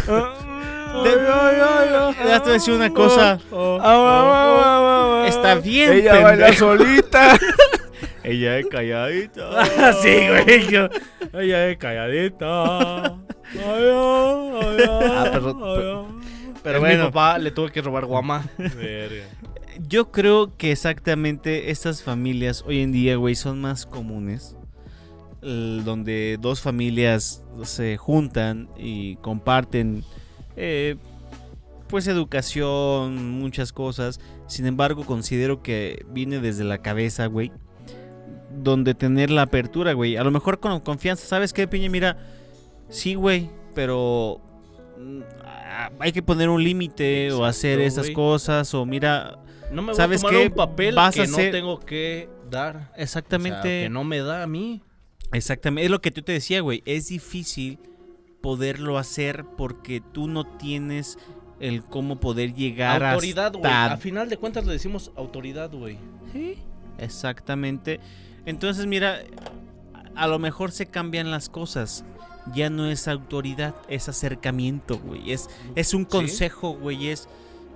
[SPEAKER 4] te voy a decir una cosa.
[SPEAKER 9] Oh,
[SPEAKER 4] Ah, Está bien,
[SPEAKER 10] Ella
[SPEAKER 4] pendejo.
[SPEAKER 10] baila solita.
[SPEAKER 4] Ella calladita.
[SPEAKER 9] Así, güey. Yo, ella es calladita. Ay, ay, ay,
[SPEAKER 2] Ah, pero-
[SPEAKER 9] ay,
[SPEAKER 2] Pero bueno. Mi papá le tuve que robar guama.
[SPEAKER 9] ay. Verga.
[SPEAKER 4] Yo creo que exactamente estas familias hoy en día, güey, son más comunes. L- Donde dos familias se juntan y comparten, eh, pues, educación, muchas cosas. Sin embargo, considero que viene desde la cabeza, güey. Donde tener la apertura, güey. A lo mejor con confianza. ¿Sabes qué, Piña? Mira, sí, güey, pero mm, ah, hay que poner un límite o
[SPEAKER 2] Exacto,
[SPEAKER 4] hacer esas
[SPEAKER 2] güey.
[SPEAKER 4] cosas. O mira,
[SPEAKER 2] No me voy
[SPEAKER 4] ¿Sabes
[SPEAKER 2] a tomar
[SPEAKER 4] qué?
[SPEAKER 2] un papel
[SPEAKER 4] Vas
[SPEAKER 2] que
[SPEAKER 4] a
[SPEAKER 2] no
[SPEAKER 4] ser-
[SPEAKER 2] tengo que dar. O sea,
[SPEAKER 4] Exactamente.
[SPEAKER 2] que no me da a mí.
[SPEAKER 4] Exactamente. Es lo que tú te decía, güey. Es difícil poderlo hacer porque tú no tienes el cómo poder llegar a.
[SPEAKER 2] autoridad, güey. A final de cuentas le decimos autoridad, güey.
[SPEAKER 4] Exactamente. Entonces, mira, a lo mejor se cambian las cosas. Ya no es autoridad, es acercamiento, güey. Es, es un consejo, güey. Es,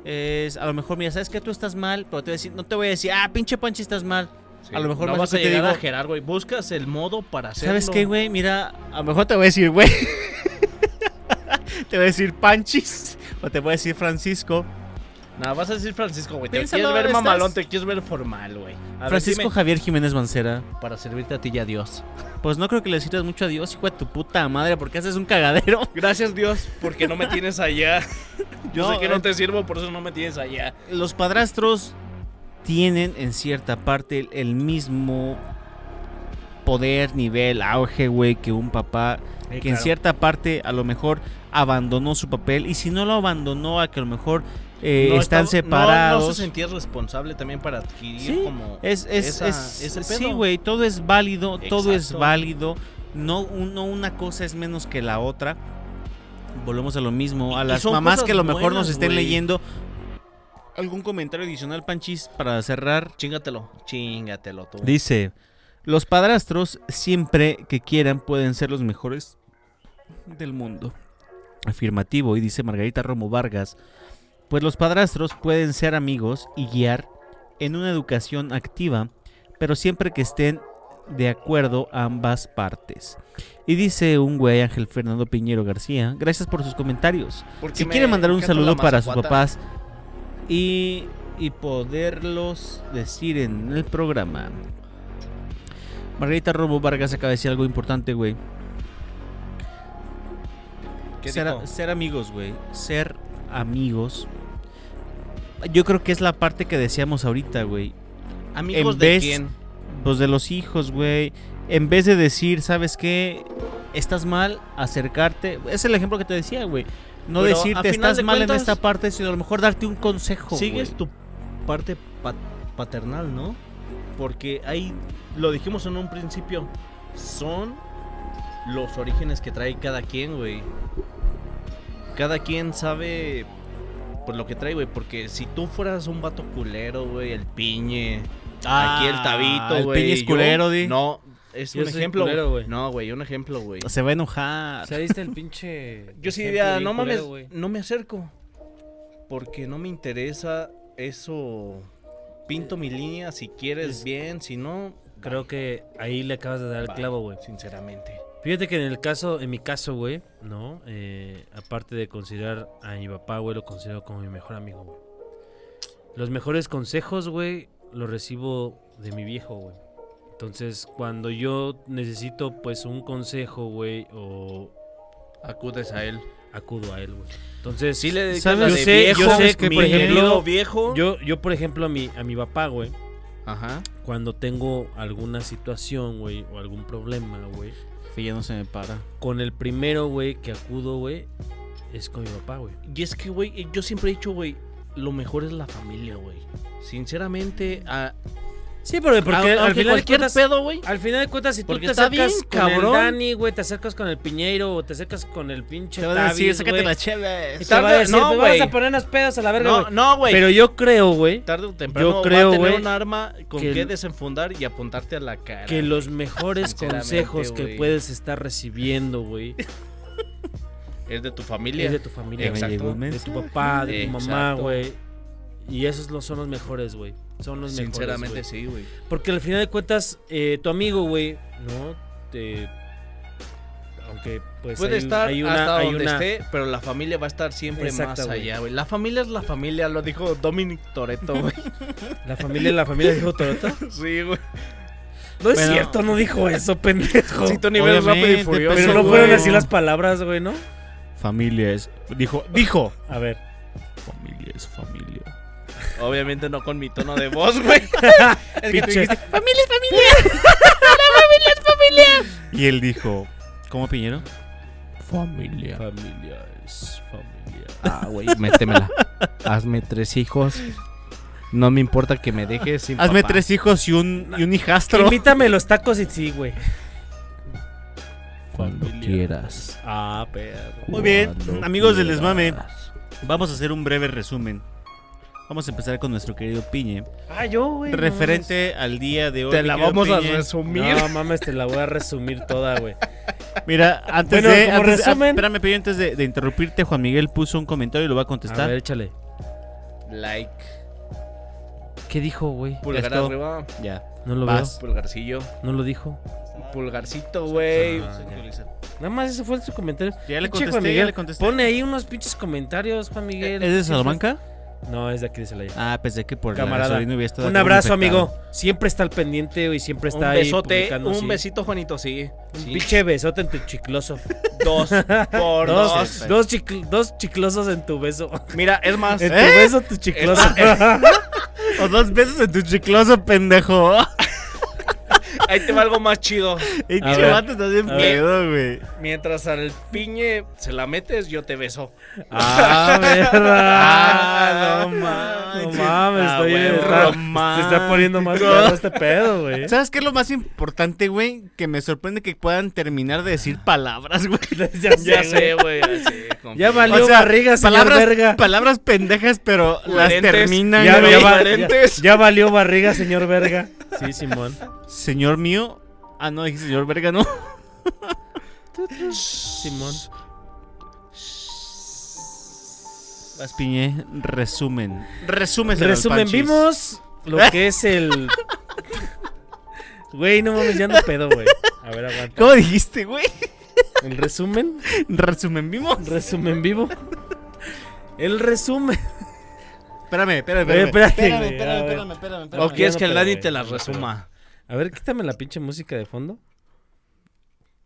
[SPEAKER 4] es. A lo mejor, mira, sabes que tú estás mal, pero te voy a decir, no te voy a decir, ah, pinche Panchi, estás mal. A lo mejor
[SPEAKER 2] no
[SPEAKER 4] más
[SPEAKER 2] vas a
[SPEAKER 4] que te
[SPEAKER 2] llegar
[SPEAKER 4] digo-
[SPEAKER 2] a Gerard, güey. Buscas el modo para hacerlo.
[SPEAKER 4] ¿Sabes qué, güey? Mira, a lo mejor te voy a decir, güey. te voy a decir Panchis. O te voy a decir Francisco.
[SPEAKER 2] Nada, vas a decir Francisco, güey. Te
[SPEAKER 4] Piénsalo,
[SPEAKER 2] quieres ver
[SPEAKER 4] estás-
[SPEAKER 2] mamalón, te quieres ver formal, güey. A ver,
[SPEAKER 4] Francisco
[SPEAKER 2] dime,
[SPEAKER 4] Javier Jiménez Mancera.
[SPEAKER 2] para servirte a ti y a Dios.
[SPEAKER 4] Pues no creo que le sirvas mucho a Dios, hijo de tu puta madre, porque haces un cagadero.
[SPEAKER 2] Gracias, Dios, porque no me tienes allá. Yo
[SPEAKER 4] No,
[SPEAKER 2] sé que no
[SPEAKER 4] eh.
[SPEAKER 2] te sirvo, por eso no me tienes allá.
[SPEAKER 4] Los padrastros tienen en cierta parte el- el mismo poder, nivel, auge, güey, que un papá
[SPEAKER 2] eh,
[SPEAKER 4] que en cierta parte a lo mejor abandonó su papel y si no lo abandonó a que a lo mejor eh,
[SPEAKER 2] No
[SPEAKER 4] están
[SPEAKER 2] estaba- no-
[SPEAKER 4] separados.
[SPEAKER 2] No, se sentías responsable también para adquirir
[SPEAKER 4] Sí, eh.
[SPEAKER 2] como.
[SPEAKER 4] Es, es,
[SPEAKER 2] esa-
[SPEAKER 4] es-
[SPEAKER 2] ese
[SPEAKER 4] sí,
[SPEAKER 2] pedo.
[SPEAKER 4] güey, todo es válido, todo es
[SPEAKER 2] Exacto.
[SPEAKER 4] válido. No, un- no una cosa es menos que la otra. Volvemos a lo mismo. A
[SPEAKER 2] y
[SPEAKER 4] las
[SPEAKER 2] son
[SPEAKER 4] mamás
[SPEAKER 2] cosas
[SPEAKER 4] que a lo mejor
[SPEAKER 2] buenas,
[SPEAKER 4] nos estén
[SPEAKER 2] güey.
[SPEAKER 4] leyendo. ¿Algún comentario adicional, Panchis, para cerrar?
[SPEAKER 2] Chingatelo, chingatelo tú.
[SPEAKER 4] Dice, los padrastros siempre que quieran pueden ser los mejores del mundo. Afirmativo, y dice Margarita Romo Vargas, pues los padrastros pueden ser amigos y guiar en una educación activa, pero siempre que estén de acuerdo ambas partes. Y dice un güey Ángel Fernando Piñero García, gracias por sus comentarios.
[SPEAKER 2] Porque
[SPEAKER 4] Si
[SPEAKER 2] me
[SPEAKER 4] quieren mandar un
[SPEAKER 2] encanta
[SPEAKER 4] saludo
[SPEAKER 2] la
[SPEAKER 4] para sus
[SPEAKER 2] mascota.
[SPEAKER 4] papás y, y poderlos decir en el programa. Margarita Robo Vargas acaba de decir algo importante, güey.
[SPEAKER 2] ¿Qué
[SPEAKER 4] Ser,
[SPEAKER 2] dijo?
[SPEAKER 4] ser amigos, güey. Ser amigos. Yo creo que es la parte que decíamos ahorita, güey.
[SPEAKER 2] Amigos
[SPEAKER 4] en
[SPEAKER 2] de
[SPEAKER 4] vez-
[SPEAKER 2] quién.
[SPEAKER 4] Los de los hijos, güey. En vez de decir, ¿sabes qué? Estás mal, acercarte. Es el ejemplo que te decía, güey. No
[SPEAKER 2] Pero, a
[SPEAKER 4] decirte,
[SPEAKER 2] final
[SPEAKER 4] estás
[SPEAKER 2] de
[SPEAKER 4] mal en
[SPEAKER 2] cuentas,
[SPEAKER 4] esta parte, sino a lo mejor darte un consejo.
[SPEAKER 2] Sigues
[SPEAKER 4] güey.
[SPEAKER 2] tu parte pa- paternal, ¿no? Porque ahí lo dijimos en un principio, son los orígenes que trae cada quien, güey. Cada quien sabe por lo que trae, güey, porque si tú fueras un vato culero, güey, el piñe, aquí el
[SPEAKER 4] Ah,
[SPEAKER 5] Ah,
[SPEAKER 4] el
[SPEAKER 2] tabito, güey.
[SPEAKER 4] piñe es
[SPEAKER 2] yo-
[SPEAKER 4] culero, di.
[SPEAKER 2] No, es
[SPEAKER 5] Yo
[SPEAKER 2] un
[SPEAKER 5] soy
[SPEAKER 2] ejemplo.
[SPEAKER 5] culero, güey.
[SPEAKER 2] No, güey, un ejemplo, güey.
[SPEAKER 4] Se va a enojar.
[SPEAKER 5] O sea, ahí está el pinche.
[SPEAKER 2] Yo sí
[SPEAKER 5] ejemplo
[SPEAKER 2] diría,
[SPEAKER 5] bien
[SPEAKER 2] no mames,
[SPEAKER 5] culero, güey.
[SPEAKER 2] no me acerco. Porque no me interesa eso. Pinto mi línea si quieres bien, si no,
[SPEAKER 5] Creo que ahí le acabas de dar el
[SPEAKER 2] Bye.
[SPEAKER 5] clavo, güey.
[SPEAKER 2] sinceramente.
[SPEAKER 5] Fíjate que en el caso, en mi caso, güey, ¿no? Eh, aparte de considerar a mi papá, güey, lo considero como mi mejor amigo, güey. Los mejores consejos, güey, los recibo de mi viejo, güey. Entonces, cuando yo necesito, pues, un consejo, güey, o
[SPEAKER 2] Acudes a él.
[SPEAKER 5] acudo a él, güey. Entonces,
[SPEAKER 2] Sí le dedicas
[SPEAKER 5] ¿sabes?
[SPEAKER 2] la
[SPEAKER 5] Yo
[SPEAKER 2] de
[SPEAKER 5] sé, yo
[SPEAKER 2] viejo,
[SPEAKER 5] sé que, por
[SPEAKER 2] mi querido
[SPEAKER 5] ejemplo,
[SPEAKER 2] viejo.
[SPEAKER 5] yo, yo, por ejemplo, a mi, a mi papá, güey,
[SPEAKER 2] Ajá.
[SPEAKER 5] cuando tengo alguna situación, güey, o algún problema, güey,
[SPEAKER 4] Que ya no se me para.
[SPEAKER 5] con el primero, güey, que acudo, güey, es con mi papá, güey.
[SPEAKER 2] Y es que, güey, eh, yo siempre he dicho, güey, lo mejor es la familia, güey. Sinceramente, a,
[SPEAKER 5] Sí, pero porque
[SPEAKER 2] a-
[SPEAKER 5] al
[SPEAKER 2] aunque
[SPEAKER 5] final de
[SPEAKER 2] cualquier
[SPEAKER 5] cuentas, Ah,
[SPEAKER 2] pedo, güey.
[SPEAKER 5] al final de cuentas, si tú
[SPEAKER 2] Porque
[SPEAKER 5] te
[SPEAKER 2] está
[SPEAKER 5] acercas
[SPEAKER 2] bien,
[SPEAKER 5] con
[SPEAKER 2] cabrón.
[SPEAKER 5] el Dani, güey, te acercas con el Piñeiro o te acercas con el pinche
[SPEAKER 4] Te van a decir,
[SPEAKER 5] Tavis,
[SPEAKER 4] sácate
[SPEAKER 5] güey,
[SPEAKER 4] las
[SPEAKER 5] y
[SPEAKER 4] cheves.
[SPEAKER 5] te va a
[SPEAKER 2] Tarda-
[SPEAKER 5] decir,
[SPEAKER 2] no,
[SPEAKER 5] me vas
[SPEAKER 2] güey.
[SPEAKER 5] a poner unas pedas a la verga,
[SPEAKER 2] No,
[SPEAKER 5] güey.
[SPEAKER 2] no, güey.
[SPEAKER 5] pero yo creo, güey,
[SPEAKER 2] tarde o temprano va a
[SPEAKER 5] creo,
[SPEAKER 2] tener
[SPEAKER 5] güey,
[SPEAKER 2] un arma con
[SPEAKER 5] que
[SPEAKER 2] que,
[SPEAKER 5] el-
[SPEAKER 2] desenfundar y apuntarte a la cara.
[SPEAKER 5] que los mejores
[SPEAKER 2] Sinceramente,
[SPEAKER 5] consejos que
[SPEAKER 2] güey.
[SPEAKER 5] puedes estar recibiendo, güey,
[SPEAKER 2] es de tu familia.
[SPEAKER 5] Es de tu familia, güey.
[SPEAKER 2] Exacto.
[SPEAKER 5] De tu papá, de tu mamá,
[SPEAKER 2] Exacto.
[SPEAKER 5] güey. Y esos lo- son los mejores, güey. Son los mejores.
[SPEAKER 2] Sinceramente
[SPEAKER 5] güey. Pues
[SPEAKER 2] sí, güey.
[SPEAKER 5] Porque al final de cuentas, eh, tu amigo, güey, ¿no? Te- Aunque pues
[SPEAKER 2] Puede
[SPEAKER 5] hay un-
[SPEAKER 2] estar
[SPEAKER 5] hay una-
[SPEAKER 2] hasta
[SPEAKER 5] hay
[SPEAKER 2] donde
[SPEAKER 5] una-
[SPEAKER 2] esté, pero la familia va a estar siempre
[SPEAKER 5] Exacto,
[SPEAKER 2] más
[SPEAKER 5] güey.
[SPEAKER 2] allá, güey. La familia es la familia, lo dijo Dominic Toretto, güey.
[SPEAKER 5] La familia, la familia dijo Toretto.
[SPEAKER 2] sí, güey.
[SPEAKER 5] No es
[SPEAKER 4] Bueno.
[SPEAKER 5] cierto, no dijo eso, pendejo.
[SPEAKER 2] Sí, Tony Vélez rápido y
[SPEAKER 4] Obviamente,
[SPEAKER 2] furioso.
[SPEAKER 5] Pero no
[SPEAKER 2] güey.
[SPEAKER 5] fueron así las palabras, güey, ¿no?
[SPEAKER 4] Familia es. Dijo, dijo.
[SPEAKER 5] A ver.
[SPEAKER 4] Familia es familia.
[SPEAKER 2] Obviamente no con mi tono de voz, güey. es que tú
[SPEAKER 5] Pinche-
[SPEAKER 2] dijiste,
[SPEAKER 4] Y él dijo, ¿cómo Piñero?
[SPEAKER 2] familia.
[SPEAKER 5] Familia es familia.
[SPEAKER 2] Ah, güey, métemela. Hazme tres hijos. No me importa que me dejes sin
[SPEAKER 4] Hazme
[SPEAKER 2] papá.
[SPEAKER 4] tres hijos y un, y un hijastro.
[SPEAKER 5] Invítame los tacos y sí, güey.
[SPEAKER 2] cuando quieras.
[SPEAKER 5] Ah, perro.
[SPEAKER 4] Muy bien,
[SPEAKER 2] Cuando
[SPEAKER 4] amigos del desmame.
[SPEAKER 2] quieras.
[SPEAKER 4] Vamos a hacer un breve resumen. Vamos a empezar con nuestro querido Piñe.
[SPEAKER 5] Ah, yo, güey. no
[SPEAKER 4] Referente al día de hoy.
[SPEAKER 2] Te
[SPEAKER 4] mi
[SPEAKER 2] la
[SPEAKER 4] querido
[SPEAKER 2] vamos a
[SPEAKER 4] Piñe.
[SPEAKER 2] resumir.
[SPEAKER 5] mames. No, mames, te la voy a resumir toda, güey.
[SPEAKER 4] Mira, antes
[SPEAKER 5] Bueno,
[SPEAKER 4] de.
[SPEAKER 5] como
[SPEAKER 4] antes- ah,
[SPEAKER 5] resumen-
[SPEAKER 4] espérame, Piñe, antes de, de interrumpirte, Juan Miguel puso un comentario y lo va a
[SPEAKER 5] A
[SPEAKER 4] contestar.
[SPEAKER 5] ver, échale.
[SPEAKER 2] Like,
[SPEAKER 5] ¿Qué dijo, güey?
[SPEAKER 2] pulgar
[SPEAKER 4] Esto-
[SPEAKER 2] arriba,
[SPEAKER 4] Ya.
[SPEAKER 5] No lo
[SPEAKER 4] Vas.
[SPEAKER 2] pulgarcillo,
[SPEAKER 5] veo. No lo dijo.
[SPEAKER 2] pulgarcito, güey.
[SPEAKER 5] Ah, Nada más ese fue su comentario.
[SPEAKER 4] Ya le
[SPEAKER 5] Pinche Juan
[SPEAKER 4] contesté, ya
[SPEAKER 5] Miguel,
[SPEAKER 4] le contesté.
[SPEAKER 5] Pone ahí unos pinches comentarios, Juan Miguel.
[SPEAKER 4] ¿Es de Salamanca?
[SPEAKER 5] No, es de aquí de Celaya.
[SPEAKER 4] Ah, pensé que por
[SPEAKER 5] Camarada.
[SPEAKER 4] la gasolina hubiera estado
[SPEAKER 5] un
[SPEAKER 4] algo
[SPEAKER 5] abrazo,
[SPEAKER 4] infectado.
[SPEAKER 5] amigo. Siempre está al pendiente y siempre
[SPEAKER 2] Un
[SPEAKER 5] está ahí.
[SPEAKER 2] besote,
[SPEAKER 5] publicando,
[SPEAKER 2] un
[SPEAKER 5] sí.
[SPEAKER 2] besito, Juanito, sí.
[SPEAKER 5] Un
[SPEAKER 2] Sí.
[SPEAKER 5] pinche besote en tu chicloso.
[SPEAKER 2] Dos por
[SPEAKER 5] dos,
[SPEAKER 2] dos.
[SPEAKER 5] dos chicl- dos chiclosos en tu beso.
[SPEAKER 2] Mira, es más,
[SPEAKER 5] En tu beso, tu chicloso.
[SPEAKER 4] O dos veces en tu chicloso, pendejo.
[SPEAKER 2] ahí te va algo más chido.
[SPEAKER 4] Y
[SPEAKER 5] A
[SPEAKER 4] te
[SPEAKER 5] ver,
[SPEAKER 4] matas así en
[SPEAKER 5] a ver.
[SPEAKER 4] pedo, güey.
[SPEAKER 2] Mientras al piñe se la metes, yo te beso.
[SPEAKER 5] ah,
[SPEAKER 4] Ah,
[SPEAKER 5] verdad.
[SPEAKER 4] no
[SPEAKER 5] No
[SPEAKER 4] manches.
[SPEAKER 5] mames,
[SPEAKER 4] Ah,
[SPEAKER 5] estoy
[SPEAKER 4] güey,
[SPEAKER 5] está, Se está poniendo más
[SPEAKER 4] romántico.
[SPEAKER 5] caro este pedo, güey.
[SPEAKER 4] ¿Sabes qué es lo más importante, güey? Que me sorprende que puedan terminar de decir palabras, güey.
[SPEAKER 5] ya
[SPEAKER 2] Ya
[SPEAKER 5] sé, güey.
[SPEAKER 2] sé, güey. así, con-
[SPEAKER 5] Ya valió
[SPEAKER 4] O sea,
[SPEAKER 5] barriga, señor verga.
[SPEAKER 4] Palabras, palabras pendejas, pero las
[SPEAKER 2] Coherentes.
[SPEAKER 4] terminan.
[SPEAKER 5] Ya,
[SPEAKER 4] güey.
[SPEAKER 5] ya va-
[SPEAKER 2] Coherentes.
[SPEAKER 5] ya valió barriga, señor verga. Sí, Simón.
[SPEAKER 4] Señor mío. Ah, no, dije señor verga, no.
[SPEAKER 5] Simón.
[SPEAKER 4] Vas piñé, resumen. Resumen,
[SPEAKER 5] Resumen, vimos lo que es el. Güey, no mames, ya no pedo, güey. A ver, aguanta.
[SPEAKER 4] ¿Cómo dijiste, güey?
[SPEAKER 5] El resumen,
[SPEAKER 4] Resumen, vimos.
[SPEAKER 5] resumen vivo. El resumen.
[SPEAKER 4] Espérame, espérame,
[SPEAKER 5] Güey,
[SPEAKER 4] espérame.
[SPEAKER 5] espérame,
[SPEAKER 4] Espérame, espérame,
[SPEAKER 5] güey, a ver.
[SPEAKER 4] espérame, espérame, espérame.
[SPEAKER 2] ¿O quieres
[SPEAKER 5] no
[SPEAKER 2] que el
[SPEAKER 5] pedo,
[SPEAKER 2] Dani
[SPEAKER 5] güey,
[SPEAKER 2] te la
[SPEAKER 5] no pedo.
[SPEAKER 2] resuma?
[SPEAKER 5] A ver, quítame la pinche música de fondo.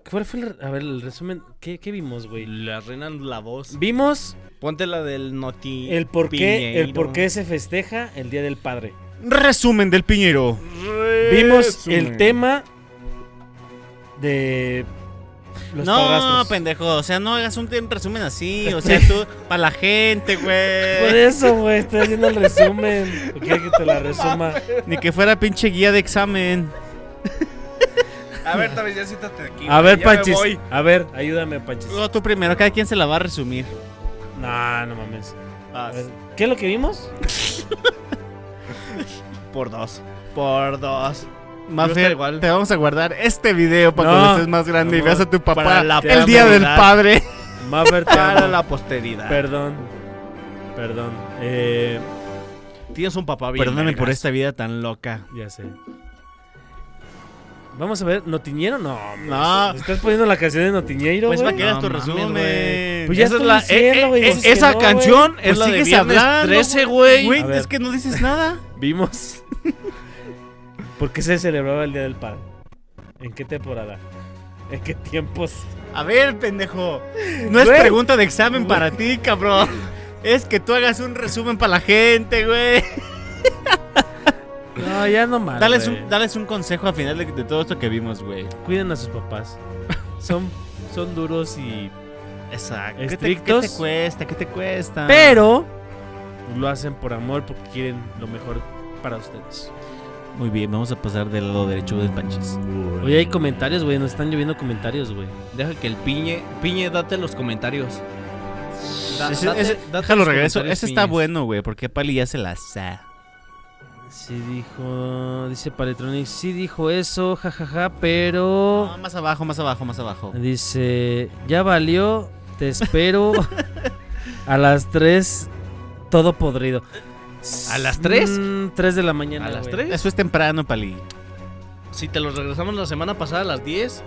[SPEAKER 5] ¿Cuál fue el, a ver, el resumen? ¿Qué, qué vimos, güey?
[SPEAKER 2] Le arruinan la voz.
[SPEAKER 5] Vimos
[SPEAKER 2] Ponte la del noti.
[SPEAKER 5] el por qué, el
[SPEAKER 2] piñeiro.
[SPEAKER 5] por qué se festeja el Día del Padre.
[SPEAKER 4] Resumen del piñero.
[SPEAKER 5] Vimos el tema de los
[SPEAKER 4] no,
[SPEAKER 5] padrastros.
[SPEAKER 4] pendejo, o sea, no hagas un tem- resumen así, o sea, tú, para la gente,
[SPEAKER 5] Por
[SPEAKER 4] güey.
[SPEAKER 5] eso, güey, estoy haciendo el resumen. ¿O quieres que te la resuma?
[SPEAKER 4] Ni que fuera pinche guía de examen.
[SPEAKER 2] A ver, tal vez ya siéntate aquí.
[SPEAKER 5] A
[SPEAKER 2] güey,
[SPEAKER 5] ver,
[SPEAKER 2] ya me
[SPEAKER 5] Panchis.
[SPEAKER 2] voy.
[SPEAKER 5] A ver, ayúdame, Panchis.
[SPEAKER 4] Luego tú primero, cada quien se la va a resumir.
[SPEAKER 5] No, no mames. A ver, ¿Qué es lo que vimos?
[SPEAKER 2] Por dos. Por dos.
[SPEAKER 4] Mafer,
[SPEAKER 2] igual.
[SPEAKER 4] te vamos a guardar este video para
[SPEAKER 5] No,
[SPEAKER 4] cuando estés más grande y
[SPEAKER 5] no,
[SPEAKER 4] veas a tu papá
[SPEAKER 2] para la
[SPEAKER 4] el día del
[SPEAKER 2] posteridad.
[SPEAKER 4] padre.
[SPEAKER 5] Maffer, te
[SPEAKER 2] Para
[SPEAKER 5] amo.
[SPEAKER 2] la posteridad.
[SPEAKER 5] Perdón. Perdón. Eh,
[SPEAKER 2] Tienes un papá bien.
[SPEAKER 4] Perdóname por
[SPEAKER 2] vergas.
[SPEAKER 4] esta vida tan loca.
[SPEAKER 5] ya sé. Vamos a ver, ¿Notiñero? No, hombre.
[SPEAKER 4] No.
[SPEAKER 5] ¿Estás poniendo la canción de Notiñero,
[SPEAKER 4] Pues va
[SPEAKER 5] güey?
[SPEAKER 4] a quedar
[SPEAKER 2] No
[SPEAKER 4] tu
[SPEAKER 2] mames,
[SPEAKER 4] resumen.
[SPEAKER 2] güey.
[SPEAKER 5] Pues ya
[SPEAKER 2] Esa
[SPEAKER 5] estoy
[SPEAKER 2] es la-
[SPEAKER 5] diciendo,
[SPEAKER 2] eh,
[SPEAKER 5] güey,
[SPEAKER 2] eh,
[SPEAKER 5] pues que
[SPEAKER 2] esa
[SPEAKER 5] no, güey.
[SPEAKER 2] canción es
[SPEAKER 4] Pues
[SPEAKER 2] la de
[SPEAKER 4] sigues
[SPEAKER 2] Viernes
[SPEAKER 4] hablando,
[SPEAKER 2] 13, güey.
[SPEAKER 4] Güey, pues
[SPEAKER 5] A ver.
[SPEAKER 4] es que no dices nada.
[SPEAKER 5] Vimos. ¿Por qué se celebraba el Día del Padre? ¿En qué temporada? ¿En qué tiempos?
[SPEAKER 4] A ver, pendejo. No es
[SPEAKER 5] Güey.
[SPEAKER 4] pregunta de examen para ti, cabrón. Es que tú hagas un resumen para la gente, güey.
[SPEAKER 5] No, ya no mames.
[SPEAKER 4] Dales
[SPEAKER 5] güey.
[SPEAKER 4] un, dales un consejo al final de, de todo esto que vimos, güey.
[SPEAKER 5] Cuiden a sus papás. Son, son duros y.
[SPEAKER 4] Exacto. ¿Qué te,
[SPEAKER 5] Estrictos.
[SPEAKER 4] cuesta? ¿Qué te cuesta?
[SPEAKER 5] Ah. Pero. Lo hacen por amor porque quieren lo mejor para ustedes.
[SPEAKER 4] Muy bien, vamos a pasar del lado derecho del panchis.
[SPEAKER 5] Oye, hay comentarios, güey. Nos están lloviendo comentarios, güey.
[SPEAKER 2] Deja que el piñe. Piñe, date los comentarios. Da-
[SPEAKER 4] Ese-
[SPEAKER 2] date-
[SPEAKER 4] ese-
[SPEAKER 2] date
[SPEAKER 4] déjalo
[SPEAKER 2] los
[SPEAKER 4] regreso.
[SPEAKER 2] comentarios,
[SPEAKER 4] Ese está
[SPEAKER 2] piñes.
[SPEAKER 4] bueno, güey, porque Pali ya se la sa.
[SPEAKER 5] Sí dijo. Dice Paletronic. Sí dijo eso, jajaja, pero.
[SPEAKER 4] No, más abajo, más abajo, más abajo.
[SPEAKER 5] Dice. Ya valió. Te espero a las 3, todo podrido.
[SPEAKER 2] ¿A las tres?
[SPEAKER 5] Mm, 3 de la mañana.
[SPEAKER 2] ¿A las
[SPEAKER 5] güey.
[SPEAKER 2] tres?
[SPEAKER 4] Eso es temprano, Pali.
[SPEAKER 2] Si te los regresamos la semana pasada a las 10,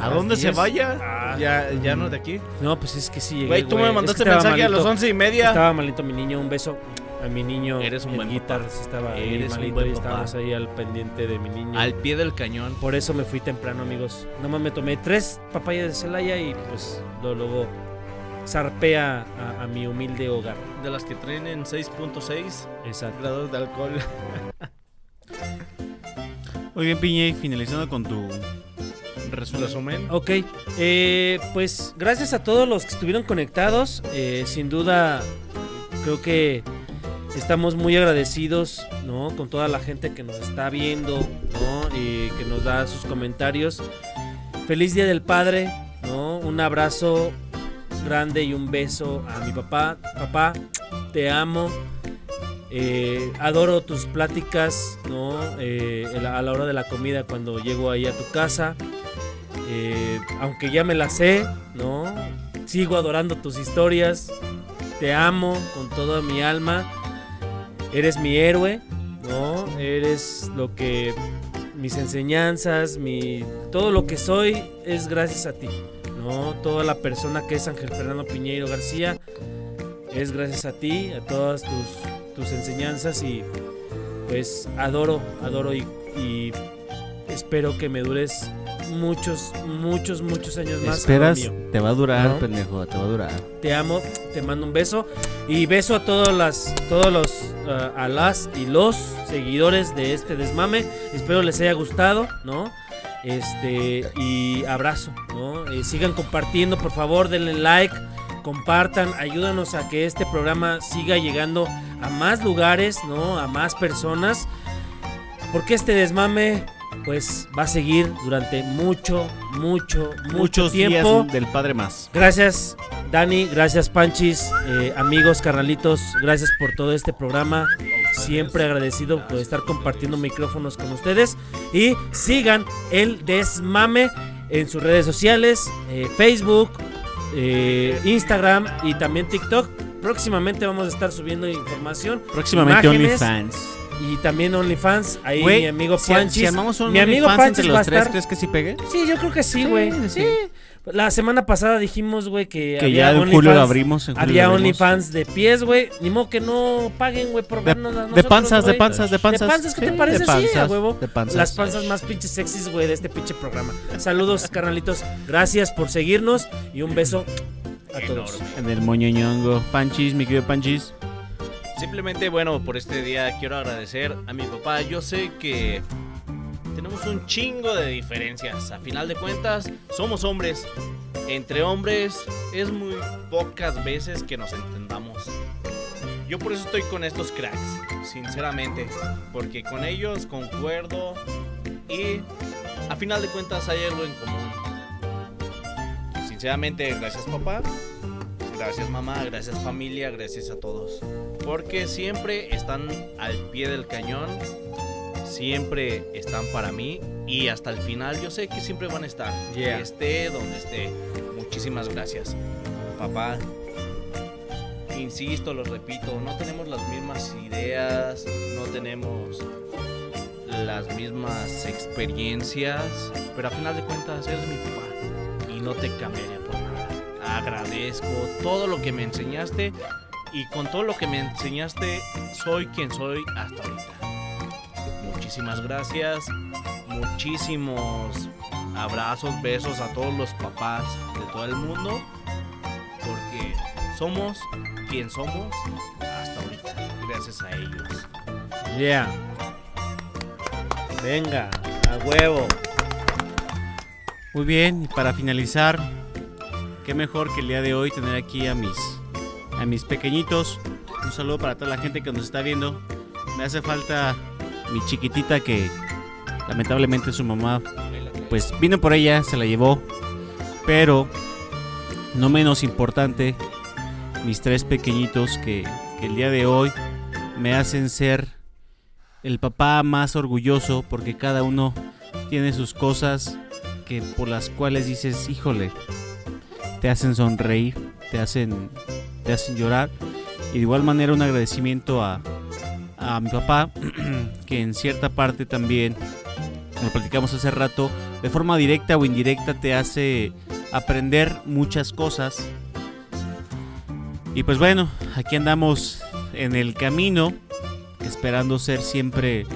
[SPEAKER 2] ¿a,
[SPEAKER 5] las
[SPEAKER 2] dónde se
[SPEAKER 5] 10?
[SPEAKER 2] vaya? ya, ya no es de aquí.
[SPEAKER 5] Ah. No, pues es que sí llegué,
[SPEAKER 2] Güey, tú me
[SPEAKER 5] Es que
[SPEAKER 2] mandaste
[SPEAKER 5] estaba
[SPEAKER 2] mensaje a
[SPEAKER 5] malito.
[SPEAKER 2] las once y media.
[SPEAKER 5] Estaba malito mi niño, un beso a mi niño.
[SPEAKER 2] Eres un
[SPEAKER 5] el
[SPEAKER 2] buen
[SPEAKER 5] guitar, sí estaba ahí
[SPEAKER 2] Eres un
[SPEAKER 5] malito
[SPEAKER 2] buen
[SPEAKER 5] y estábamos
[SPEAKER 2] papá.
[SPEAKER 5] ahí al pendiente de mi niño.
[SPEAKER 2] Al pie del cañón.
[SPEAKER 5] Por eso me fui temprano, amigos. Nomás me tomé tres papayas de Celaya y pues lo- luego zarpé a, a- a mi humilde hogar.
[SPEAKER 2] De las que traen en 6.6
[SPEAKER 5] Exacto.
[SPEAKER 2] grados de alcohol.
[SPEAKER 4] Muy bien, Piñe, finalizando con tu resumen.
[SPEAKER 2] Resumen.
[SPEAKER 5] Ok, eh, pues gracias a todos los que estuvieron conectados. Eh, sin duda, creo que estamos muy agradecidos, ¿no? Con toda la gente que nos está viendo, ¿no? Y que nos da sus comentarios. Feliz Día del Padre, ¿no? Un abrazo grande y un beso a mi papá. Papá, te amo. Eh, adoro tus pláticas, ¿no? Eh, a la- a la hora de la comida cuando llego ahí a tu casa. Eh, aunque ya me la sé, ¿no? Sigo adorando tus historias. Te amo con toda mi alma. Eres mi héroe, ¿no? Eres lo que mis enseñanzas, mi todo lo que soy es gracias a ti, ¿no? Toda la persona que es Ángel Fernando Piñeiro García es gracias a ti, a todas tus tus enseñanzas y pues adoro, adoro y, y espero que me dures muchos, muchos, muchos años más. amor
[SPEAKER 11] Esperas,
[SPEAKER 5] mío.
[SPEAKER 11] te va a durar,
[SPEAKER 5] ¿No?
[SPEAKER 11] pendejo, te va a durar.
[SPEAKER 5] Te amo, te mando un beso y beso a todas las, todos los, ah, a las y los seguidores de este desmame. Espero les haya gustado, ¿no? Este y abrazo, ¿no? Eh, sigan compartiendo, por favor, denle like, compartan, ayúdanos a que este programa siga llegando a más lugares, ¿no? A más personas, porque este desmame, pues, va a seguir durante mucho, mucho, mucho
[SPEAKER 4] Muchos
[SPEAKER 5] tiempo.
[SPEAKER 4] días del padre más.
[SPEAKER 5] Gracias, Dani. Gracias, Panchis. eh, amigos, carnalitos. Gracias por todo este programa. Siempre agradecido por estar compartiendo micrófonos con ustedes. Y sigan el desmame en sus redes sociales: eh, Facebook, eh, Instagram y también TikTok. Próximamente vamos a estar subiendo información
[SPEAKER 4] Próximamente
[SPEAKER 5] Imágenes.
[SPEAKER 4] OnlyFans.
[SPEAKER 5] y también OnlyFans. Ahí
[SPEAKER 4] Güey,
[SPEAKER 5] mi amigo
[SPEAKER 4] si,
[SPEAKER 5] Panchis.
[SPEAKER 4] si armamos un
[SPEAKER 5] mi amigo
[SPEAKER 4] OnlyFans
[SPEAKER 5] Panchis
[SPEAKER 4] entre
[SPEAKER 5] va a
[SPEAKER 4] los tres,
[SPEAKER 5] estar-
[SPEAKER 4] ¿crees que sí pegue?
[SPEAKER 5] Sí, yo creo que sí,
[SPEAKER 4] Sí,
[SPEAKER 5] güey.
[SPEAKER 4] sí.
[SPEAKER 5] Sí. La semana pasada dijimos, güey, que,
[SPEAKER 4] Que
[SPEAKER 5] había
[SPEAKER 4] ya en julio lo
[SPEAKER 5] OnlyFans.
[SPEAKER 4] abrimos. en julio lo
[SPEAKER 5] Había
[SPEAKER 4] abrimos.
[SPEAKER 5] OnlyFans de pies, güey. Ni modo que no paguen, güey, por
[SPEAKER 4] De,
[SPEAKER 5] vernos a
[SPEAKER 4] de
[SPEAKER 5] nosotros,
[SPEAKER 4] panzas, de
[SPEAKER 5] güey.
[SPEAKER 4] panzas, de panzas.
[SPEAKER 5] panzas, ¿qué te
[SPEAKER 4] Sí,
[SPEAKER 5] parece? Sí,
[SPEAKER 4] De
[SPEAKER 5] a
[SPEAKER 4] panzas,
[SPEAKER 5] huevo.
[SPEAKER 4] De panzas.
[SPEAKER 5] Las panzas más pinches sexys, güey, de este pinche programa. Saludos, carnalitos. Gracias por seguirnos y un beso a todos.
[SPEAKER 4] En el moñoñongo. Panchis, mi querido Panchis.
[SPEAKER 2] Simplemente, bueno, por este día quiero agradecer a mi papá. Yo sé que tenemos un chingo de diferencias. A final de cuentas, somos hombres. Entre hombres es muy pocas veces que nos entendamos. Yo por eso estoy con estos cracks, sinceramente. Porque con ellos concuerdo y a final de cuentas hay algo en común. Sinceramente, gracias papá. Gracias mamá, gracias familia, gracias a todos porque siempre están al pie del cañón, siempre están para mí y hasta el final yo sé que siempre van a estar,
[SPEAKER 5] Yeah.
[SPEAKER 2] esté donde esté. Muchísimas gracias, papá. Insisto, lo repito, no tenemos las mismas ideas, no tenemos las mismas experiencias, pero a final de cuentas eres mi papá y no te cambiaría por nada. Agradezco todo lo que me enseñaste y con todo lo que me enseñaste, soy quien soy hasta ahorita. Muchísimas gracias, muchísimos abrazos, besos a todos los papás de todo el mundo, porque somos quien somos hasta ahorita, gracias a ellos.
[SPEAKER 5] Yeah. Venga, a huevo.
[SPEAKER 4] Muy bien, y para finalizar, qué mejor que el día de hoy tener aquí a mis, a mis pequeñitos. Un saludo para toda la gente que nos está viendo. Me hace falta mi chiquitita que lamentablemente su mamá pues vino por ella, se la llevó. Pero no menos importante, mis tres pequeñitos que, que el día de hoy me hacen ser el papá más orgulloso porque cada uno tiene sus cosas que por las cuales dices, híjole, te hacen sonreír, te hacen, te hacen llorar. Y de igual manera un agradecimiento a, a mi papá, que en cierta parte también, como lo platicamos hace rato, de forma directa o indirecta te hace aprender muchas cosas. Y pues bueno, aquí andamos en el camino, esperando ser siempre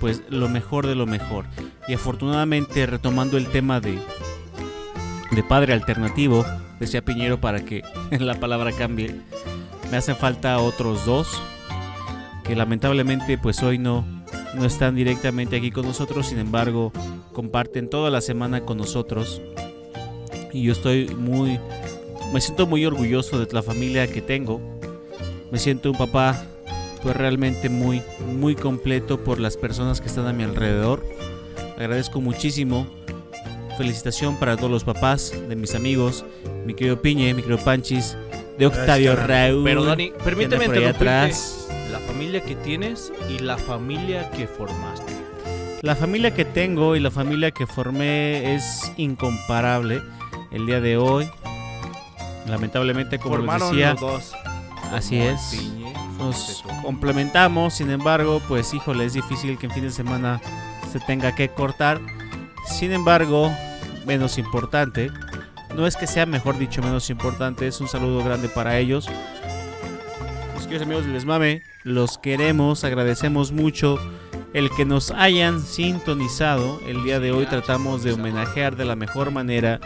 [SPEAKER 4] pues lo mejor de lo mejor. Y afortunadamente retomando el tema de, de padre alternativo, decía Piñero para que la palabra cambie, me hacen falta otros dos que lamentablemente pues hoy no, no están directamente aquí con nosotros, sin embargo comparten toda la semana con nosotros. Y yo estoy muy, me siento muy orgulloso de la familia que tengo. Me siento un papá pues realmente muy, muy completo por las personas que están a mi alrededor. Agradezco muchísimo. Felicitación para todos los papás de mis amigos, mi querido Piñe, mi querido Panchis, de Octavio Raúl.
[SPEAKER 2] Pero Dani, permíteme
[SPEAKER 4] por allá
[SPEAKER 2] interrumpirte.
[SPEAKER 4] atrás.
[SPEAKER 2] La familia que tienes y la familia que formaste.
[SPEAKER 4] La familia que tengo y la familia que formé es incomparable el día de hoy. Lamentablemente, como les decía,
[SPEAKER 2] dos.
[SPEAKER 4] así es. Nos complementamos, sin embargo, pues híjole, es difícil que en fin de semana se tenga que cortar. Sin embargo, menos importante, no es que sea mejor dicho menos importante, es un saludo grande para ellos. Los Pues, queridos amigos del Desmame, los queremos, agradecemos mucho el que nos hayan sintonizado. El día de hoy tratamos de homenajear de la mejor manera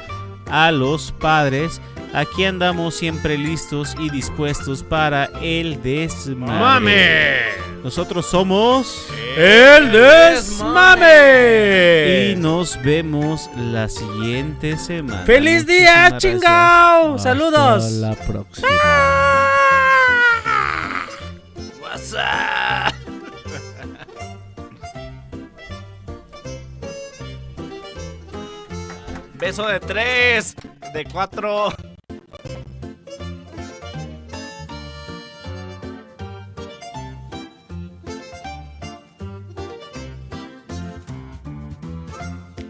[SPEAKER 4] a los padres. Aquí andamos siempre listos y dispuestos para el desmame.
[SPEAKER 2] Eh.
[SPEAKER 4] Nosotros somos
[SPEAKER 5] ¡El desmame!
[SPEAKER 4] y nos vemos la siguiente semana.
[SPEAKER 5] ¡Feliz
[SPEAKER 4] Muchísimas
[SPEAKER 5] día,
[SPEAKER 4] gracias.
[SPEAKER 5] chingao! ¡Saludos!
[SPEAKER 8] Hasta la próxima.
[SPEAKER 2] Beso de tres, de cuatro.